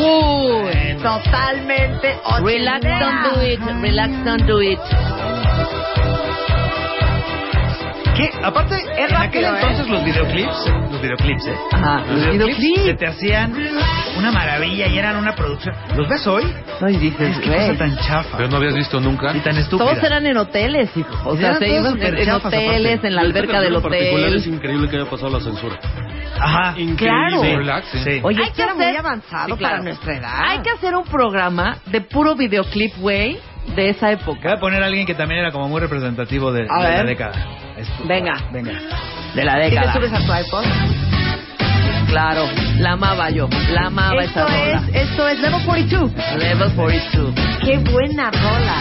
Uy.
Totalmente ochentera.
Relax, don't do it. Relax, don't do it.
Que aparte, en aquel
rápido, ¿eh?
entonces los videoclips, los videoclips, ¿eh?
Ajá,
los
los
videoclips
videoclips.
que te hacían una maravilla y eran una producción. ¿Los ves hoy?
Ay, dices,
Es que cosa
güey.
tan chafa
Pero no habías visto nunca.
y tan estúpida.
Todos eran en hoteles, hijo. O sea,
Eran
se
todos
iban en, en
superchafas,
hoteles,
aparte.
en la alberca del
particular es
hotel.
increíble que haya pasado la censura.
Ajá.
Claro.
Sí.
Relax, ¿eh?
Sí.
Oye,
Hay
esto
que
era muy
hacer-
avanzado
Sí, claro.
para nuestra edad.
Hay que hacer un programa de puro videoclip, güey, de esa época.
Voy a poner a alguien que también era como muy representativo de, de
A
la
ver.
década. Esto-
Venga.
Venga.
De la
¿Sí le
década.
subes a tu iPod?
Claro, la amaba yo. La amaba
Esto
esa rola.
es, esto es Level 42.
Level 42.
Qué buena rola.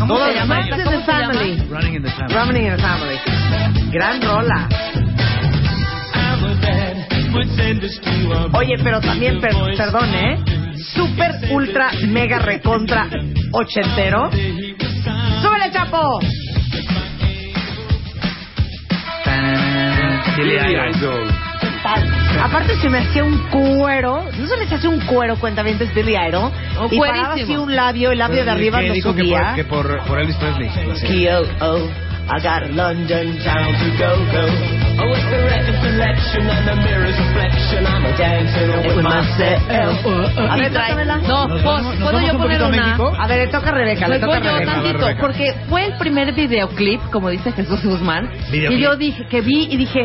¿Cómo
Todas
se llama?
las de
¿Cómo se llama?
Family.
Running in the Family.
Running in a Family. Gran rola. Oye, pero también, per- perdón, ¿eh? Super, ultra, mega, recontra, ochentero. ¡Súbele, Chapo! Aparte se me hacía un cuero. ¿No se les hace un cuero cuentavientes Billy Idol? y paraba así
cuerísimo.
un labio, el
Pues,
labio de arriba
Que
lo
dijo que por,
subía.
que por, por Elvis Presley. lo hacía.
oh,
K.O.O., I got London town to go go.
Oh, it's the record selection and the mirror's reflection. I'm a dancer with myself.
A ver, tócamela.
No,
Nos
vos,
vamos- nos
¿puedo
vamos
yo
un
poner
poquito a
una?
México.
A
ver, le toca a Rebeca,
Le
le toca a
voy yo
Rebeca.
tantito,
A ver, Rebeca.
porque fue el primer videoclip, como dice Jesús Guzmán,
Videoclip.
y yo dije, que vi y dije,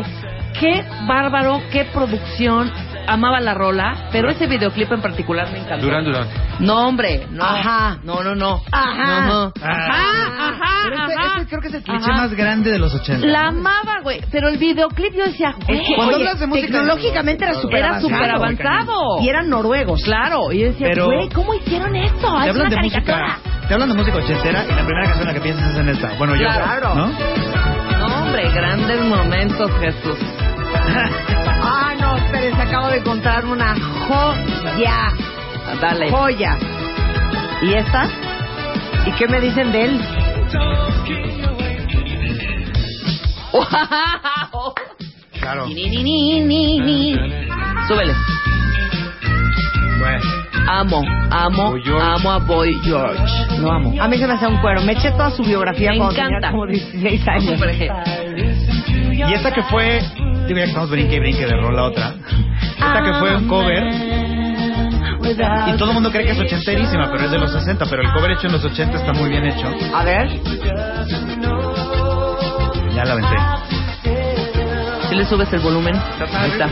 qué bárbaro, qué producción, amaba la rola, pero ese videoclip en particular me encantó.
Durán, Durán.
No, hombre, no. Ajá. No, no, no.
Ajá.
No, no.
Ah.
Ajá,
Pero este-
ajá.
este creo que es el cliché
Ajá.
más grande de los 80.
La amaba, güey. Pero el videoclip yo decía, güey.
que cuando hablas de música-
tecnológicamente era súper
Era
avanzado.
súper avanzado.
Y eran noruegos. Claro. Y yo decía,
Pero-
güey, ¿cómo hicieron esto?
Te
Es
hablan
una
de música.
caricatura.
Te hablan de música ochentera y la primera canción en la que piensas es en esta. Bueno, yo.
Claro.
¿no?
No, hombre, grandes momentos, Jesús.
Ah, no, espérense, acabo de encontrar una joya.
Dale.
Joya. ¿Y esta? ¿Y qué me dicen de él?
¡Wow!
Claro.
Ni, ni, ni, ni, ni. Súbele. Amo, amo, amo a Boy George. Lo amo.
A mí se me hace un cuero. Me eché toda su biografía
Me
cuando tenía
encanta.
como 16 años.
Hombre.
Y esta que fue. Digo, ya que estamos brinque y brinque de rol la otra. Esta que fue un cover. Y todo el mundo cree que es ochenterísima, pero es de los 60. Pero el cover hecho en los 80 está muy bien hecho.
A ver.
Ya la venté.
Si le subes el volumen. Ahí está.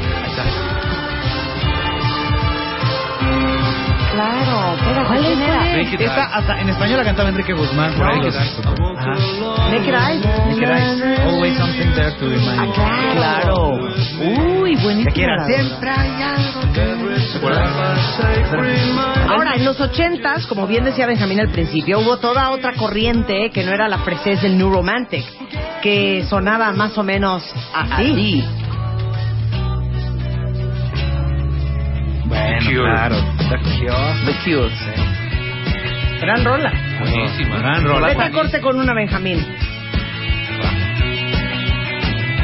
Claro, pero ¿cuál era?
Esta hasta en español la cantaba Enrique Guzmán. Por ahí que- Ajá.
Naked Eyes.
Naked Eyes. Always something there to remind you.
Claro. Uy, buenísimo.
Shakira, siempre
hay algo
¿Se acuerdan?
Ahora, en los ochentas, como bien decía Benjamín al principio, hubo toda otra corriente que no era la fresés del New Romantic, que sonaba más o menos así.
Bueno, claro. The Cure.
The Cure.
Gran rola.
Buenísima.
Gran
Vete a corte con una, Benjamín.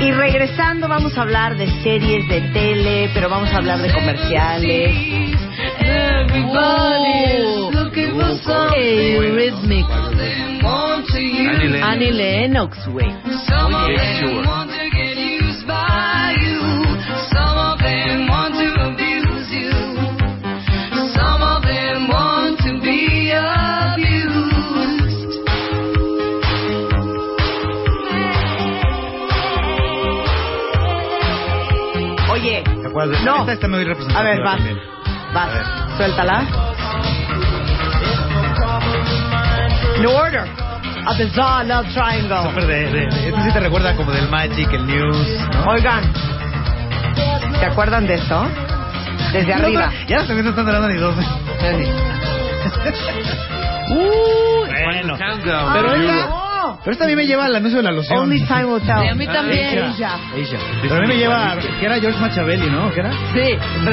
Y regresando vamos a hablar de series de tele, pero vamos a hablar de comerciales.
Everybody's looking for something.
Rhythmic.
Want to you.
Annie Lennox, güey.
Some of them want to get used by you. Some of them want to abuse you. Some of them want to be abused.
Oye,
¿Te acuerdas?
No.
Esta está muy
a
representativa
ver, vas,
también.
vas, suéltala. New Order, A Bizarre Love Triangle.
Súper de- de- Esta sí te recuerda como del Magic, el News. ¿no?
Oigan, ¿se acuerdan de esto? Desde
No,
arriba.
Ya no se me están durando ni dos.
Uy.
Bueno.
Countdown.
Pero
Ay,
esta,
no.
pero esta a mí me lleva al anuncio de la loción. ah,
Only Time Will Tell.
Sí, a mí también.
Ella.
Ella. Pero a mí me lleva a... Que era George Machiavelli, ¿no? ¿Qué era?
Sí, pero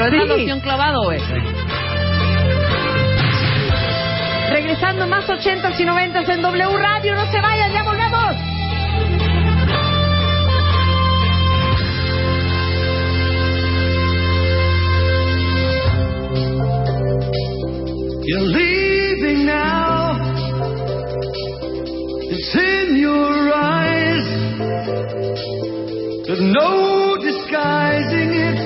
es
Sí.
la loción clavado, güey.
Regresando más 80s y 90s en W Radio, no se vayan, ya volvemos.
You're leaving now. It's in your eyes. There's no disguising it.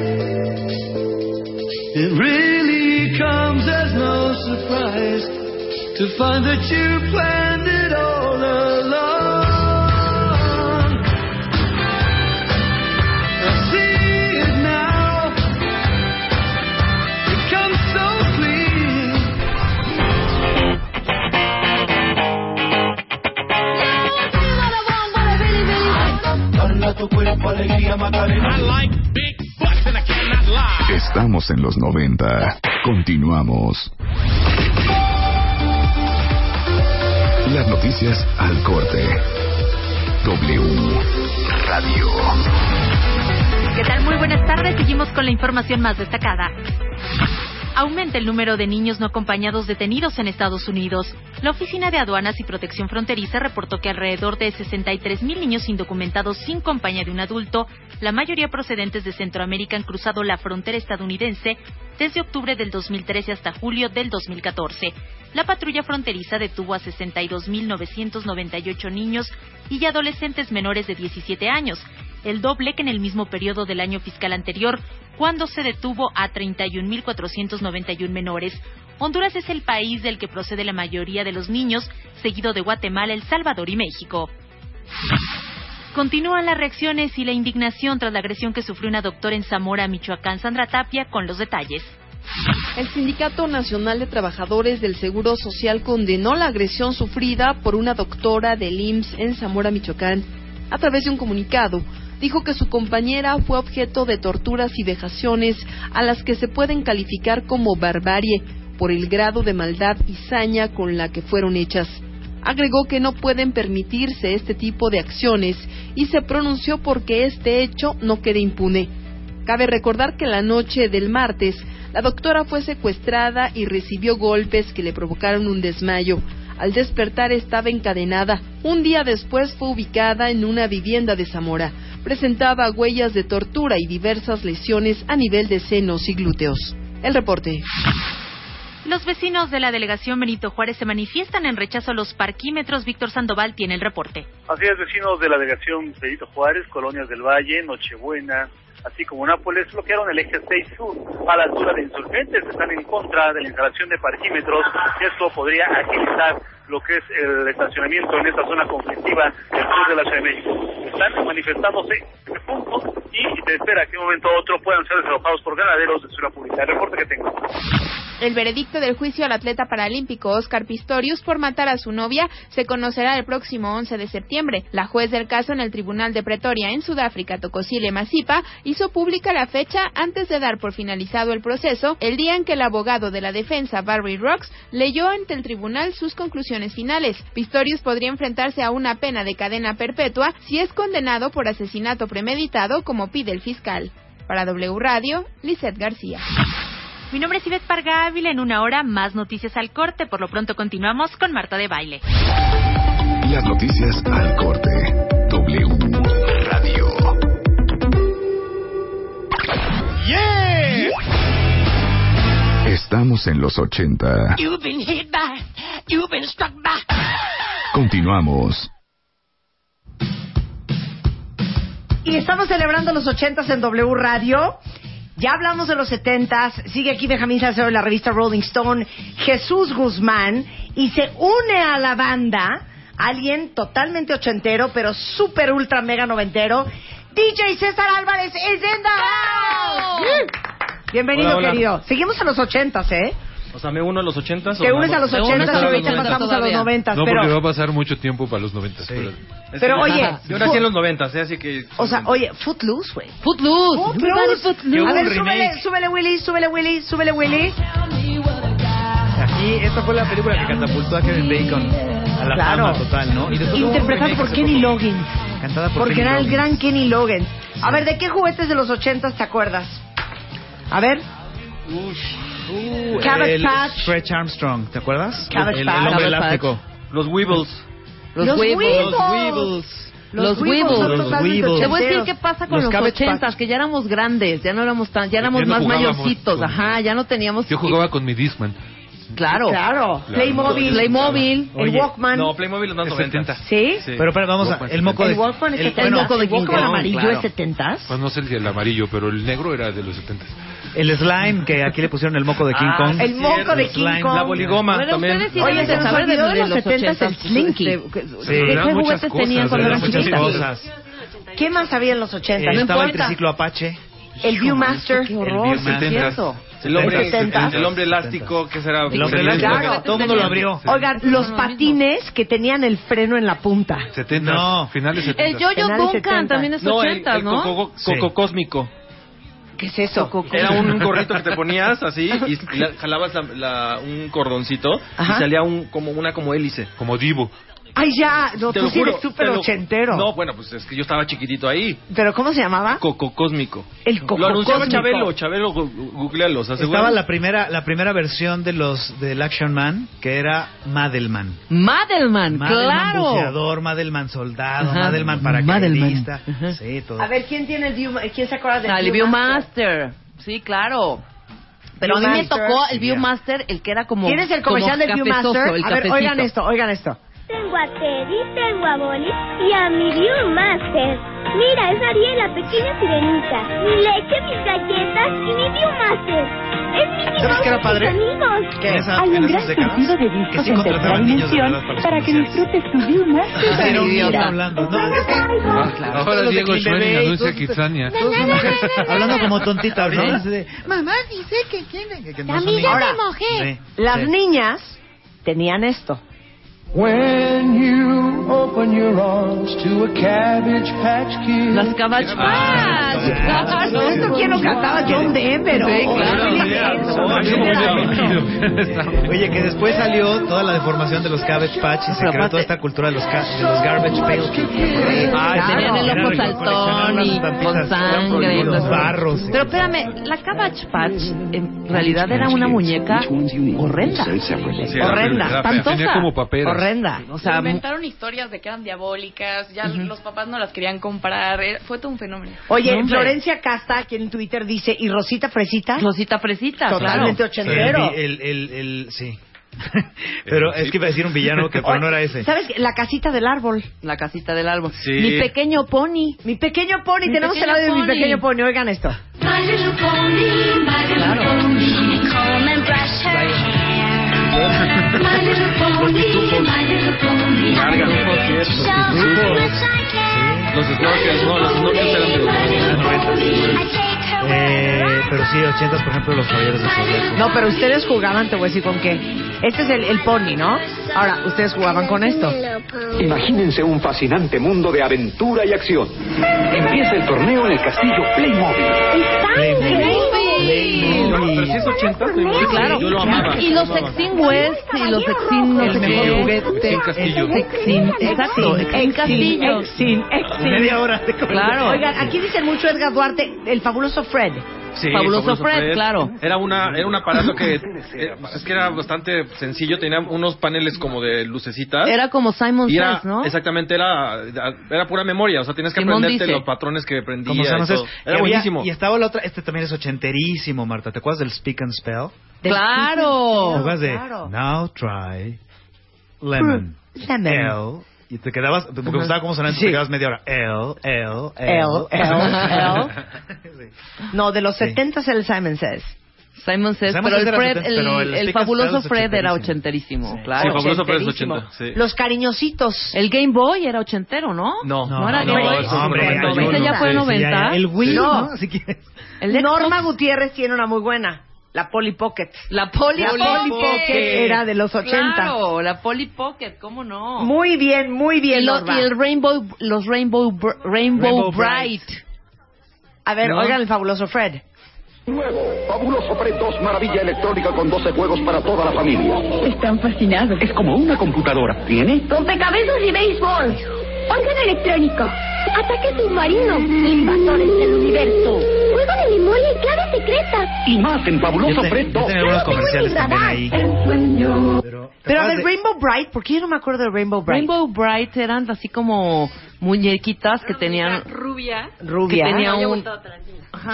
It really comes as no surprise to find that you planned it all along. I see it now. It comes so clean.
Dale a tu cuerpo alegría, Macarena. I like big butts and I cannot lie.
Estamos en los 90. Continuamos. Las noticias al corte. W Radio.
¿Qué tal? Muy buenas tardes. Seguimos con la información más destacada. Aumenta el número de niños no acompañados detenidos en Estados Unidos. La Oficina de Aduanas y Protección Fronteriza reportó que alrededor de 63.000 niños indocumentados sin compañía de un adulto, la mayoría procedentes de Centroamérica, han cruzado la frontera estadounidense desde octubre del 2013 hasta julio del 2014. La patrulla fronteriza detuvo a 62.998 niños y adolescentes menores de 17 años, el doble que en el mismo periodo del año fiscal anterior, cuando se detuvo a 31.491 menores. Honduras es el país del que procede la mayoría de los niños, seguido de Guatemala, El Salvador y México. Continúan las reacciones y la indignación tras la agresión que sufrió una doctora en Zamora, Michoacán, Sandra Tapia, con los detalles.
El Sindicato Nacional de Trabajadores del Seguro Social condenó la agresión sufrida por una doctora del IMSS en Zamora, Michoacán. A través de un comunicado, dijo que su compañera fue objeto de torturas y vejaciones a las que se pueden calificar como barbarie por el grado de maldad y saña con la que fueron hechas. Agregó que no pueden permitirse este tipo de acciones y se pronunció porque este hecho no quede impune. Cabe recordar que la noche del martes, la doctora fue secuestrada y recibió golpes que le provocaron un desmayo. Al despertar estaba encadenada. Un día después fue ubicada en una vivienda de Zamora. Presentaba huellas de tortura y diversas lesiones a nivel de senos y glúteos. El reporte.
Los vecinos de la delegación Benito Juárez se manifiestan en rechazo a los parquímetros. Víctor Sandoval tiene el reporte.
Así es, vecinos de la delegación Benito Juárez, Colonias del Valle, Nochebuena, así como Nápoles, bloquearon el eje 6 sur a la altura de insurgentes. Están en contra de la instalación de parquímetros. Esto podría agilizar lo que es el estacionamiento en esta zona conflictiva del sur de la Ciudad de México. Están manifestándose en este punto y se espera que en un momento u otro puedan ser desalojados por ganaderos de Ciudad Pública. El reporte que tengo.
El veredicto del juicio al atleta paralímpico Oscar Pistorius por matar a su novia se conocerá el próximo 11 de septiembre. La juez del caso en el Tribunal de Pretoria en Sudáfrica, Tocosile Masipa, hizo pública la fecha antes de dar por finalizado el proceso, el día en que el abogado de la defensa Barry Rocks leyó ante el tribunal sus conclusiones finales. Pistorius podría enfrentarse a una pena de cadena perpetua si es condenado por asesinato premeditado como pide el fiscal. Para W Radio, Lizeth García.
Mi nombre es Ivette Parga Ávila. En una hora, más noticias al corte. Por lo pronto, continuamos con Marta de Baile.
Las noticias al corte. W Radio. Estamos en los 80.
You've been hit by, you've been struck by.
Continuamos.
Y estamos celebrando los 80s en W Radio. Ya hablamos de los 70s, sigue aquí Benjamín Salcedo de la revista Rolling Stone, Jesús Guzmán, y se une a la banda alguien totalmente ochentero, pero súper ultra mega noventero, DJ César Álvarez es in the house. Bienvenido,
Hola, hola.
querido. Seguimos a los 80s, ¿eh?
O sea, me uno a los 80
Te unes a los 80s y ahorita pasamos a los 90s,
No, porque va
pero...
a pasar mucho tiempo para los 90.
Pero, oye,
yo nací en
fu-
los 90, ¿eh? así que
O sea, oye, Footloose, güey.
Footloose.
Footloose.
Que hubo
A
un
ver, súbele,
remake. Ah,
súbele, Willy, súbele, Willy, súbele, Willy.
aquí esta fue la película que catapultó a Kevin Bacon a la
Claro.
fama total, ¿no? Y después hubo un
Interpretado
remake
por
hace
Kenny
poco,
Loggins.
Cantada por
Porque
Kenny
era el
Loggins.
gran Kenny Loggins. A ver, ¿de qué juguetes de los 80 te acuerdas? A ver. Cabbage
el
Patch.
Stretch Armstrong, ¿te acuerdas?
Cabbage
el, el
Patch.
hombre
Cabbage
elástico. Los Weebles.
Los Los Weebles. Weebles.
Los Weebles.
Los Weebles son totalmente
Te voy a decir qué pasa con
Los
los,
Cabbage
ochentas, que ya éramos grandes, ya no éramos tan, ya éramos
Ya no
más
jugábamos
mayorcitos,
con-
ajá, ya no teníamos.
Yo jugaba con mi Discman.
Claro.
Claro.
Playmobil. Playmobil.
Oye,
el Walkman.
no,
Playmobil
Es
70.
¿Sí?
Pero, pero
vamos
vamos
a-
a...
Walkman.
El moco de...
El Walkman
es
el-
setenta.
bueno,
El moco de
Walkman
Quintero.
amarillo
Claro.
es 70.
Pues no sé el, el amarillo, pero el negro era de los 70.
El slime, que aquí le pusieron el moco de King
Ah,
Kong.
el moco de King
slime,
Kong.
La boligoma
Bueno,
también.
ustedes sí
Oye,
Oye, se nos
saber de-
olvidó Pues
de
de los
los
70 el
80s,
Slinky.
este,
Sí, eran
¿Qué
muchas
juguetes
cosas,
tenían cuando
eran
eran
muchas
chiquitas?
cosas.
¿Qué más había en los
Eh,
80?
estaba el triciclo Apache.
El Viewmaster. Qué
horror, sí es cierto. El hombre- el hombre elástico, que será? El hombre elástico, que todo el mundo lo abrió.
Oigan, los patines que tenían el freno en la punta.
70. Finales 70.
El yo-yo
Finales
Duncan
70.
también es
No, el,
80,
el
¿no?
coco, coco cósmico.
¿Qué es eso?
Era un gorrito que te ponías así y la- jalabas la- la- un cordoncito y salía un, como una como hélice.
Como divo.
Ay, ya, no,
Te
tú
lo
sí
juro,
eres súper
te lo-
ochentero.
No, bueno, pues es que yo estaba chiquitito ahí.
¿Pero cómo se llamaba?
Coco Cósmico.
El Coco
Lo anunciaba
Cósmico.
Chabelo, Chabelo, gu- gu- googlealo. o sea, seguro-
Estaba la primera, la primera versión de los del Action Man, que era Madelman.
Madelman,
Madelman
claro.
buceador, Madelman soldado,
Ajá.
Madelman paracaidista. Sí, todo.
A ver, ¿quién tiene el View- ¿Quién se acuerda del
Ah, el
Viewmaster?
Viewmaster. Sí, claro. Pero a mí me
Viewmaster,
tocó el
sí,
Viewmaster, el que era como.
¿Quién es el comercial
como
del Viewmaster?
cafezoso, el
A ver,
cafecito.
oigan esto, oigan esto.
Tengo a Teddy, tengo a Bonnie y a mi Viewmaster. Mira, es Ariel, la pequeña sirenita. Mi leche, mis galletas y mi Viewmaster. Es mi
¿Sabes qué era padre?
amigos.
Que en esa- en esas décadas, que sí contrataban niños de verdad para los comerciales.
disfrutes tu Viewmaster.
Ah, era un idiota hablando. No, Ah, es que-
Ah, Ahora
Los de
Diego
Clean
Schoen y la
Bebé y
Dulce
todos estos-
Quitania.
todas esas mujeres Hablando como tontita, ¿no? Así de-
Mamá dice que quiere.
que no son También niños.
Ahora,
me mojé. Sí,
Las
sí.
niñas tenían esto.
When you open your arms to a cabbage patch kid.
Las Cabbage
Ah,
Ah,
Patch.
No, esto quién lo cantaba John Denver.
Sí,
o-
claro.
o-
Oye, que después salió toda la deformación de los Cabbage Patch y se creó toda esta cultura de los, ca- de los Garbage Pails.
Ay, tenían el ojo
Era rico coleccionar
saltón
las
y
estampitas,
con
eran
sangre.
prohibidos,
no sé.
barros.
Pero espérame, la Cabbage Patch en realidad era una muñeca horrenda.
Sí, era-
Horrenda,
era fea. Tenía
espantosa.
como paperas.
Ah,
Horrenda. O sea, mu-
Inventaron historias de que eran diabólicas, ya los papás no las querían comprar,
eh,
era- fue todo un fenómeno.
Oye,
No, hombre.
Florencia Casta, aquí en Twitter dice, ¿y Rosita Fresita?
Rosita Fresita,
Totalmente ochentero.
El, el, el, el- sí. Pero es que iba a decir un villano que pero no era ese.
¿Sabes? qué? La casita del árbol.
La casita del árbol.
Sí.
Mi pequeño pony.
Mi pequeño pony.
Mi
Tenemos el
pequeño
audio de mi
pony.
pequeño pony. Oigan esto.
My little pony, my little pony, come and brush her hair. My little pony, my little pony, I'm gonna get you so much I care.
Los snorkels, no, los snorkels eran de
Eh, pero sí, 80 por ejemplo, los caballeros de Zodiaco.
No, pero ustedes jugaban, te voy a decir con qué. Este es el, el pony, ¿no? Ahora, ustedes jugaban con esto.
Imagínense un fascinante mundo de aventura y acción. Empieza el torneo en el castillo Playmobil.
Bueno, pero si es 80,
Sí, claro.
yo lo amaba.
Y los Sexin West y los Sexin no
El
sé
mejor
qué.
juguete. Sexin Castillo.
Sexin, exacto. Sexin Castillo.
Exin, exin.
Media hora de comer. Claro.
Oigan, aquí dicen mucho Edgar Duarte, el fabuloso Fred.
Sí,
Fabuloso Fred, claro.
Era una era un aparato que eh, pues es que era bastante sencillo, tenía unos paneles como de lucecitas.
Era como Simon
y era-
Says, ¿no?
Exactamente, era, era pura memoria, o sea, tenías que
Simón
aprenderte
dice.
los patrones que prendía.
Como
y
sabes,
todo.
y
Era
había-
buenísimo.
y estaba la otra, este también es ochenterísimo, Marta. ¿Te acuerdas del Speak and Spell? ¿Te
Claro.
acuerdas de Now Try Lemon?
Lemon.
L. Y te quedabas, porque
Ajá.
gustaba cómo sonaba, entonces te quedabas media hora. L, L, L.
L, L, No, de los 70 el Simon Says.
Simon Says,
Simon
pero
Says
el
era
Fred,
70,
el,
pero el
el
Stick and
fabuloso
Spell es
Fred era
ochenterísimo.
ochenterísimo, claro.
Sí, fabuloso Fred es
Ochenterísimo.
80, sí.
Los cariñositos.
El Game Boy era ochentero, ¿no?
No,
No era Game Boy.
eso es
Hombre,
noventa y
ese
uno.
ya fue
Sí, sí,
noventa.
ya, ya. El Wii,
No.
¿no?
Norma Gutiérrez tiene una muy buena. La Polly Pocket.
La Polly
La Polly
Pocket.
Pocket era de los 80.
Claro, la Polly Pocket, ¿cómo no?
Muy bien, muy bien,
Y, lo-
Norma.
y el Rainbow, los Rainbow, Br- Rainbow,
Rainbow
Bright.
A ver,
No.
oigan el fabuloso Fred.
Nuevo, fabuloso Fred 2, maravilla electrónica con 12 juegos para toda la familia.
Están fascinados.
Es como una computadora, ¿tiene?
Rompecabezas y béisbol. Orden electrónico. Ataque submarino. Invasores del universo. Juego de memoria y clave secreta.
Y más en fabuloso Yo te- Fred yo 2. tenía algunos comerciales también ahí.
Pero a ver, Rainbow Bright, ¿por qué yo no me acuerdo de Rainbow Bright?
Rainbow Bright eran así como muñequitas que tenían
Rubia.
Rubia.
Que tenía
No, Ah, yo
un...
gustaba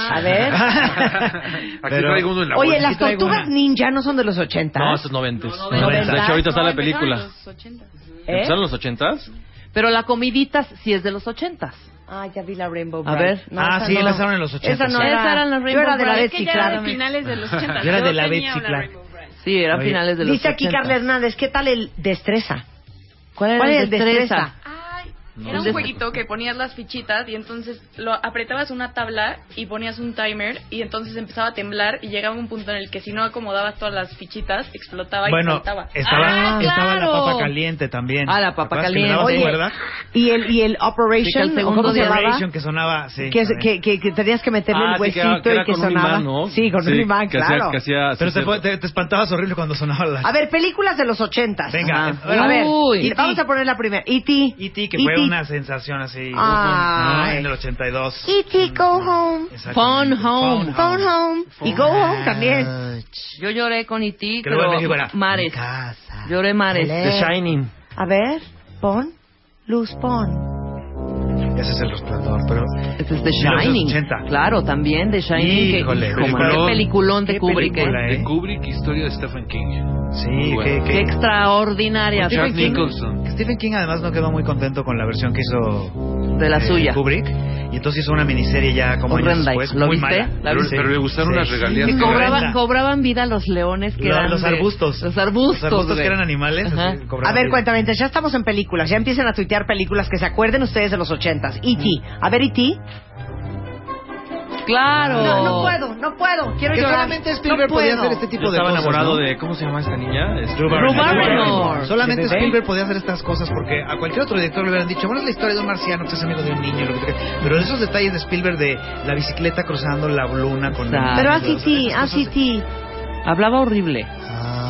A ver.
Aquí traigo uno en la
Oye,
bolsa.
las
Aquí traigo
tortugas
una.
ninja no son de los 80.
No, esos 90. No,
noventas.
De hecho, ahorita está
No,
la película.
¿Eh?
¿Empezaron los 80s?
Pero la comiditas sí es de los ochentas.
Ah, ya vi la Rainbow
A ver.
No,
ah,
esa
sí,
no.
la lanzaron en los 80.
Esa no
Esas
era.
eran las
yo
Rainbow
era de la
Bright.
Betsy
Es que ya era de
Clark.
Finales de los 80.
Yo era de
Yo
la
tenía
Betsy
una
Clark.
Sí, era
Oye,
finales de los
Dice aquí
ochentas.
Carla Hernández, ¿qué tal el destreza?
¿Cuál era el destreza?
destreza?
Era un jueguito que ponías las fichitas y entonces lo apretabas una tabla y ponías un timer y entonces empezaba a temblar y llegaba un punto en el que si no acomodabas todas las fichitas explotaba y
Bueno,
saltaba.
estaba,
¡Ah,
estaba la
claro!
papa caliente también.
Ah, la papa
¿Te acuerdas que
caliente.
sonaba, ¿te
Oye,
acuerdas?
Y el, y el
Que el
Operation, ¿o
segundo
¿cómo se
día-
llamaba?
Operation que sonaba, sí.
Que, que, que, que tenías que meterle
Ah,
el
sí, que
huesito
era- que era
y que
con un
sonaba.
imán, ¿no?
Sí, con un
Sí,
imán,
que hacía-
claro.
que hacía- Pero te, fue- te- te espantabas horrible cuando sonaba la...
A ver, películas de los ochentas.
Venga.
Ajá. a ver,
Uy.
y- vamos a poner la primera. E E.T.
E.T. que fue una sensación así.
Ay.
¿no? En el 82.
E.T. E Go Home.
Exactamente.
Phone Home. Phone Home. Y Go Home también.
Yo lloré con IT,
luego en
pero
México era,
mares. Lloré mares.
The
Shining.
A ver, pon. Luz, pon.
Ese es el resplandor, pero...
Este es The Shining. Claro, también The Shining. que-
Híjole,
hijo, man,
peliculón.
qué peliculón de
Qué
Kubrick.
película,
¿eh?
De Kubrick, historia de Stephen King. Sí,
qué-
Qué extraordinaria.
Stephen King,
Nicholson.
Stephen King además no quedó muy contento con la versión que hizo eh,
De la suya.
Kubrick y entonces hizo una miniserie ya como
Con
años
Brandeis,
después
¿lo
muy
viste?
mala.
¿La Pero- viste? pero le gustaron las regalías
Que
Sí,
cobraban,
horrenda.
cobraban vida los leones que
Lo-
eran
los
de-
arbustos.
Los arbustos.
Los arbustos
güey.
que eran animales,
Ajá.
así, cobraban
A ver,
vida.
cuéntame, entonces, ya estamos en películas. Ya empiezan a tuitear películas que se acuerden ustedes de los ochentas. E.T. A ver, E E.T.
Claro.
No, no puedo, no puedo. Quiero
Que
llorar.
solamente
no
Spielberg podía
puedo.
hacer este tipo Yo de estaba cosas, enamorado ¿no? de... ¿Cómo se llama esta niña? Este-
Drew Barrymore.
Barrymore.
Solamente
Desde
Spielberg podía hacer estas cosas porque a cualquier otro director le hubieran dicho, bueno, es la historia de un marciano que es amigo de un niño, lo que tú quieras. pero esos detalles de Spielberg de la bicicleta cruzando la luna con...
Pero haz E.T., haz E E.T.
Hablaba horrible.
Ah.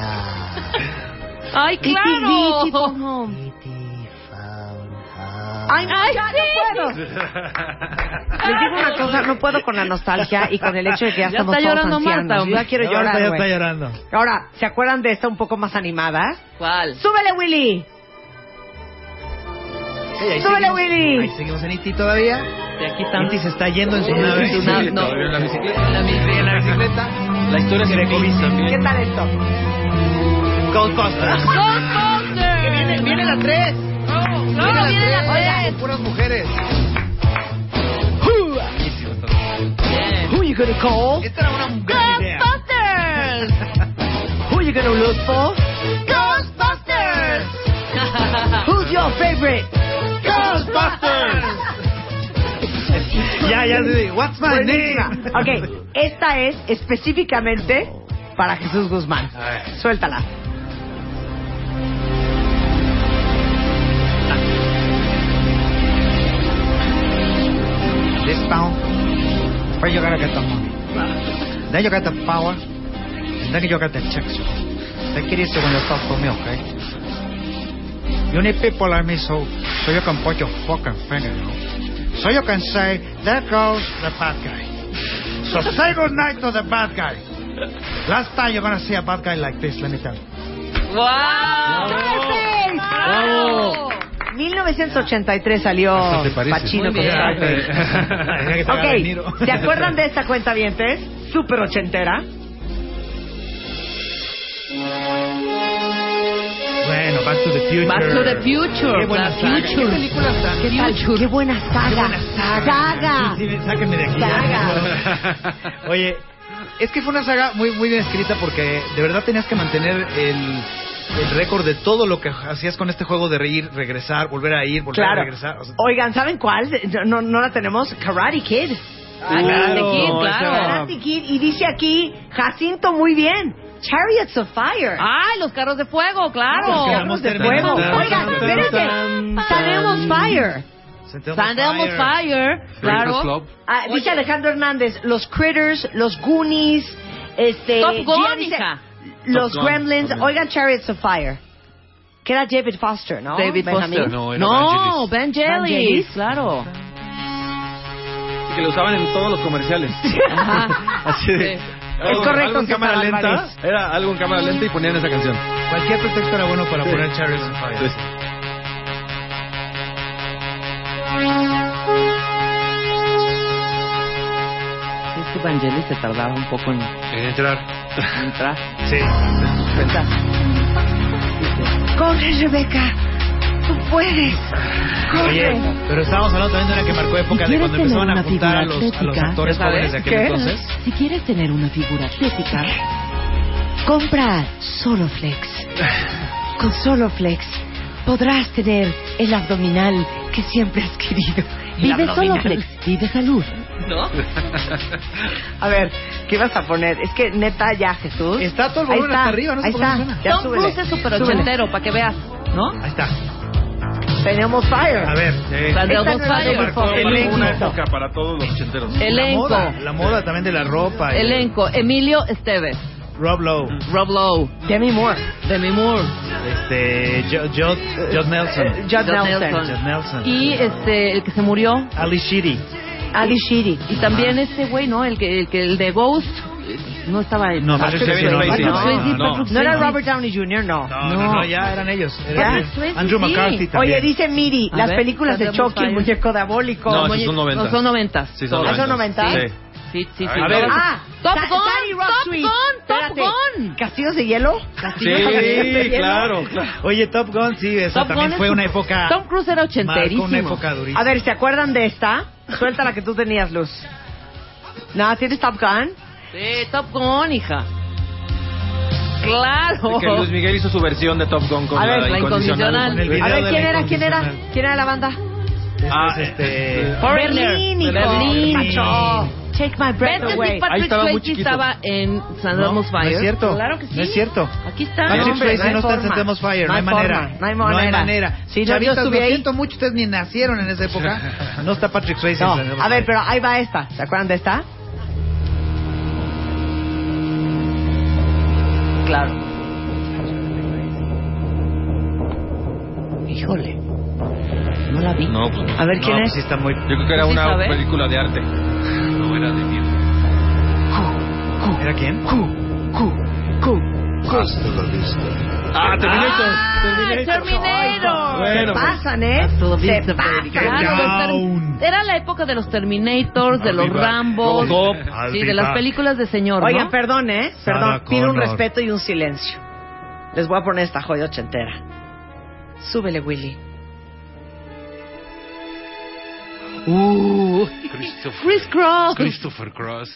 Ah,
¡Ay,
E.T.,
claro!
E.T., Go Home. Ay, no,
Ay,
ya
sí.
no puedo. Les digo una cosa, no puedo con la nostalgia y con el hecho de que ya,
Ya
estamos
está
todos
llorando
ancianos.
Marta,
Yo ya
hombre.
quiero
No,
llorar,
Marta ya
güey.
está
llorando.
Ahora, ¿se acuerdan de esta un poco más animada?
¿Cuál?
¡Súbele, Willy! ¡Súbele, Willy!
Ahí seguimos en E.T. todavía.
Y aquí
E.T. se está yendo en su
Sí,
nave.
en su nave, no.
Todavía en la bicicleta.
La bicicleta.
En la bicicleta.
La historia de Kubrick
¿Qué
también.
tal esto?
Ghostbusters.
¡Ghostbusters! Viene, viene la 3.
claro, viene la tres.
Oigan,
puras mujeres.
Who you gonna call?
Esta era una gran idea.
Ghostbusters! Who you gonna look for? Ghostbusters! Who's your favorite? Ghostbusters!
Ya, ya, sí, sí. What's my
Buenísima.
name?
Ok, esta es específicamente para Jesús Guzmán. Suéltala.
This town, where you gotta get the money. Then you got the power, and then you got the checks. Take it easy when you talk to me, okay? You need people like me so, so you can put your fucking finger, you know? So you can say, there goes the bad guy. So say good night to the bad guy. Last time you're gonna see a bad guy like this, let me tell you.
¡Scarface! 1983 salió
Hasta te parece.
Pachino
Muy
con
bien.
Scarface.
Ah, eh.
ok, ¿se acuerdan de esta cuenta vientes? Súper ochentera.
Bueno, Back to the Future.
Back to the Future.
Qué buena
la
saga.
Future.
¿Qué películas tan-
¿Qué tal? ¡Qué buena saga!
Qué buena
¡Saga!
Sí, sí, sáquenme de aquí. ya. Oye, es que fue una saga muy, muy bien escrita porque de verdad tenías que mantener el, el récord de todo lo que hacías con este juego de reír, regresar, volver a ir, volver
Claro.
a regresar. o sea,
Oigan, ¿saben cuál? No, no la tenemos. Karate Kid.
Ah, Karate Kid, claro.
Karate Kid. Y dice aquí, Jacinto, muy bien. Chariots of Fire.
¡Ay, Ah, los carros de fuego, claro!
Los carros Oh, de fuego. Oigan, espérense. Sanemos Fire.
Sandeamos Fire, claro.
Ah, dice Alejandro Hernández, los Critters, los Goonies, este...
Top Gun,
Gia dice,
hija.
Los
Top Gun,
Gremlins,
también.
oigan Chariots of Fire. Que era David Foster, ¿no?
David
Benjamín.
Foster.
No, era
No, Ben Jelly.
Vangelis.
Claro.
Que lo usaban en todos los comerciales. Así de...
Es
algo-
correcto,
algo en
César
cámara lenta.
Álvarez.
Era algo en cámara lenta y ponían esa canción.
Cualquier pretexto era bueno para
Sí.
poner Chariots of Fire.
Entonces,
Es que Vangelis se tardaba un poco en
entrar.
entrar.
Sí.
Corre, Rebeca. Tú puedes.
Oye,
Corre.
pero estábamos hablando también de una que marcó época de cuando empezaban a apuntar a los, a los actores jóvenes de aquel entonces.
Si quieres tener una figura atlética,
Compra Soloflex. Con Soloflex podrás tener el abdominal que siempre has querido.
El
Vive
abdominal.
Soloflex, vive salud.
¿No?
A ver, ¿qué vas a poner? Es que neta ya, Jesús. Está
todo el volumen hasta arriba, no sé
ahí
por qué
está.
no suena.
Ya
Tom
súbele,
Cruise es súper
súbele.
ochentero,
para que veas.
¿No? Ahí está.
Tenemos fire.
A ver, eh,
La de Esta Odofire. nueva
Fire.
de Odofire.
Elenco.
Una
época
para todos los ochenteros.
Elenco.
La moda, la moda también de la ropa. y-
Elenco, Emilio Esteves.
Rob Lowe.
Rob Lowe.
Demi Moore.
Demi Moore.
Este, Jo- Jo- Judd Nelson.
Judd Eh, Nelson.
Judd Nelson.
Y este, el que se murió,
Ali Sheedy.
Ali Shiri. Y también este güey, ¿no? El que, el que el de Ghost eh, no estaba en
No, Patrick Swayze no,
Patrick
no,
Swayze,
no.
Patrick
No era
Swayze.
Robert Downey Jr., no.
No, no, no, ya eran ellos. Eran
Ya.
ellos. Andrew McCarthy también.
Oye, dice Miri,
A
las
ver,
películas de
tenemos
Chucky, el
ahí.
muñeco diabólico.
No, esos son
Muñe-
noventas. No, son noventas. Sí, son
Ah,
noventas.
noventas?
Sí. Sí, sí, sí.
A ver. Ah,
Top
Sa-
Gun,
Sally Rock
Top
Sweet.
Gun, Top
Espérate.
Gun.
¿Castillos de hielo?
claro. Oye, Top Gun, sí, eso
Top
también
Gun
fue
es
una
un-
época...
Tom Cruise era ochenterísimo.
Marcó una época durísima.
A ver, ¿se acuerdan de esta? Suelta la que tú tenías, Luz. Nada, ¿tienes Top Gun?
Sí, Top Gun, hija. Claro.
Que Luis Miguel hizo su versión de Top Gun con
A ver, la
incondicional.
incondicional. Con el video
A ver,
de
¿quién
la
era? ¿Quién era? ¿Quién era la banda?
Ah,
este...
Foreigner.
Berlín, hijo.
Berlín.
Macho. Take my breath
¿Ves que
away.
sí, Patrick Swayze estaba en Sandamos
No, no
Fire?
es cierto.
Claro que sí.
No es cierto.
Aquí está.
Patrick
No, hombre,
Swayze no,
hay
está en
forma.
Sentemos Fire, no hay
forma.
manera.
No hay
No hay
manera.
manera.
Sí, no,
Chavitas,
yo
lo
estuve ahí.
siento mucho, ustedes ni nacieron en esa época. No está Patrick Swayze
No,
en Sentemos
Ah,
a ver,
Fire.
pero ahí va esta. ¿Se acuerdan de esta?
Claro.
Híjole. No la vi.
No, pues,
A ver,
no,
¿quién
pues
es?
sí
está muy...
Yo creo que era
¿Sí
una
sabe?
película de arte. No era de tiempo.
¿Era quién?
Hasta la vista. Ah, Terminator.
Ah.
Terminator. Terminator.
Bueno,
Se
pues.
pasan, ¿eh? Se pasan.
Claro,
Era la época de los Terminators, de los
Arriba.
Rambos,
Robocop.
sí, de las
Arriba.
películas de señor,
Oigan,
¿no?
perdón, ¿eh?
Sarah
Perdón. Pido un
Connor.
respeto y un silencio. Les voy a poner esta joya ochentera. Súbele, Willy. Uh.
Christopher,
Chris Cross.
Christopher Cross.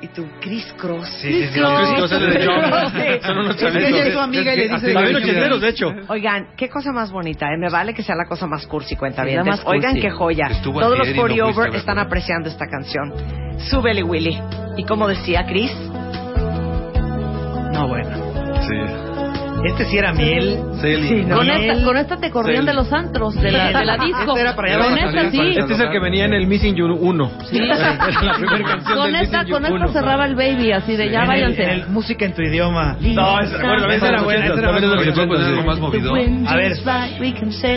Y tu Chris Cross.
Sí, sí, sí, no, Chris Cross es de John. Son unos
Es que ella
chavitos.
es su amiga y le
Es que-
dice-
también ochenteros, de hecho.
Oigan, qué cosa más bonita, ¿eh? Me vale que sea la cosa más cursi, cuenta
Es la más cursi.
Oigan, qué joya.
Estuvo
Todos los
ayer y no fuiste,
over
me
están
acuerdo.
apreciando esta canción. Súbele, Willy. Y como decía Chris,
No, bueno. Este sí era miel.
Sí,
Con esta, con esta te corrían
Sí.
de los antros, de la, de la disco.
Este era para allá
con
abajo.
esta sí.
Este es el que venía en el Missing You 1.
Sí.
la primera canción
Con
del
esta,
Missing You
con esta
1.
cerraba el baby, así de ya
En el- en
váyanse.
el música en tu idioma.
No, esa- bueno, esa era buena, esa era
También
buena.
es de los
Pues, algo más
movidón. A ver,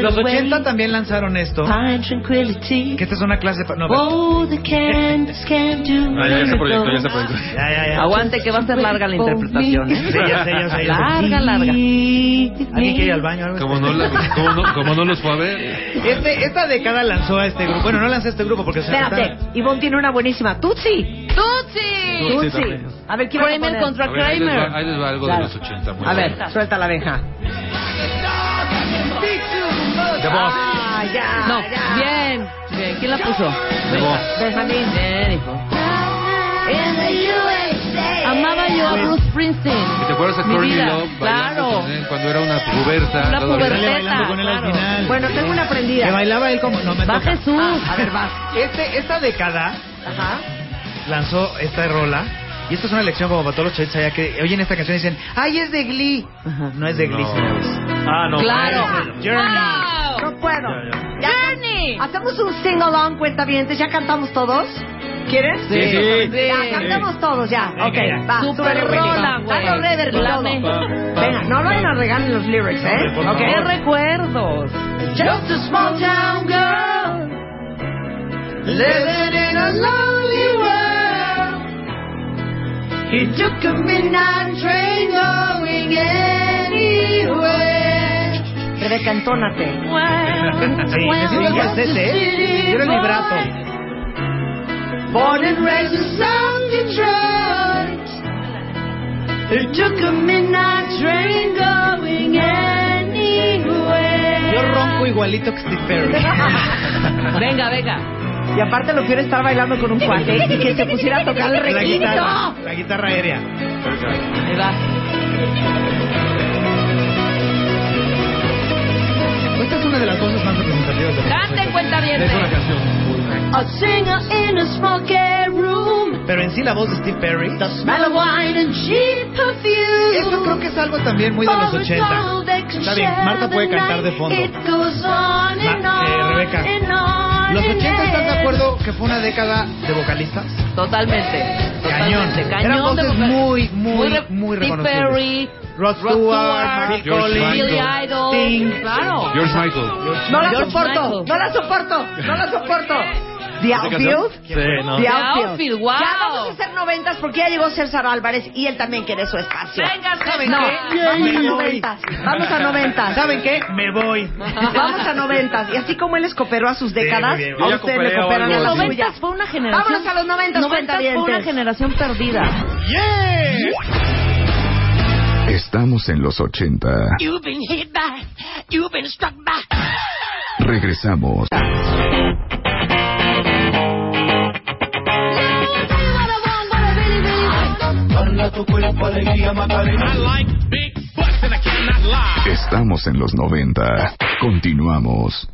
los 80 también lanzaron esto. Que esta es una clase... pa- No, pero-
Oh, the cans can do.
Ah, ya, ya se proyectó, ya se proyectó.
Ah,
Ya, ya, ya.
Aguante que va a ser larga la interpretación. ¿eh?
Sí, ya sé, ya sé, ya sé.
Larga, larga.
¿Alguien quiere ir al baño? o algo?
Como no, la- como no, como no los fue a ver.
Este, esta década lanzó a este grupo. Bueno, no lanzó a este grupo porque se
espérate. Ivonne tiene una buenísima. Tutsi.
¡Tutsi!
Tutsi.
también.
A ver, ¿quién va a
Kramer
poner?
contra
A ver, ahí les va- ahí les va algo de
Claro.
los 80. muy
A ver,
bueno.
suelta la abeja.
The Boss.
Ah, ya,
No,
ya.
bien, bien. ¿Quién la puso?
The Boss.
Benjamín. Bien, hijo. Amaba yo a Bruce Springsteen.
¿Te acuerdas a
Mi
Courtney
vida,
Love?
claro.
bailando con él Cuando era una puberta.
Una
todavía?
puberteta, Sale bailando con él al claro. final.
Bueno, tengo una prendida.
Que bailaba él como... No, me
Va
toca.
Jesús.
Ah, A ver, vas.
Este, esta década
Ajá.
lanzó esta rola. Y esto es una lección como para todos los chavitos allá que oyen esta canción y dicen, ¡ay, es de Glee! No es de Glee, señores. Ah, no.
Claro.
Ah,
Journey.
No puedo. Ya, can- ¿Hacemos un sing-along, cuentavientes? ¿Ya cantamos todos? ¿Quieres?
Sí. Sí.
Ya,
Sí.
cantamos todos, ya.
Venga,
ok,
ya.
va.
Super
súbele, Willy.
rola, güey.
Dale reverb y todo.
Lame.
Venga, no vayan a regalar los lyrics, ¿eh?
Hombre, por favor.
recuerdos! Just a small town girl Living in a lonely world He took a midnight train going anywhere Rebeca, entónate.
Sí, yo soy el falsete, ¿eh? Yo era el vibrato.
Born and raised in South Detroit. It took a midnight train going anywhere.
Yo ronco igualito que Steve Perry.
Venga, venga.
Y aparte lo quiero estar bailando con un cuate y que se pusiera a tocar el
La
requinto.
guitarra, la guitarra aérea.
Ahí
Esta es una de las cosas más representativas de
Date cuenta bien.
Es una canción.
A singer in a smoky room.
Pero en sí la voz de Steve Perry. eh,
Smell of wine and cheap perfume.
Eso creo que es algo también muy de los 80. Está bien, Marta puede cantar de fondo.
It goes on
Ma-
and
eh,
on
Rebeca,
and on
¿los
and
80 están de acuerdo que fue una década de vocalistas?
Totalmente.
Cañón.
Totalmente. Cañón
Eran voces
de vocales.
muy, muy,
re-
muy
Steve
reconocibles.
Perry,
Rod
Rod
Stewart,
Stewart,
Harvey
George
Collins,
Michael.
Billy Idol.
Sting.
Claro.
George Michael.
No la
George
soporto,
Michael.
no la soporto, no la soporto. The Outfield.
Sí, no.
The
Outfield,
Outfield.
wow.
Ya vamos a ser noventas porque ya llegó César Álvarez y él también quiere su espacio.
Venga,
¿Saben
César.
qué?
Yay.
Vamos a
Me voy.
noventas. Vamos a noventas.
¿Saben qué? Me voy.
Vamos a noventas. Y así como él les cooperó a sus décadas,
muy bien.
a
Yo ya
ustedes
cooperé
le
a
cooperan a
algo
la
así.
suya.
Noventas fue una generación.
Vámonos a los noventas,
Noventas fue una
cuentavientes.
generación perdida.
Estamos en los 80.
You've been hit by, you've been struck by.
Regresamos.
Dale a tu cuerpo alegría, Macarena. I like big butts and I cannot lie.
Estamos en los 90. Continuamos.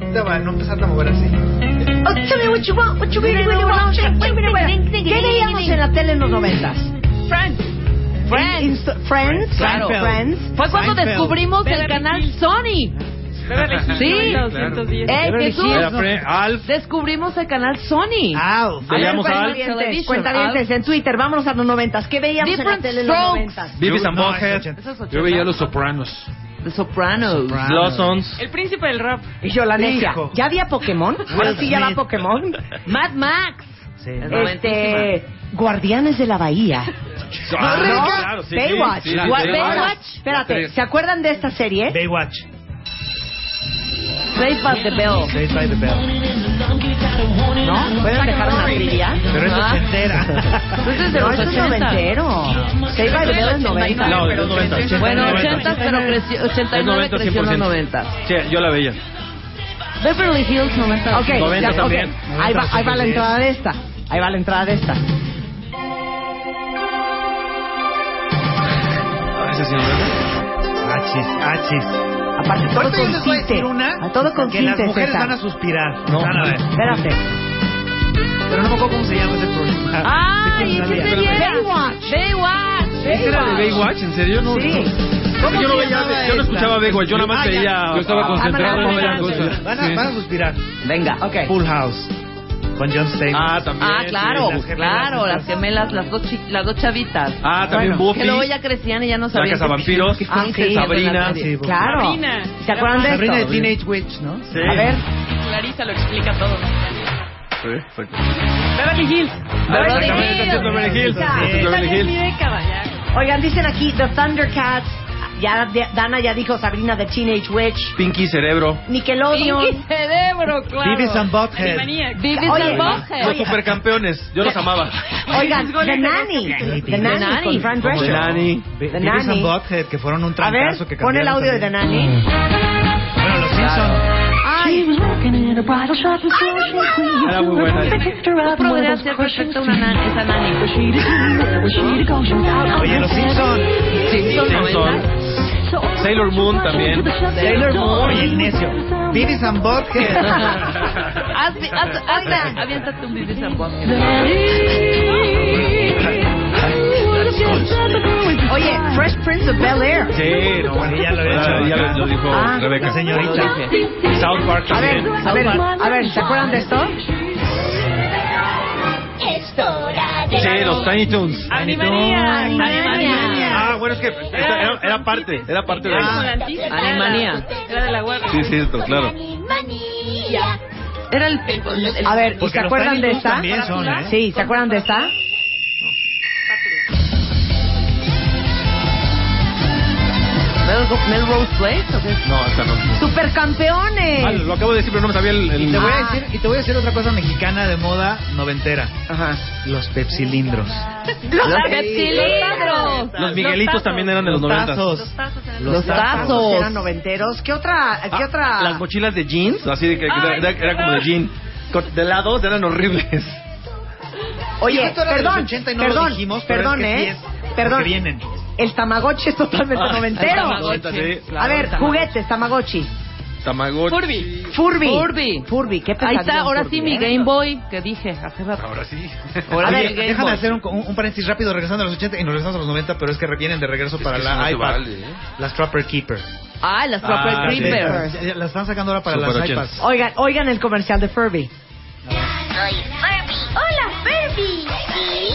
Ahorita van a empezar a mover así.
Oh, tell me what you want, what you really, really want. Tell me what you want. ¿Qué veíamos en la tele en los noventas?
Friends.
Friends. Friends.
Claro.
Friends.
Fue cuando
Seinfeld.
descubrimos el canal Sony. Sí. Eh,
Beverly
Jesús.
Hills. Era Fre-
Ah,
Alf.
Descubrimos el canal Sony.
Alf.
Te llamo Alf.
Television.
Cuentavientes en Twitter, vámonos a los noventas. ¿Qué veíamos
Ah. Different
en la tele en los
Strokes.
noventas?
Vivis and
No,
Butthead.
es 80.
Yo veía Los Sopranos.
Los Sopranos.
Lawson's.
El príncipe del rap.
Y yo, la neta,
Hijo.
¿ya había Pokémon? Ahora sí, ya va
Smith.
Pokémon.
Mad Max.
Sí.
Este, Guardianes de la Bahía.
Ah,
¿No?
no, claro, sí,
Baywatch.
sí, sí,
Gua-
sí,
Baywatch.
sí.
Espérate,
Tres.
¿se acuerdan de esta serie?
Baywatch.
Saved by the Bell.
Saved by the Bell.
¿No? ¿Pueden dejar una trivia?
Pero es
Ah.
ochentera.
Pues
Entonces Pues es de
No,
los
eso es
80.
noventero. Saved by the Bell es noventa.
No, es 90.
Bueno,
80.
80, pero creció, 89
Es 90,
creció en los
100%.
90.
Sí, yo la veía.
Beverly Hills 90.
Ok, ya,
90
ok.
también.
Ahí va, ahí va la entrada de esta. Ahí va la entrada de esta.
Esa sí, ¿no?
Achis, achis.
Aparte,
Ahorita
todo
yo les voy a
consiste.
decir una
A
que
todo
las
consiste,
mujeres
César.
van a suspirar.
No.
Van a ver.
Espérate.
Pero no me acuerdo cómo se llama ese programa.
¡Ay,
Sí,
esa
sabía.
serie era!
Baywatch.
Baywatch.
¿Esa era de Baywatch? ¿En serio? No,
Sí.
no. Yo no veía, yo no escuchaba Baywatch, yo nada más
Ah, ya.
veía...
Yo estaba concentrado en otra cosa.
Van a, van a suspirar.
Venga, ok.
Full House. Con John Stamos.
Ah, también.
Ah, claro,
las gemelas,
claro,
estas.
las gemelas, las dos, chi- las dos chavitas.
Ah, también
Que luego
Buffy.
ya crecían y ya no
La
sabían.
Casa
qué-
Vampiros.
qué- qué-
Ah, sí,
Sabrina.
Sí, pues.
Claro.
Sabrina.
¿Se acuerdan de
Sabrina de
esto?
Teenage Witch, ¿no?
Sí.
A ver.
Clarisa lo explica todo.
Sí, exacto.
Beverly Hills.
Ah,
Beverly
exactamente,
Hills.
es Beverly Hills.
Ah,
es Beverly Hills.
década ya.
Oigan, dicen aquí The Thundercats. Ya de- Dana ya dijo Sabrina the Teenage Witch.
Pinky Cerebro.
Nickelodeon.
Pinky cerebro, claro.
Beavis and Butthead.
Animaniacs.
Vives
Oye,
and Butthead.
Los supercampeones. Yo los amaba.
Oigan, The Nanny. The Nanny con Fran Drescher.
Nani.
Be-
The
Beavis
Nanny.
and Butthead, que fueron un
A
trancazo que
ver, pon el
cambiaron
audio de The
también.
Nanny.
Bueno, los Simpsons.
Ay,
Era muy buena.
Tú podrías ser perfecta una nana, esa nani.
Oye, los Simpsons.
Simpson
Simpson.
90.
Sailor Moon también.
Sailor Moon. Oye, Ignacio. Beavis and Butthead.
Haz, haz, haz, aviéntate un Vives and Butthead.
oye, Fresh Prince of Bel Air.
Sí, no, bueno,
Ya lo había hecho.
ya lo, lo dijo
Ah,
Rebeca.
la señorita.
South Park
A ver,
también.
a ver, a ver, ¿se acuerdan de esto?
Es hora de
Sí, los Tiny Toons.
Animaniacs. Animaniacs.
Ah, bueno, es que esta- era, Ah. era parte, era parte de
Ah,
Era
eso.
volantista,
Animaniacs.
Era de la web.
Sí, sí, esto, claro.
manía.
Era el, el, el-
A ver, ¿y
Porque
se
los
acuerdan
Tiny
de
Toons
esta?
también son, ¿eh?
Sí, ¿se acuerdan de esta?
Veo
Melgo- Melrose Place o qué?
No, hasta no.
¡Supercampeones!
Vale, lo acabo de decir, pero no me sabía el. el-
Y te, voy a
Ah.
decir, y te voy a decir otra cosa mexicana de moda noventera. Los pepsilindros.
Los
Los
pepsilindros.
Los Miguelitos también eran de los
Los
noventas.
tazos.
Los
Los tazos
tazos.
eran noventeros. ¿Qué otra?
Ah,
¿Qué otra?
Las mochilas de jeans, así de que era,
Ay,
era- era como de jean. Con- De lado eran horribles.
Dijo
Oye,
esto era de los
perdón,
80 y no lo
perdón,
dijimos, pero
perdón,
es que sí
¿eh?
es porque
Perdón.
vienen.
El Tamagotchi es totalmente
Ah, el
noventero.
Tamagotchi, sí, claro,
A ver,
el Tamagotchi.
juguetes, Tamagotchi.
Tamagotchi.
Furby.
Furby.
Furby, qué
Ahí
pesadilla
está,
un
ahora
Furby,
sí mi
¿eh?
Game Boy que dije hace rato.
Ahora sí.
Ahora
Oye,
el Game
déjame
Boy.
hacer un, un- un paréntesis rápido, regresando a los 80 y nos regresamos a los 90, pero es que vienen de regreso para
eso
la
no se
iPad.
vale, ¿eh?
Las Trapper Keepers.
Ah, las Trapper
Ah, sí.
Creepers.
Ya- ya Las están sacando ahora para
Super
las
ochentas.
iPads.
Oigan, oigan el comercial de Furby.
Soy Furby. Hola, Furby. Sí.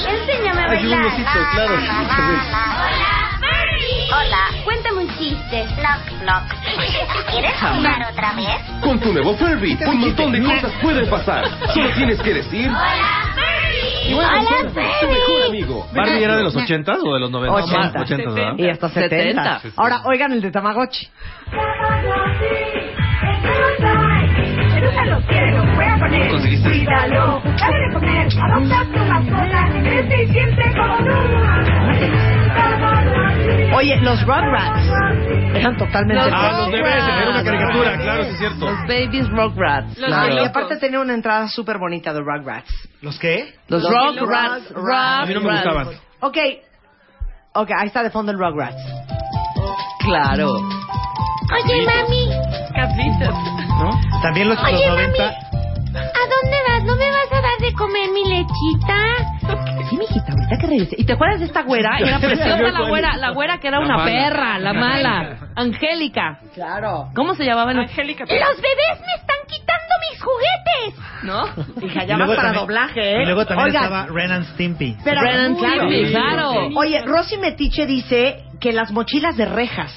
Enséñame a
Así un
bailar.
besito, claro.
Hola, Furby. Hola, cuéntame un chiste. Knock, knock. ¿Quieres jugar otra vez?
Con tu nuevo Furby, un montón de cosas pueden pasar. Solo tienes que decir.
Hola, Furby.
"Nuevo
Hola,
Furby, tu mejor
Furby.
amigo.
¿Barbie era de los 80 o de los 90?
80.
80, ¿verdad?
Y hasta 70. Ahora, oigan el de Tamagotchi.
¿Cómo conseguiste?
Cuídalo, dale de comer, adopta a tu mascota, crece y siempre con
Oye, los Rugrats eran totalmente.
Ah, los bebés, era una
Rugrats.
caricatura, claro, sí es cierto.
Los Babies Rugrats.
Claro, Y aparte tenía una entrada súper bonita de Rugrats.
¿Los qué?
Los
Rugrats,
Rugrats,
Rugrats. A mí no me gustaban.
Ok. Ok, ahí está de fondo el Rugrats.
Claro.
Oye, mami.
También los, los
Oye, mami.
90.
¿A dónde vas? ¿No me vas a dar de comer mi lechita?
Sí, mijita, ahorita que regrese. ¿Y te acuerdas de esta güera? Era preciosa la güera, la güera que era
La
una
mala.
perra, la mala. Angélica.
Claro.
¿Cómo se llamaba? Angélica.
Los bebés me están quitando mis juguetes.
¿No?
Hija,
Y
ya
luego
vas para
también-
doblaje, ¿eh?
Y luego también
Oigan,
estaba Ren and Stimpy.
Pero-
Brennan
Uy,
Cleary,
sí.
claro.
Oye, Rosy Metiche dice que las mochilas de rejas.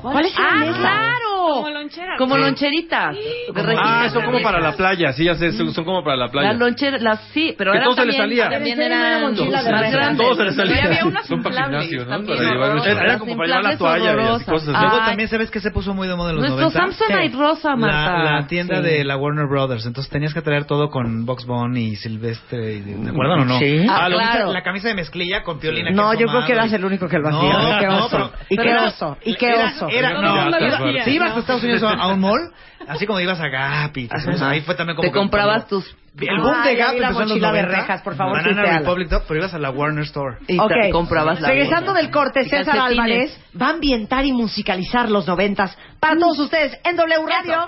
¿Cuáles eran
ah,
esas?
claro. Como
lonchera.
Como loncherita. De
Ah,
rejilla.
son como para la playa, sí, ya sé, son son como para la
Las
playa.
loncheras, las sí, pero
Que
eran
todo se les
también,
salía.
también
Pero era una
eran
mochila de
más
verdad.
grandes.
Todo se les salía.
Pero había unas
Son para
inflables
gimnasio, ¿no?
también,
Para llevar-
horrorosas.
era como para llevar la
Inflables
toalla y así,
horrorosas.
cosas así.
Luego
Ay,
también sabes que se puso muy de moda en los
Nuestro
90.
Samsonite rosa, Marta.
La, la tienda
Sí.
de la Warner Brothers. Entonces tenías que traer todo con Box Bunny y Silvestre. y- ¿Te acuerdan o no?
Sí. Ah,
lo que
claro.
hice- La camisa de mezclilla con piolina.
No,
que
yo creo que
asomaba
eras el único que lo
No,
hacía. qué
no,
oso.
pero-
y qué
pero-
oso. Y qué
era-
oso.
era- no,
Todo el mundo
iba-
lo hacía.
si ibas a Estados Unidos a, a un mall, así como ibas a Gap y entonces, ahí fue también como
Te
que
comprabas
cuando-
tus-
El boom
Ah,
de
ya
Gap
vi la
empezó en los
mochila de
90,
rejas, por favor, sí,
Banana
véala.
Republic, todo, pero ibas a la Warner Store.
Ok.
comprabas la
Regresando
bolsa.
del corte,
Y
César
calcetines.
Álvarez va a ambientar y musicalizar los noventas para todos ustedes en W Radio.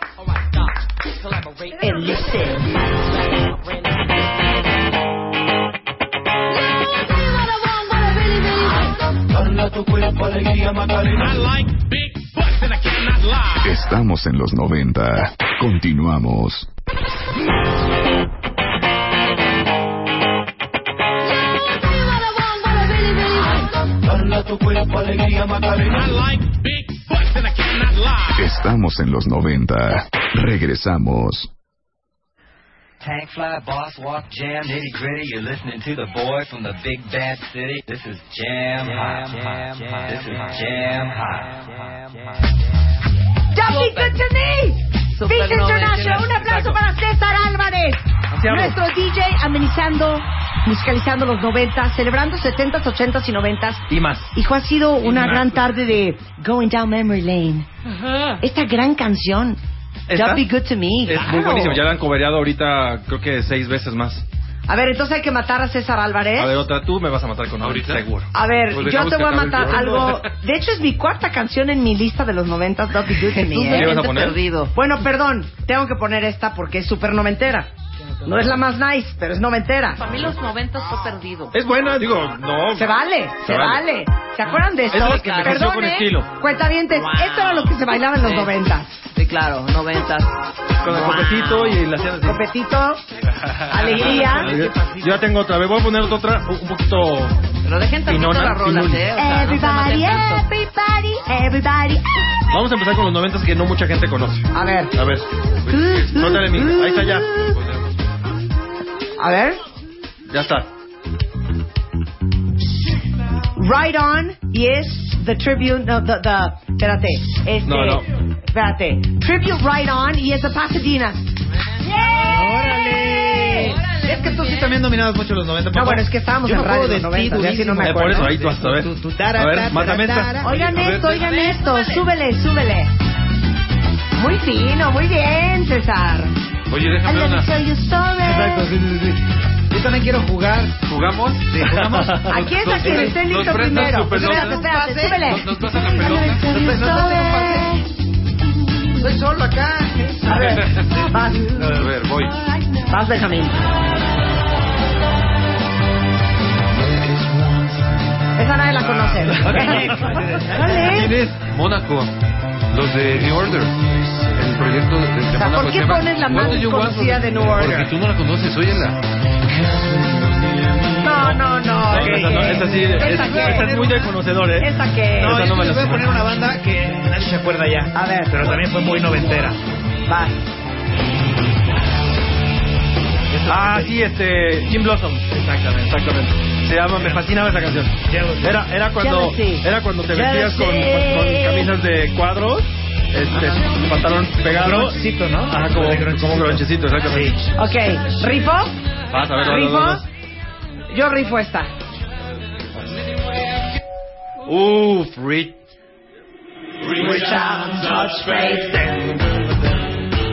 And listen.
Dale a tu cuerpo alegría, Macarena. I like big butts and I cannot lie.
Estamos en los 90. Continuamos.
Dale a tu cuerpo alegría, Macarena. I like big butts and I cannot lie.
Estamos en los 90. Regresamos.
Tank fly, boss walk, jam, nitty gritty. You're listening to the boy from the big bad city. This is jam, hot. This is jam hot.
David Courtney, Peace International. Un aplauso para César Álvarez.
amo.
Nuestro DJ amenizando, musicalizando los noventas, celebrando setentas, ochentas y noventas.
Y más.
Hijo, ha sido
Y
una
más.
gran tarde de Going Down Memory Lane. Esta gran canción.
¿Esta?
Don't Be Good to Me.
Es muy
claro.
buenísimo, ya la han cobereado ahorita creo que seis veces más.
A ver, entonces hay que matar a César
¿Eh?
Álvarez.
A ver, otra, tú me vas a matar con ahorita seguro.
A ver,
Pues
yo
dejamos
te
que
voy a
acabe el
matar
programa.
algo. De hecho, es mi cuarta canción en mi lista de los 90 Don't Be Good to Me.
Jesús,
¿eh?
¿qué ibas a poner?
Perdido. Bueno, perdón, tengo que poner esta porque es súper noventera. No es la más nice, pero es noventera.
Para mí los 90 fue perdido.
Es buena, digo, no.
Se vale, se
Se vale.
vale. ¿Se acuerdan de
Es
esto?
la que me nació
Perdón,
con
¿eh?
estilo.
Cuentavientes, esto era lo que se bailaba en los
Sí.
noventas.
Sí, claro, 90.
Con el copetito y la hacían así.
Copetito, alegría.
Yo ya tengo otra, vez voy a poner otra un un poquito.
Pero dejen tantito
Pinona,
las rolas,
pinuna.
¿eh? O sea, no se maten tanto.
everybody, everybody.
Vamos a empezar con los noventas que no mucha gente conoce.
A ver,
A ver,
Mm,
suéltale mi. Ahí está ya.
a ver.
Ya está.
Right on y es The Tribune, no, the, the, espérate, este,
No, no.
espérate, Tribune Right On y es de Pasadena.
¡Órale! Es que tú sí también dominabas mucho los 90.
No, bueno, es que estábamos
Yo
en
me
radio
acuerdo
en los
de ti,
90,
durísimo.
ya sí no me
Eh,
acuerdo.
Por eso ahí tú vas a ver. A ver, mátame esta.
Oigan
A ver.
esto, oigan esto, súbele, súbele. Muy fino, muy bien, César.
Oye, déjame
Ándale,
una.
soy yo, sobre.
Exacto, sí, sí, sí. Yo también quiero jugar.
¿Jugamos?
Sí, jugamos.
¿A quién es a
Nos-
quien
nos-
esté
nos
listo
prestas
primero?
tu pelota.
Espérate, espérate, súbele.
Nos- nos pasan la pelota.
Soy yo, sobre.
Soy solo acá.
A ver, vas.
A ver, voy.
Vas, Benjamín. Esa nadie la conoce.
Ah.
¿Cuál es?
¿Quién es? Mónaco. Los de New Order. El proyecto de, de
O sea,
Mónaco
¿por qué
se llama
pones la más
What Do You Want?
desconocida de New Order?
Porque tú no la conoces, óyela.
No, no, no.
No, esa no, esa sí,
¿Esta
esa-
qué?
esa es muy de conocedor, ¿eh?
¿Esta qué?
No,
Esa
yo
no me
les
la
voy a
sé.
poner una banda que nadie se acuerda ya.
A ver.
Pero también fue muy noventera.
Vas.
Ah, sí, este. Jim Blossom. Exactamente, exactamente. Se llama, me fascinaba esa canción. Era, era cuando,
Jealousy.
era cuando te vestías con, con,
Jealousy.
con camisas de cuadros, este, pantalón pegado.
Gronchecito, ¿no?
Ajá, como, como gronchecito, exactamente.
Ok, ¿rifo?
Vas a ver, vas,
¿Rifo?
vas, vas.
Yo rifo esta.
Uff, Rich.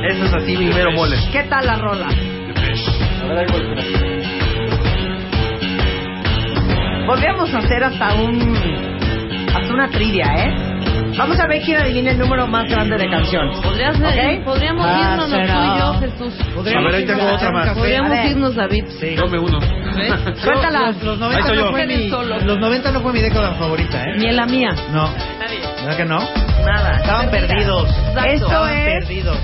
Eso es así, mi mero mole.
¿Qué tal la rola? Podríamos hacer hasta un... Hasta una trivia, ¿eh? Vamos a ver quién adivina el número más grande de canciones.
Podrías ser-
¿Ok?
Podríamos
Ah,
irnos
será.
tú y yo, Jesús.
Podríamos A ver, ahí irnos tengo a otra dar un más. café.
Ah, Podríamos
A ver.
irnos a VIP. Sí.
Yo me uno.
Suéltala.
Los, los 90 no fue mi, los 90 no fue mi década favorita, ¿eh?
Ni en la mía.
No. ¿Verdad que no?
Nada.
Estaban perdidos.
Esto
Estaban
es...
perdidos.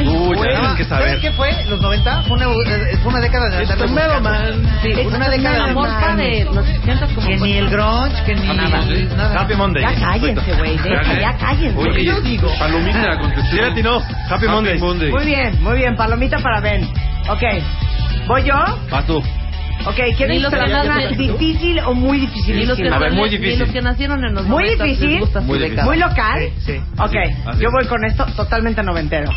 Uy, ya
Güey,
tienes que
¿sabes
saber.
qué fue? ¿Los 90? Fue una, eh, fue una década de andarle
It's the Mellow
buscando.
Man.
Sí, fue una década de
morfa de los 60 como...
Que ni el grunge, que ni
Nada.
nada.
Happy Monday.
Ya cállense, güey. Deja, ya cállense.
Oye,
Yo digo.
Palomita, contesté.
Sí, Betty, no. Happy Monday.
Muy bien, muy bien. Palomita para Ben. Ok. ¿Voy yo?
Vas tú.
Ok, ¿quieres
Ni los
que te la
demás,
ponga
¿no?
difícil o muy
Ni los que,
difícil?
A ver, muy
ni
difícil.
los que nacieron en los
Muy
90 les
difícil.
gusta su
Muy difícil.
década.
Muy local.
Sí.
Ok,
así
yo
es.
voy con esto totalmente noventero.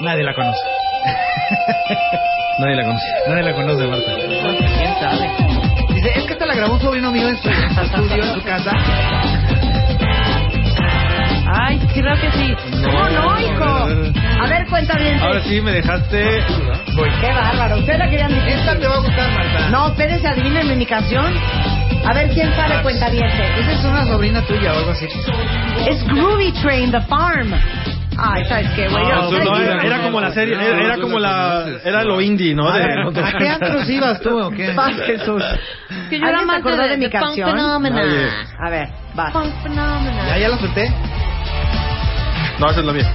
Nadie la conoce.
Nadie la conoce.
Nadie la conoce, Marta.
¿Quién sabe?
Dice, es que te la grabó un sobrino mío en su en su estudio, en su casa.
Ay, creo que sí.
¿Cómo no, hijo? A ver, cuenta bien.
Ahora sí me dejaste. Voy.
Qué bárbaro. Ustedes la querían
Esta
difícil.
te va a gustar, Marta.
No, espérense, adivinen mi canción. A ver quién sabe cuenta bien.
Esa es una sobrina tuya o algo así.
Es Groovy Train, The Farm. Ay, ¿sabes qué, güey? Yo
Ah,
No,
sé
no,
que-
era, era como la serie, era, era como la, era lo indie, ¿no? De-
¿A qué antros ibas tú o qué?
Vas, Jesús.
Que yo era
¿Alguien se
más
acordó de, mi
de Punk
canción?
Phenomena.
A ver, vas.
Punk Phenomena.
Ya, ya la solté.
No, esa es la mía.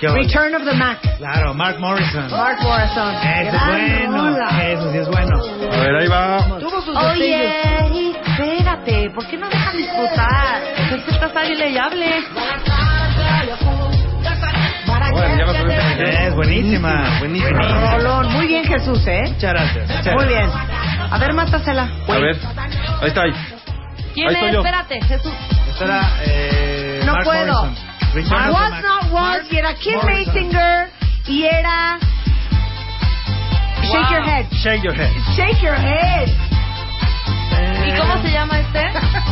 ¿Qué onda?
Return of the Mac.
Claro, Mark Morrison.
Mark Morrison.
Eso es
Gran
bueno.
rola.
Eso sí es bueno.
A ver, ahí va.
Tuvo sus destellos.
Oye, espérate, ¿por qué no dejan disfrutar? Es que estás águila y hable.
Bueno, ya me acordé.
Es buenísima. Buenísima.
Rolón. Muy bien, Jesús, ¿eh?
Muchas gracias. muchas
Muy
gracias.
bien. A ver, mátasela.
A ver, ahí está ahí.
¿Quién
Ahí estoy
es?
yo.
Espérate, Jesús.
Esta era, eh,
No
Mark
puedo.
Morrison. Return of the
was
Mac.
not was y era Kim Basinger y era Shake Your Head.
Shake your head.
Shake Your Head.
¿Y cómo se llama este?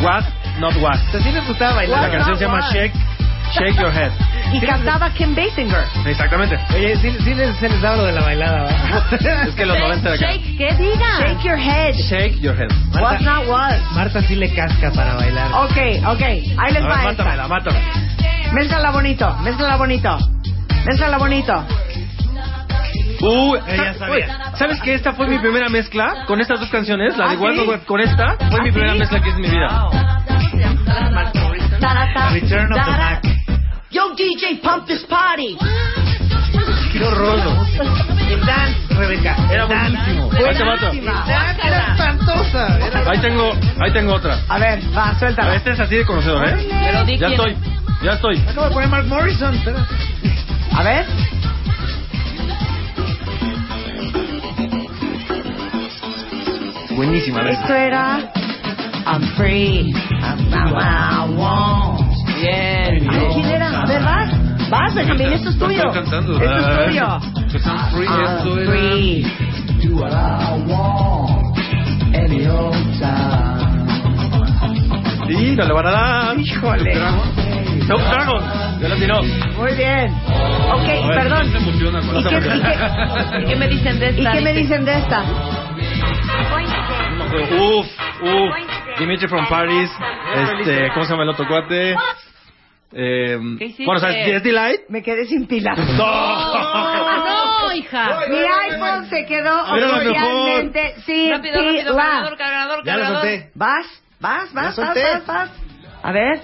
What, not what.
O sea, Eh, sí les gustaba bailar.
La canción se llama Shake, Shake your head.
Y cantaba Kim Basinger.
Exactamente.
Oye, sí, sí les, se les daba lo de la bailada, ¿verdad?
Es que los 90 era acá.
Shake, ¿qué diga?
Shake Your Head.
Shake your head.
Was
Marta,
not was.
Marta sí le casca para bailar.
Ok, ok. Ahí
A
les va
ver,
esta.
mátamela, mátamela.
Mézcala bonito, mézcala bonito. Mézcala bonito.
Uh,
Ella
sa-
sabía.
oye, ¿sabes que esta fue mi primera mezcla con estas dos canciones? La de
¿Ah,
What
sí?
Not What con esta fue mi
¿Ah,
primera
sí?
mezcla que es mi vida.
Tarata,
Return of the
tarata.
Mac.
Yo, DJ, pump this party.
Qué horror. El dance, Rebeca.
Era
el dance.
buenísimo. Ahí te va otra.
Buenísima.
Dance era espantosa. Era-
Ahí tengo, ahí tengo otra.
A ver, va,
A ver,
suéltala.
este es así de conocedor, ¿eh?
Pero di
Ya
quién
estoy,
es.
ya estoy.
Acabo de poner Mark Morrison. espérate.
A ver.
buenísima. ¿ves?
Esto era I'm free. I'm, I'm, I want. Bien. Ay, ¿quién era? A ver, vas. Vas, Benjamín, esto es tuyo.
Estoy cantando.
Esto es tuyo. Ah,
Están free, esto era-
Do what I want any old time.
Y no le van a dar. Híjole. Top Dragon. Ya la tiró.
Muy bien. Ok,
A ver,
perdón.
¿quién se emociona con
¿Y
esa
qué,
canción?
y qué- ¿Y qué me dicen de esta?
Uf, uf. Dimitri from Paris. Este, ¿cómo se llama el otro cuate? Eh, bueno, ¿sabes? ¿Tienes Delight?
Me quedé sin pilas.
No.
¡No, hija! Mi
Ay, ay,
iPhone se quedó
Era lo mejor.
oficialmente sin
Rápido, rápido,
pila.
cargador, cargador, Ya lo cargador. solté.
Vas, vas, vas, vas,
solté.
vas, vas. A ver.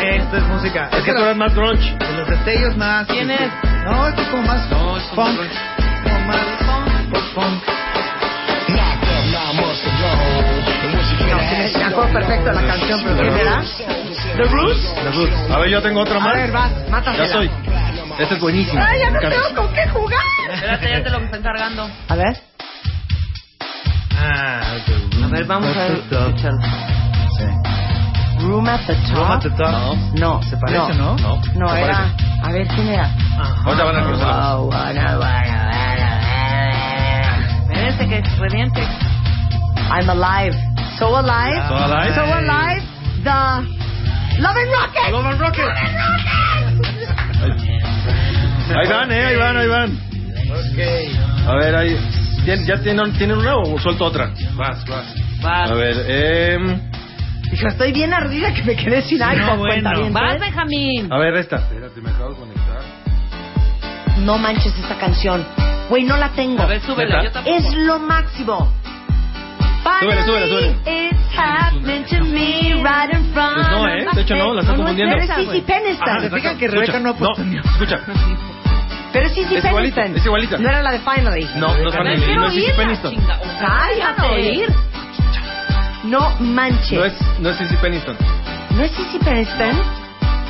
Esto es música. Es que esto es más grunge. De los destellos más. ¿Quién es? No, esto es como más. No, es funk. Como más funk. Funk.
No, sí me- me acuerdo perfecto la canción, pero ¿qué será?
The Roots. The Roots. A ver, yo tengo otra más.
A ver, vas, mátasela.
Ya soy. Esta Este es buenísima.
¡Ay, ya no
Can-
tengo con qué jugar!
Espérate, ya te lo están cargando.
A ver.
Ah,
A
ver, vamos a escuchar. Room at the top. Room at the top. No.
Se parece, ¿no?
No.
No,
Se
era.
parece.
A ver, ¿quién era?
Ahorita van a cruzar.
Wow, wanna, wanna, wanna, wanna. Espérense que es reviente. I'm alive. So alive.
So alive.
So alive. The Love and Rocket. Love and Rocket.
Ahí van, eh, ahí van, ahí van. A ver, ahí. ¿Tien- ¿Ya tienen, tienen una o suelto otra? Vas, vas.
Vas.
A ver, eh.
Hijo, estoy bien ardida que me quedé sin iPhone. cuenta bien. ¿eh?
Vas, Benjamín.
A ver, esta.
Espérate, me acabo de conectar.
No manches esta canción. Güey, no la tengo.
A ver, súbela, yo tampoco.
Es lo máximo.
Súbele, súbele, súbele.
Finally, It's happening to me right in front
Pues no, ¿eh?
of my
De hecho, no, la
face.
están confundiendo. Ah,
Pero es Sissy Peniston.
Ajá, escucha, No, escucha.
Pero es Sissy
Es igualita,
Peniston.
es igualita.
No era la de Finally.
No, no es
A ver,
Finally,
quiero
no es Sissy
oírla,
Peniston.
chinga. Cállate. oír. No manches.
No es, no es Sissy Peniston.
¿No es Sissy Peniston?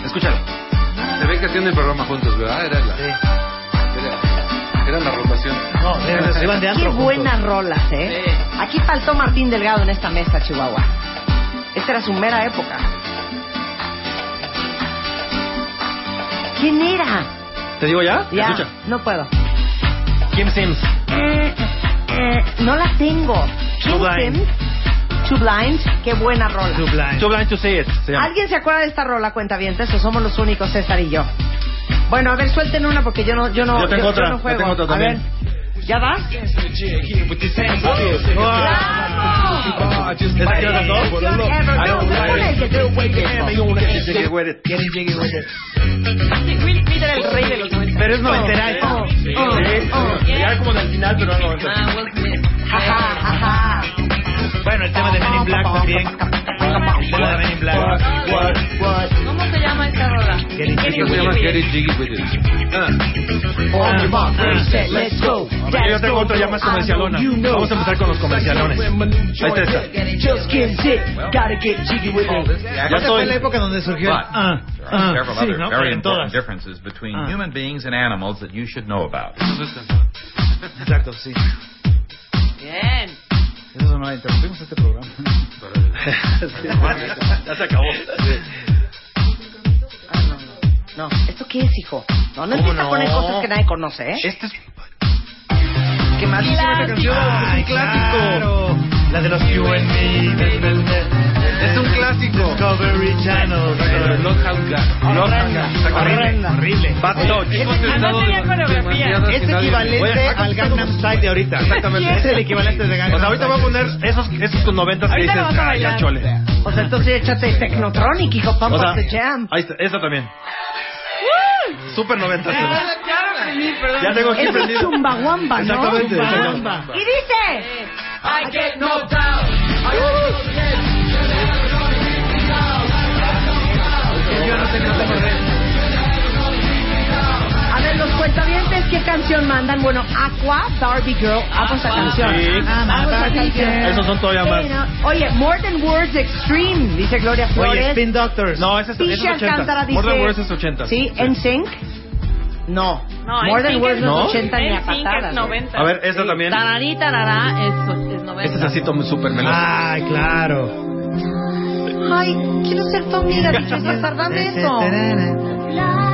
Escúchala.
Se ve que hacían el programa juntos, ¿verdad? Era la... Era, era la rotación.
No, era- se iban de
Qué
antro juntos.
buenas rolas, ¿eh? Aquí faltó Martín Delgado en esta mesa, Chihuahua. Esta era su mera época. ¿Quién era?
¿Te digo ya?
Ya,
Escucha.
no puedo.
Kim Sims.
Eh, eh, no la tengo.
Too Blind.
Kim Sims, Too Blind. Qué buena rola.
Too blind. Too blind to see it. Se llama.
¿Alguien se acuerda de esta rola, cuenta bien? Eso somos los únicos, César y yo. Bueno, a ver, suelten una porque yo no, yo no,
Yo tengo otra,
no
yo
juego.
tengo otra también.
A ver, ¿ya vas?
Peter el rey de los 90.
Pero es noventera esa. Sí, sí. Ya como del final, pero no noventera. Bueno, el tema de Men in Black también. El tema de Men in Black.
¿Cómo se llama esta rola?
Esto se llama Get It Jiggy
pues,
With It.
Oh,
Ah, ah.
let's go.
A ver, Yo tengo otro ya más
Ah,
comercialona. Vamos a empezar con los comercialones. Ahí está esta.
Just can't sit, gotta get jiggy with it.
Aparte fue la época donde surgió. el,
But
Ah,
there
ah,
are several
sí,
other
¿no?
very
En
important
todas.
differences between
Ah.
human beings and animals that you should know about.
Exacto, sí.
Bien.
Eso no interrumpimos este programa.
Ya se acabó.
No, ¿esto qué es, hijo? No, no empieza a poner cosas que nadie conoce, ¿eh?
Este es...
¿Qué más dice esta canción?
Ay, claro. La de los You and Me. Es un clásico. Discovery Channel. Horrenda. Horrible. Bad Touch. Es equivalente al Gangnam Style de ahorita.
Exactamente.
Es el equivalente de Gangnam
O sea, ahorita voy a poner esos, esos con noventas que
Ahorita
dices,
lo vas a
ay, ya
bailar".
chole.
O sea, entonces échate Technotronic, hijo, pump
O sea,
up the jam.
Ahí está, esa también. Super noventas. Ya tengo aquí
Ah, Eso
prendido.
Es Chumbawamba, ¿no?
Exactamente, exactamente.
Chumbawamba. Y dice...
I get no doubt. I
A ver, los cuentavientes, ¿qué canción mandan? Bueno, Aqua, Barbie Girl, amo esa canción.
Sí. Ah,
Amo esa
Barbie
canción.
Girl. Esos son todavía más.
Pero, Oye, More Than Words Extreme, dice Gloria
Oye,
Flores.
Spin Doctors. No, esa es, esa es
Tisha
80.
Alcántara dice...
More Than Words es 80.
Sí, NSYNC. No.
No,
More Than
NSYNC
Words
es-
no es
¿no?
80 ni a
NSYNC es
patadas.
90.
A ver, esta también.
Tararí, tarará, es, es 90.
Este es así como súper meloso.
Ay, claro.
Ay, quiero ser tu amiga, DJ César, dame eso.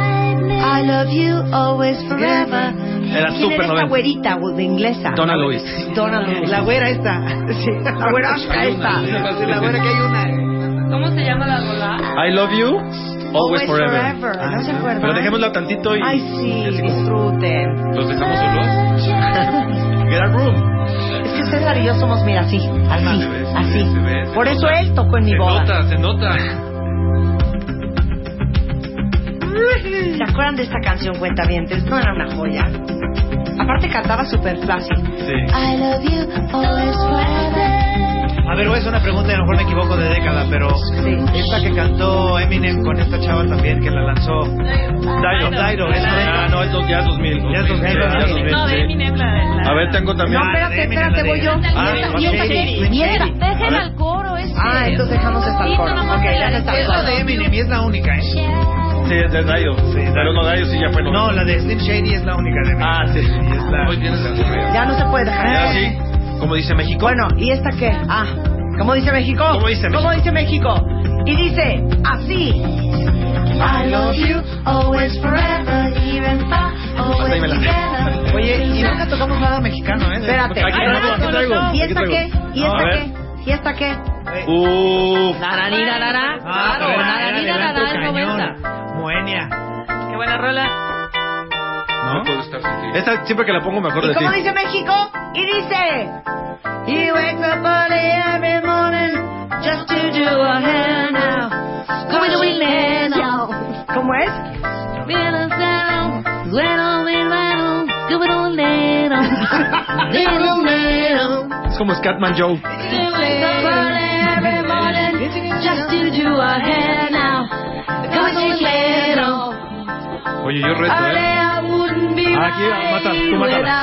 I love you always forever.
Era
¿Quién
súper
era esta
noventa.
güerita o de inglesa?
Donna Lewis.
Donna Lewis.
La güera esta.
Sí, la güera esta. esta.
La güera que hay eh.
una.
¿Cómo se llama la bola?
I love you, always forever.
¿No se acuerdan?
Pero dejémosla tantito y.
Ay, sí, disfruten.
¿Los dejamos solos? Get a room.
Es que César y yo somos, mira, así, así, así. Por eso
nota.
él tocó en mi
Se
boda.
nota, se nota.
¿Se acuerdan de esta canción, Cuentavientes? No era una joya. Aparte cantaba súper fácil. I love you always forever.
A ver, voy a hacer una pregunta y a lo mejor me equivoco de década, pero esta que cantó Eminem con esta chava también que la lanzó. Dairo, Dairo, es
Ah, no, es dos- ya es 2000. Ya es 2000. ya es 2000,
No, de
sí.
Eminem la de la...
A ver, tengo también.
No, espérate, espérate, voy yo.
Ah,
Nieta,
ok.
nieta,
Sí,
nieta.
sí. A ver.
coro, es.
Ah, entonces dejamos esta al coro. Ok, ya está al
Es
coro.
la de Eminem y es la única, ¿eh?
Sí, es de Dayo. Pero no, Dayo sí ya fue.
No, la de Slim Shady es la única de Eminem.
Ah, sí. Hoy tienes el
Ya no se puede dejar.
Ya sí. Como dice México.
Bueno, ¿y esta qué? Ah, ¿cómo dice México? ¿Cómo dice México? Y dice así. I love you always forever, even far, always together.
Oye, y nunca tocamos nada mexicano, ¿eh?
Espérate.
Aquí traigo, aquí traigo,
¿Y
aquí
esta
traigo.
qué? ¿Y
No, a
esta
ver.
qué? ¿Y esta qué?
Uf.
Tararí,
Ah,
tarará. Claro, tararí, tarará, es 90.
Moenia.
Qué buena rola.
No puedo estar sin ti. Esta siempre que la pongo me acuerdo de
¿Y
ti.
cómo dice México? Y dice. You wake up early every morning just to do a handout. ¿Cómo es? ¿Cómo es?
Es como Scatman Joe. Oye, yo reto, ¿eh? Ah, Aquí, mata, tú mátala.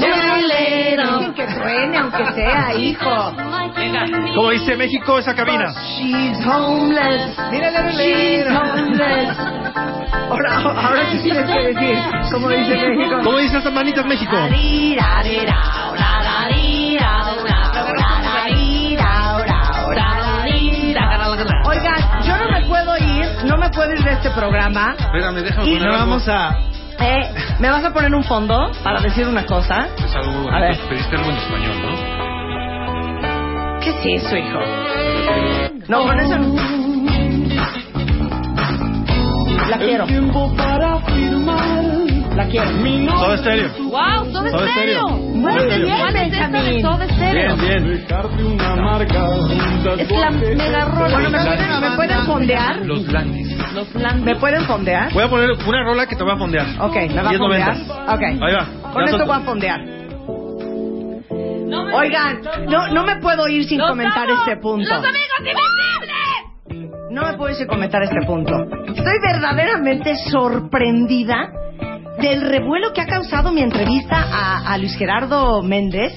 Dicen que suene, aunque sea, hijo.
¿Cómo dice México esa cabina?
She's homeless. Mírala, She's homeless. Ahora, ahora sí tienes que decir, como dice México.
¿Cómo dice esas manitas México?
Oigan, yo no me puedo ir, no me puedo ir de este programa.
Espérame, déjame
Y
poner
no
algo.
vamos
a...
Eh, ¿Me vas a poner un fondo para decir una cosa?
Es algo muy
A ver.
bonito. Pediste algo en español, ¿no?
¿Qué es eso, hijo? No, con eso no. La quiero. La quiero.
Todo estéreo.
¡Wow! ¡Todo
Todo
es
estéreo.
serio!
Todo estéreo.
¿Cuál es esta de todo es serio?
Bien, bien.
Es la mega rola.
Bueno, ¿me pueden, me pueden fondear?
Los blandes.
Los blandos.
¿Me pueden fondear?
Voy a poner una rola que te va a fondear.
Ok, me va a
10.90.
fondear.
Ahí
Ok.
va.
Con
Ya
esto
son-
voy a fondear. Oigan, no, no me puedo ir sin comentar este punto.
¡Los amigos invisibles!
No me puedo ir sin comentar este punto. Estoy verdaderamente sorprendida del revuelo que ha causado mi entrevista a, a Luis Gerardo Méndez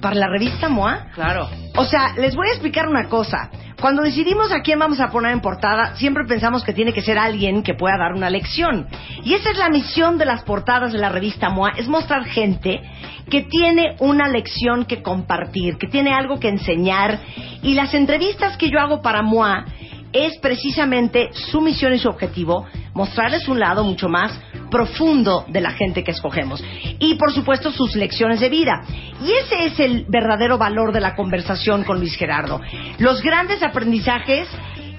para la revista MOA.
Claro.
O sea, les voy a explicar una cosa. Cuando decidimos a quién vamos a poner en portada, siempre pensamos que tiene que ser alguien que pueda dar una lección. Y esa es la misión de las portadas de la revista MOA, es mostrar gente que tiene una lección que compartir, que tiene algo que enseñar. Y las entrevistas que yo hago para MOA es precisamente su misión y su objetivo, mostrarles un lado mucho más profundo de la gente que escogemos. Y, por supuesto, sus lecciones de vida. Y ese es el verdadero valor de la conversación con Luis Gerardo. Los grandes aprendizajes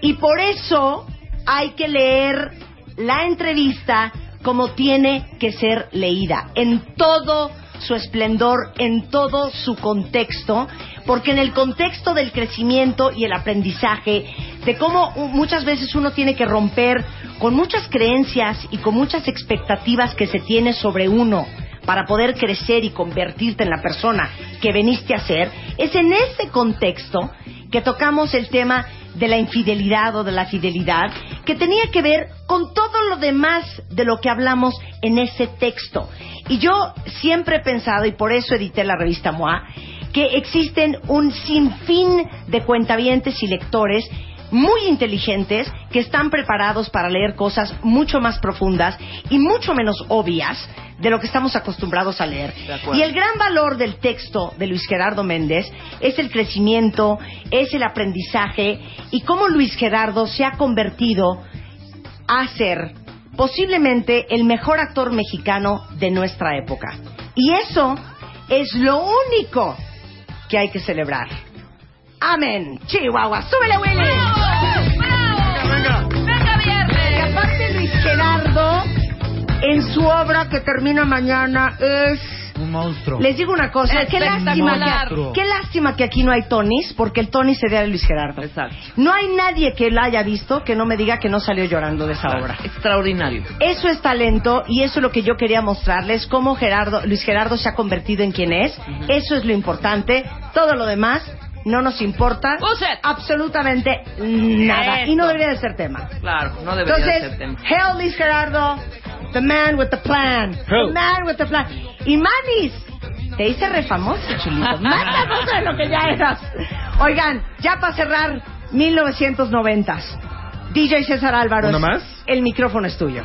y por eso hay que leer la entrevista como tiene que ser leída, en todo su esplendor, en todo su contexto, porque en el contexto del crecimiento y el aprendizaje, de cómo u- muchas veces uno tiene que romper con muchas creencias y con muchas expectativas que se tiene sobre uno para poder crecer y convertirte en la persona que veniste a ser, es en este contexto que tocamos el tema de la infidelidad o de la fidelidad, que tenía que ver con todo lo demás de lo que hablamos en ese texto. Y yo siempre he pensado, y por eso edité la revista MOA, que existen un sinfín de cuentavientes y lectores muy inteligentes que están preparados para leer cosas mucho más profundas y mucho menos obvias de lo que estamos acostumbrados a leer.
acuerdo.
Y el gran valor del texto de Luis Gerardo Méndez es el crecimiento, es el aprendizaje y cómo Luis Gerardo se ha convertido a ser posiblemente el mejor actor mexicano de nuestra época. Y eso es lo único que hay que celebrar. Amén. Chihuahua, súbele Willy.
¡Bravo! ¡Venga, viernes!
Y aparte Luis Gerardo, en su obra que termina mañana, es
Un monstruo.
les digo una cosa, qué lástima, que,
Monstruo.
qué lástima que aquí no hay Tonis, porque el Tony se da a Luis Gerardo. No hay nadie que la haya visto que no me diga que no salió llorando de esa obra.
Extraordinario.
Eso es talento y eso es lo que yo quería mostrarles, cómo Gerardo, Luis Gerardo se ha convertido en quien es. Eso es lo importante. Todo lo demás no nos importa absolutamente nada. Y no debería de ser tema.
Claro, no debería
Entonces,
ser tema.
hail Luis Gerardo, the man with the plan, the
Hail.
man with the plan. Y Manis, te hice re famoso, chulito. Más famoso de lo que ya eras. Oigan, ya para cerrar, 1990s. DJ César Álvaro.
¿Una
es-
más?
El micrófono es tuyo.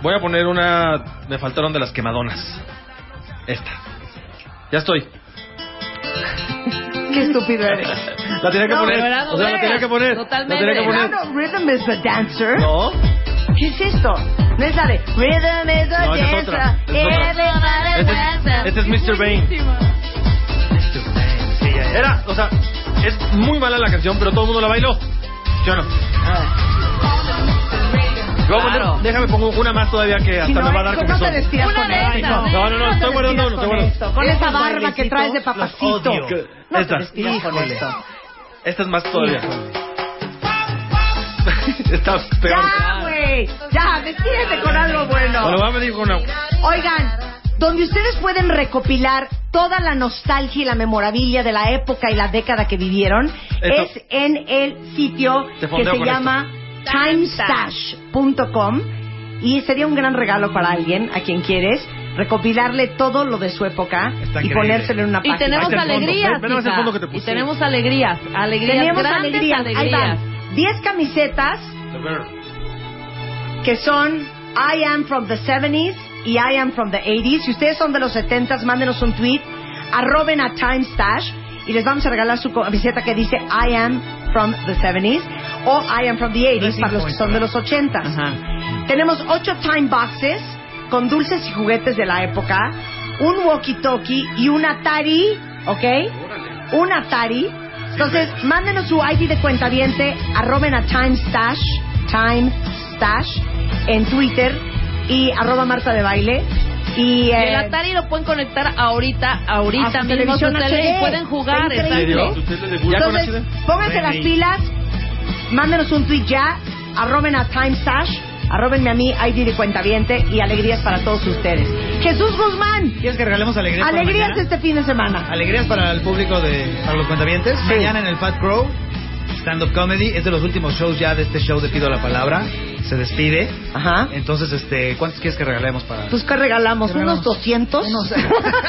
Voy a poner una. Me faltaron de las quemadonas. Esta. Ya estoy.
Qué estúpido eres.
La tenía que poner. o sea, la tenía que poner. La tenía que poner.
Claro, Rhythm is the dancer.
No.
¿Qué es esto? No es la de Rhythm is the
No, esa es
dancer.
otra, esa es otra. Este
Everybody
es-
dance.
este es Mr. Bane. Era, o sea, es muy mala la canción, pero todo el mundo la bailó. Yo no. Luego, Déjame pongo una más todavía que hasta
Si no,
me va a dar
¿cómo te
comezón.
despidas con esto?
Ay, no, no, no,
¿Cómo ¿eh? te
estoy guardando
despidas
uno, estoy
con
guardando.
esto? Con
Estos
esa barba que
bailecitos
traes de
los
papacito.
odio.
No te
Estas.
despidas con
Híjole.
esto.
Esta es más todavía. Está peor.
Ya, güey. Ya, despídete con algo bueno.
Bueno, voy a venir con una.
Oigan, donde ustedes pueden recopilar toda la nostalgia y la memorabilia de la época y la década que vivieron
Esto.
es en el sitio
Te
que
fondeo
se
con
llama timestash.com y sería un gran regalo para alguien, a quien quieres, recopilarle todo lo de su época y
increíble.
ponérselo en una
Y
página.
tenemos alegrías, hija. Y tenemos alegrías, alegrías,
Tenemos
grandes
alegrías. Ahí van. 10 camisetas que son I am from the 70s y I am from the 80s. Si ustedes son de los 70s, mándenos un tweet, arroben a Timestash y les vamos a regalar su camiseta que dice I am from the 70s o I am from the 80s para los que son de los 80s. Tenemos 8 time boxes con dulces y juguetes de la época, un walkie-talkie y un Atari, ¿ok? Un Atari. Entonces, mándenos su ID de cuenta diente, arroben a Timestash, Timestash, en Twitter y arroba Marta de Baile. Y,
Y el
eh,
Atari lo pueden conectar ahorita,
a
ahorita
su
mismo.
televisión
su tele
HD.
y pueden jugar,
Está increíble.
exacto.
Entonces, pónganse las pilas, mándenos un tweet ya, arroben a Timestash, arrobenme a mí, ID de cuenta viente y alegrías para todos ustedes. Jesús Guzmán.
¿Quieres que regalemos alegrías? para
Alegrías
mañana?
este fin de semana.
Alegrías para el público de para los cuentavientes. Mañana en el Fat Crow, stand-up comedy. Es de los últimos shows ya de este show de Pido la Palabra. Se despide.
Ajá.
Entonces, este, ¿cuántos quieres que regalemos para...?
Pues que regalamos
¿Qué
unos 200.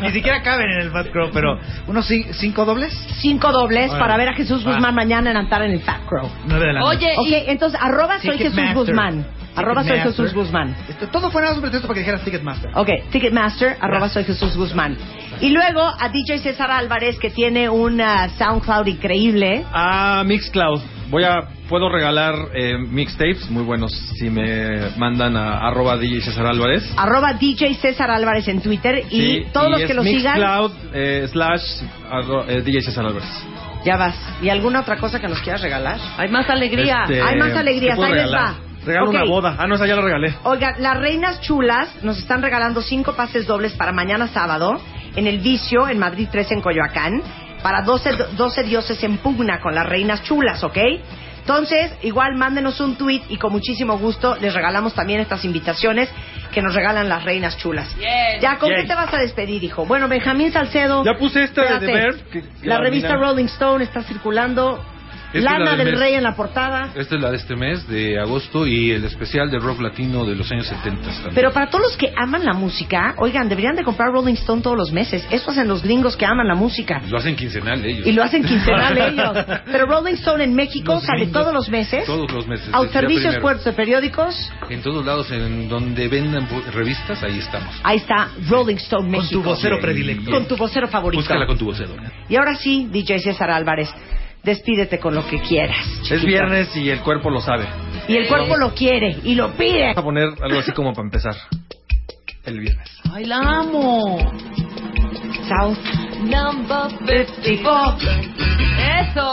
Ni siquiera caben en el Fat Crow, pero unos cin- cinco dobles.
Cinco dobles
Órale.
para ver a Jesús
Va.
Guzmán mañana en Antar en el Fat Crow.
Nueve de la noche.
Ok, entonces arroba soy Jesús
Ticketmaster.
Guzmán. Arroba soy
Ticketmaster.
Jesús Guzmán.
Este, todo fue nada más un pretexto para que dijeras Ticketmaster.
Ok, Ticketmaster, arroba soy Jesús Guzmán. Y luego a DJ César Álvarez que tiene un ah, SoundCloud increíble.
Ah, Mixcloud. Voy a, puedo regalar eh, mixtapes muy buenos si me mandan a arroba DJ César Álvarez.
Arroba DJ César Álvarez en Twitter y
Sí,
todos los
es
que lo sigan.
Mixcloud eh, slash arro- eh, DJ César Álvarez.
Ya vas. ¿Y alguna otra cosa que nos quieras regalar?
Hay más alegría.
Este,
Hay más alegrías.
¿qué puedo
Ahí les
regalar?
va.
Regalo
Ok.
una boda. Ah, no, esa ya la regalé.
Oigan, las reinas chulas nos están regalando cinco pases dobles para mañana sábado en el Vicio, en Madrid 3, en Coyoacán, para 12, do- 12 dioses en pugna con las reinas chulas, ¿ok? Entonces, igual mándenos un tweet y con muchísimo gusto les regalamos también estas invitaciones que nos regalan las reinas chulas. Ya, ¿con
Yes.
qué te vas a despedir, hijo? Bueno, Benjamín Salcedo.
Ya puse esta de
espérate.
Verve, que- que
la
la
revista
mina-
Rolling Stone está circulando.
Esta es la
Lana
del
del
mes.
Rey en la portada.
Esta es la de este mes, de agosto, y el especial de rock latino de los años 70 también.
Pero para todos los que aman la música, oigan, deberían de comprar Rolling Stone todos los meses. Eso hacen los gringos que aman la música.
Lo hacen quincenal ellos.
Y lo hacen quincenal ellos. Pero Rolling Stone en México sale todos los meses.
Todos los meses.
A
desde el
servicios
primero.
puertos de periódicos,
En todos lados, en donde vendan pu- revistas, ahí estamos.
ahí está Rolling Stone México.
tu vocero predilecto.
Con tu vocero favorito.
Búscala con tu vocero.
Y ahora sí, DJ César Álvarez, despídete con lo que quieras.
Es viernes y el cuerpo lo sabe.
Y el cuerpo lo quiere y lo pide.
Vamos a poner algo así como para empezar. El viernes.
¡Ay, la amo!
South
Number 54. ¡Eso!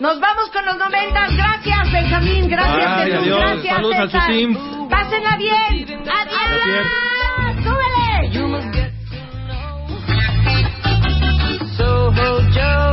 Nos vamos con los 90. Gracias, Benjamín. Gracias,
Ay,
Jesús.
adiós.
Gracias,
Saludos al
César.
Susim.
Pásenla bien. Adiós. Súbele.
Soho Joe.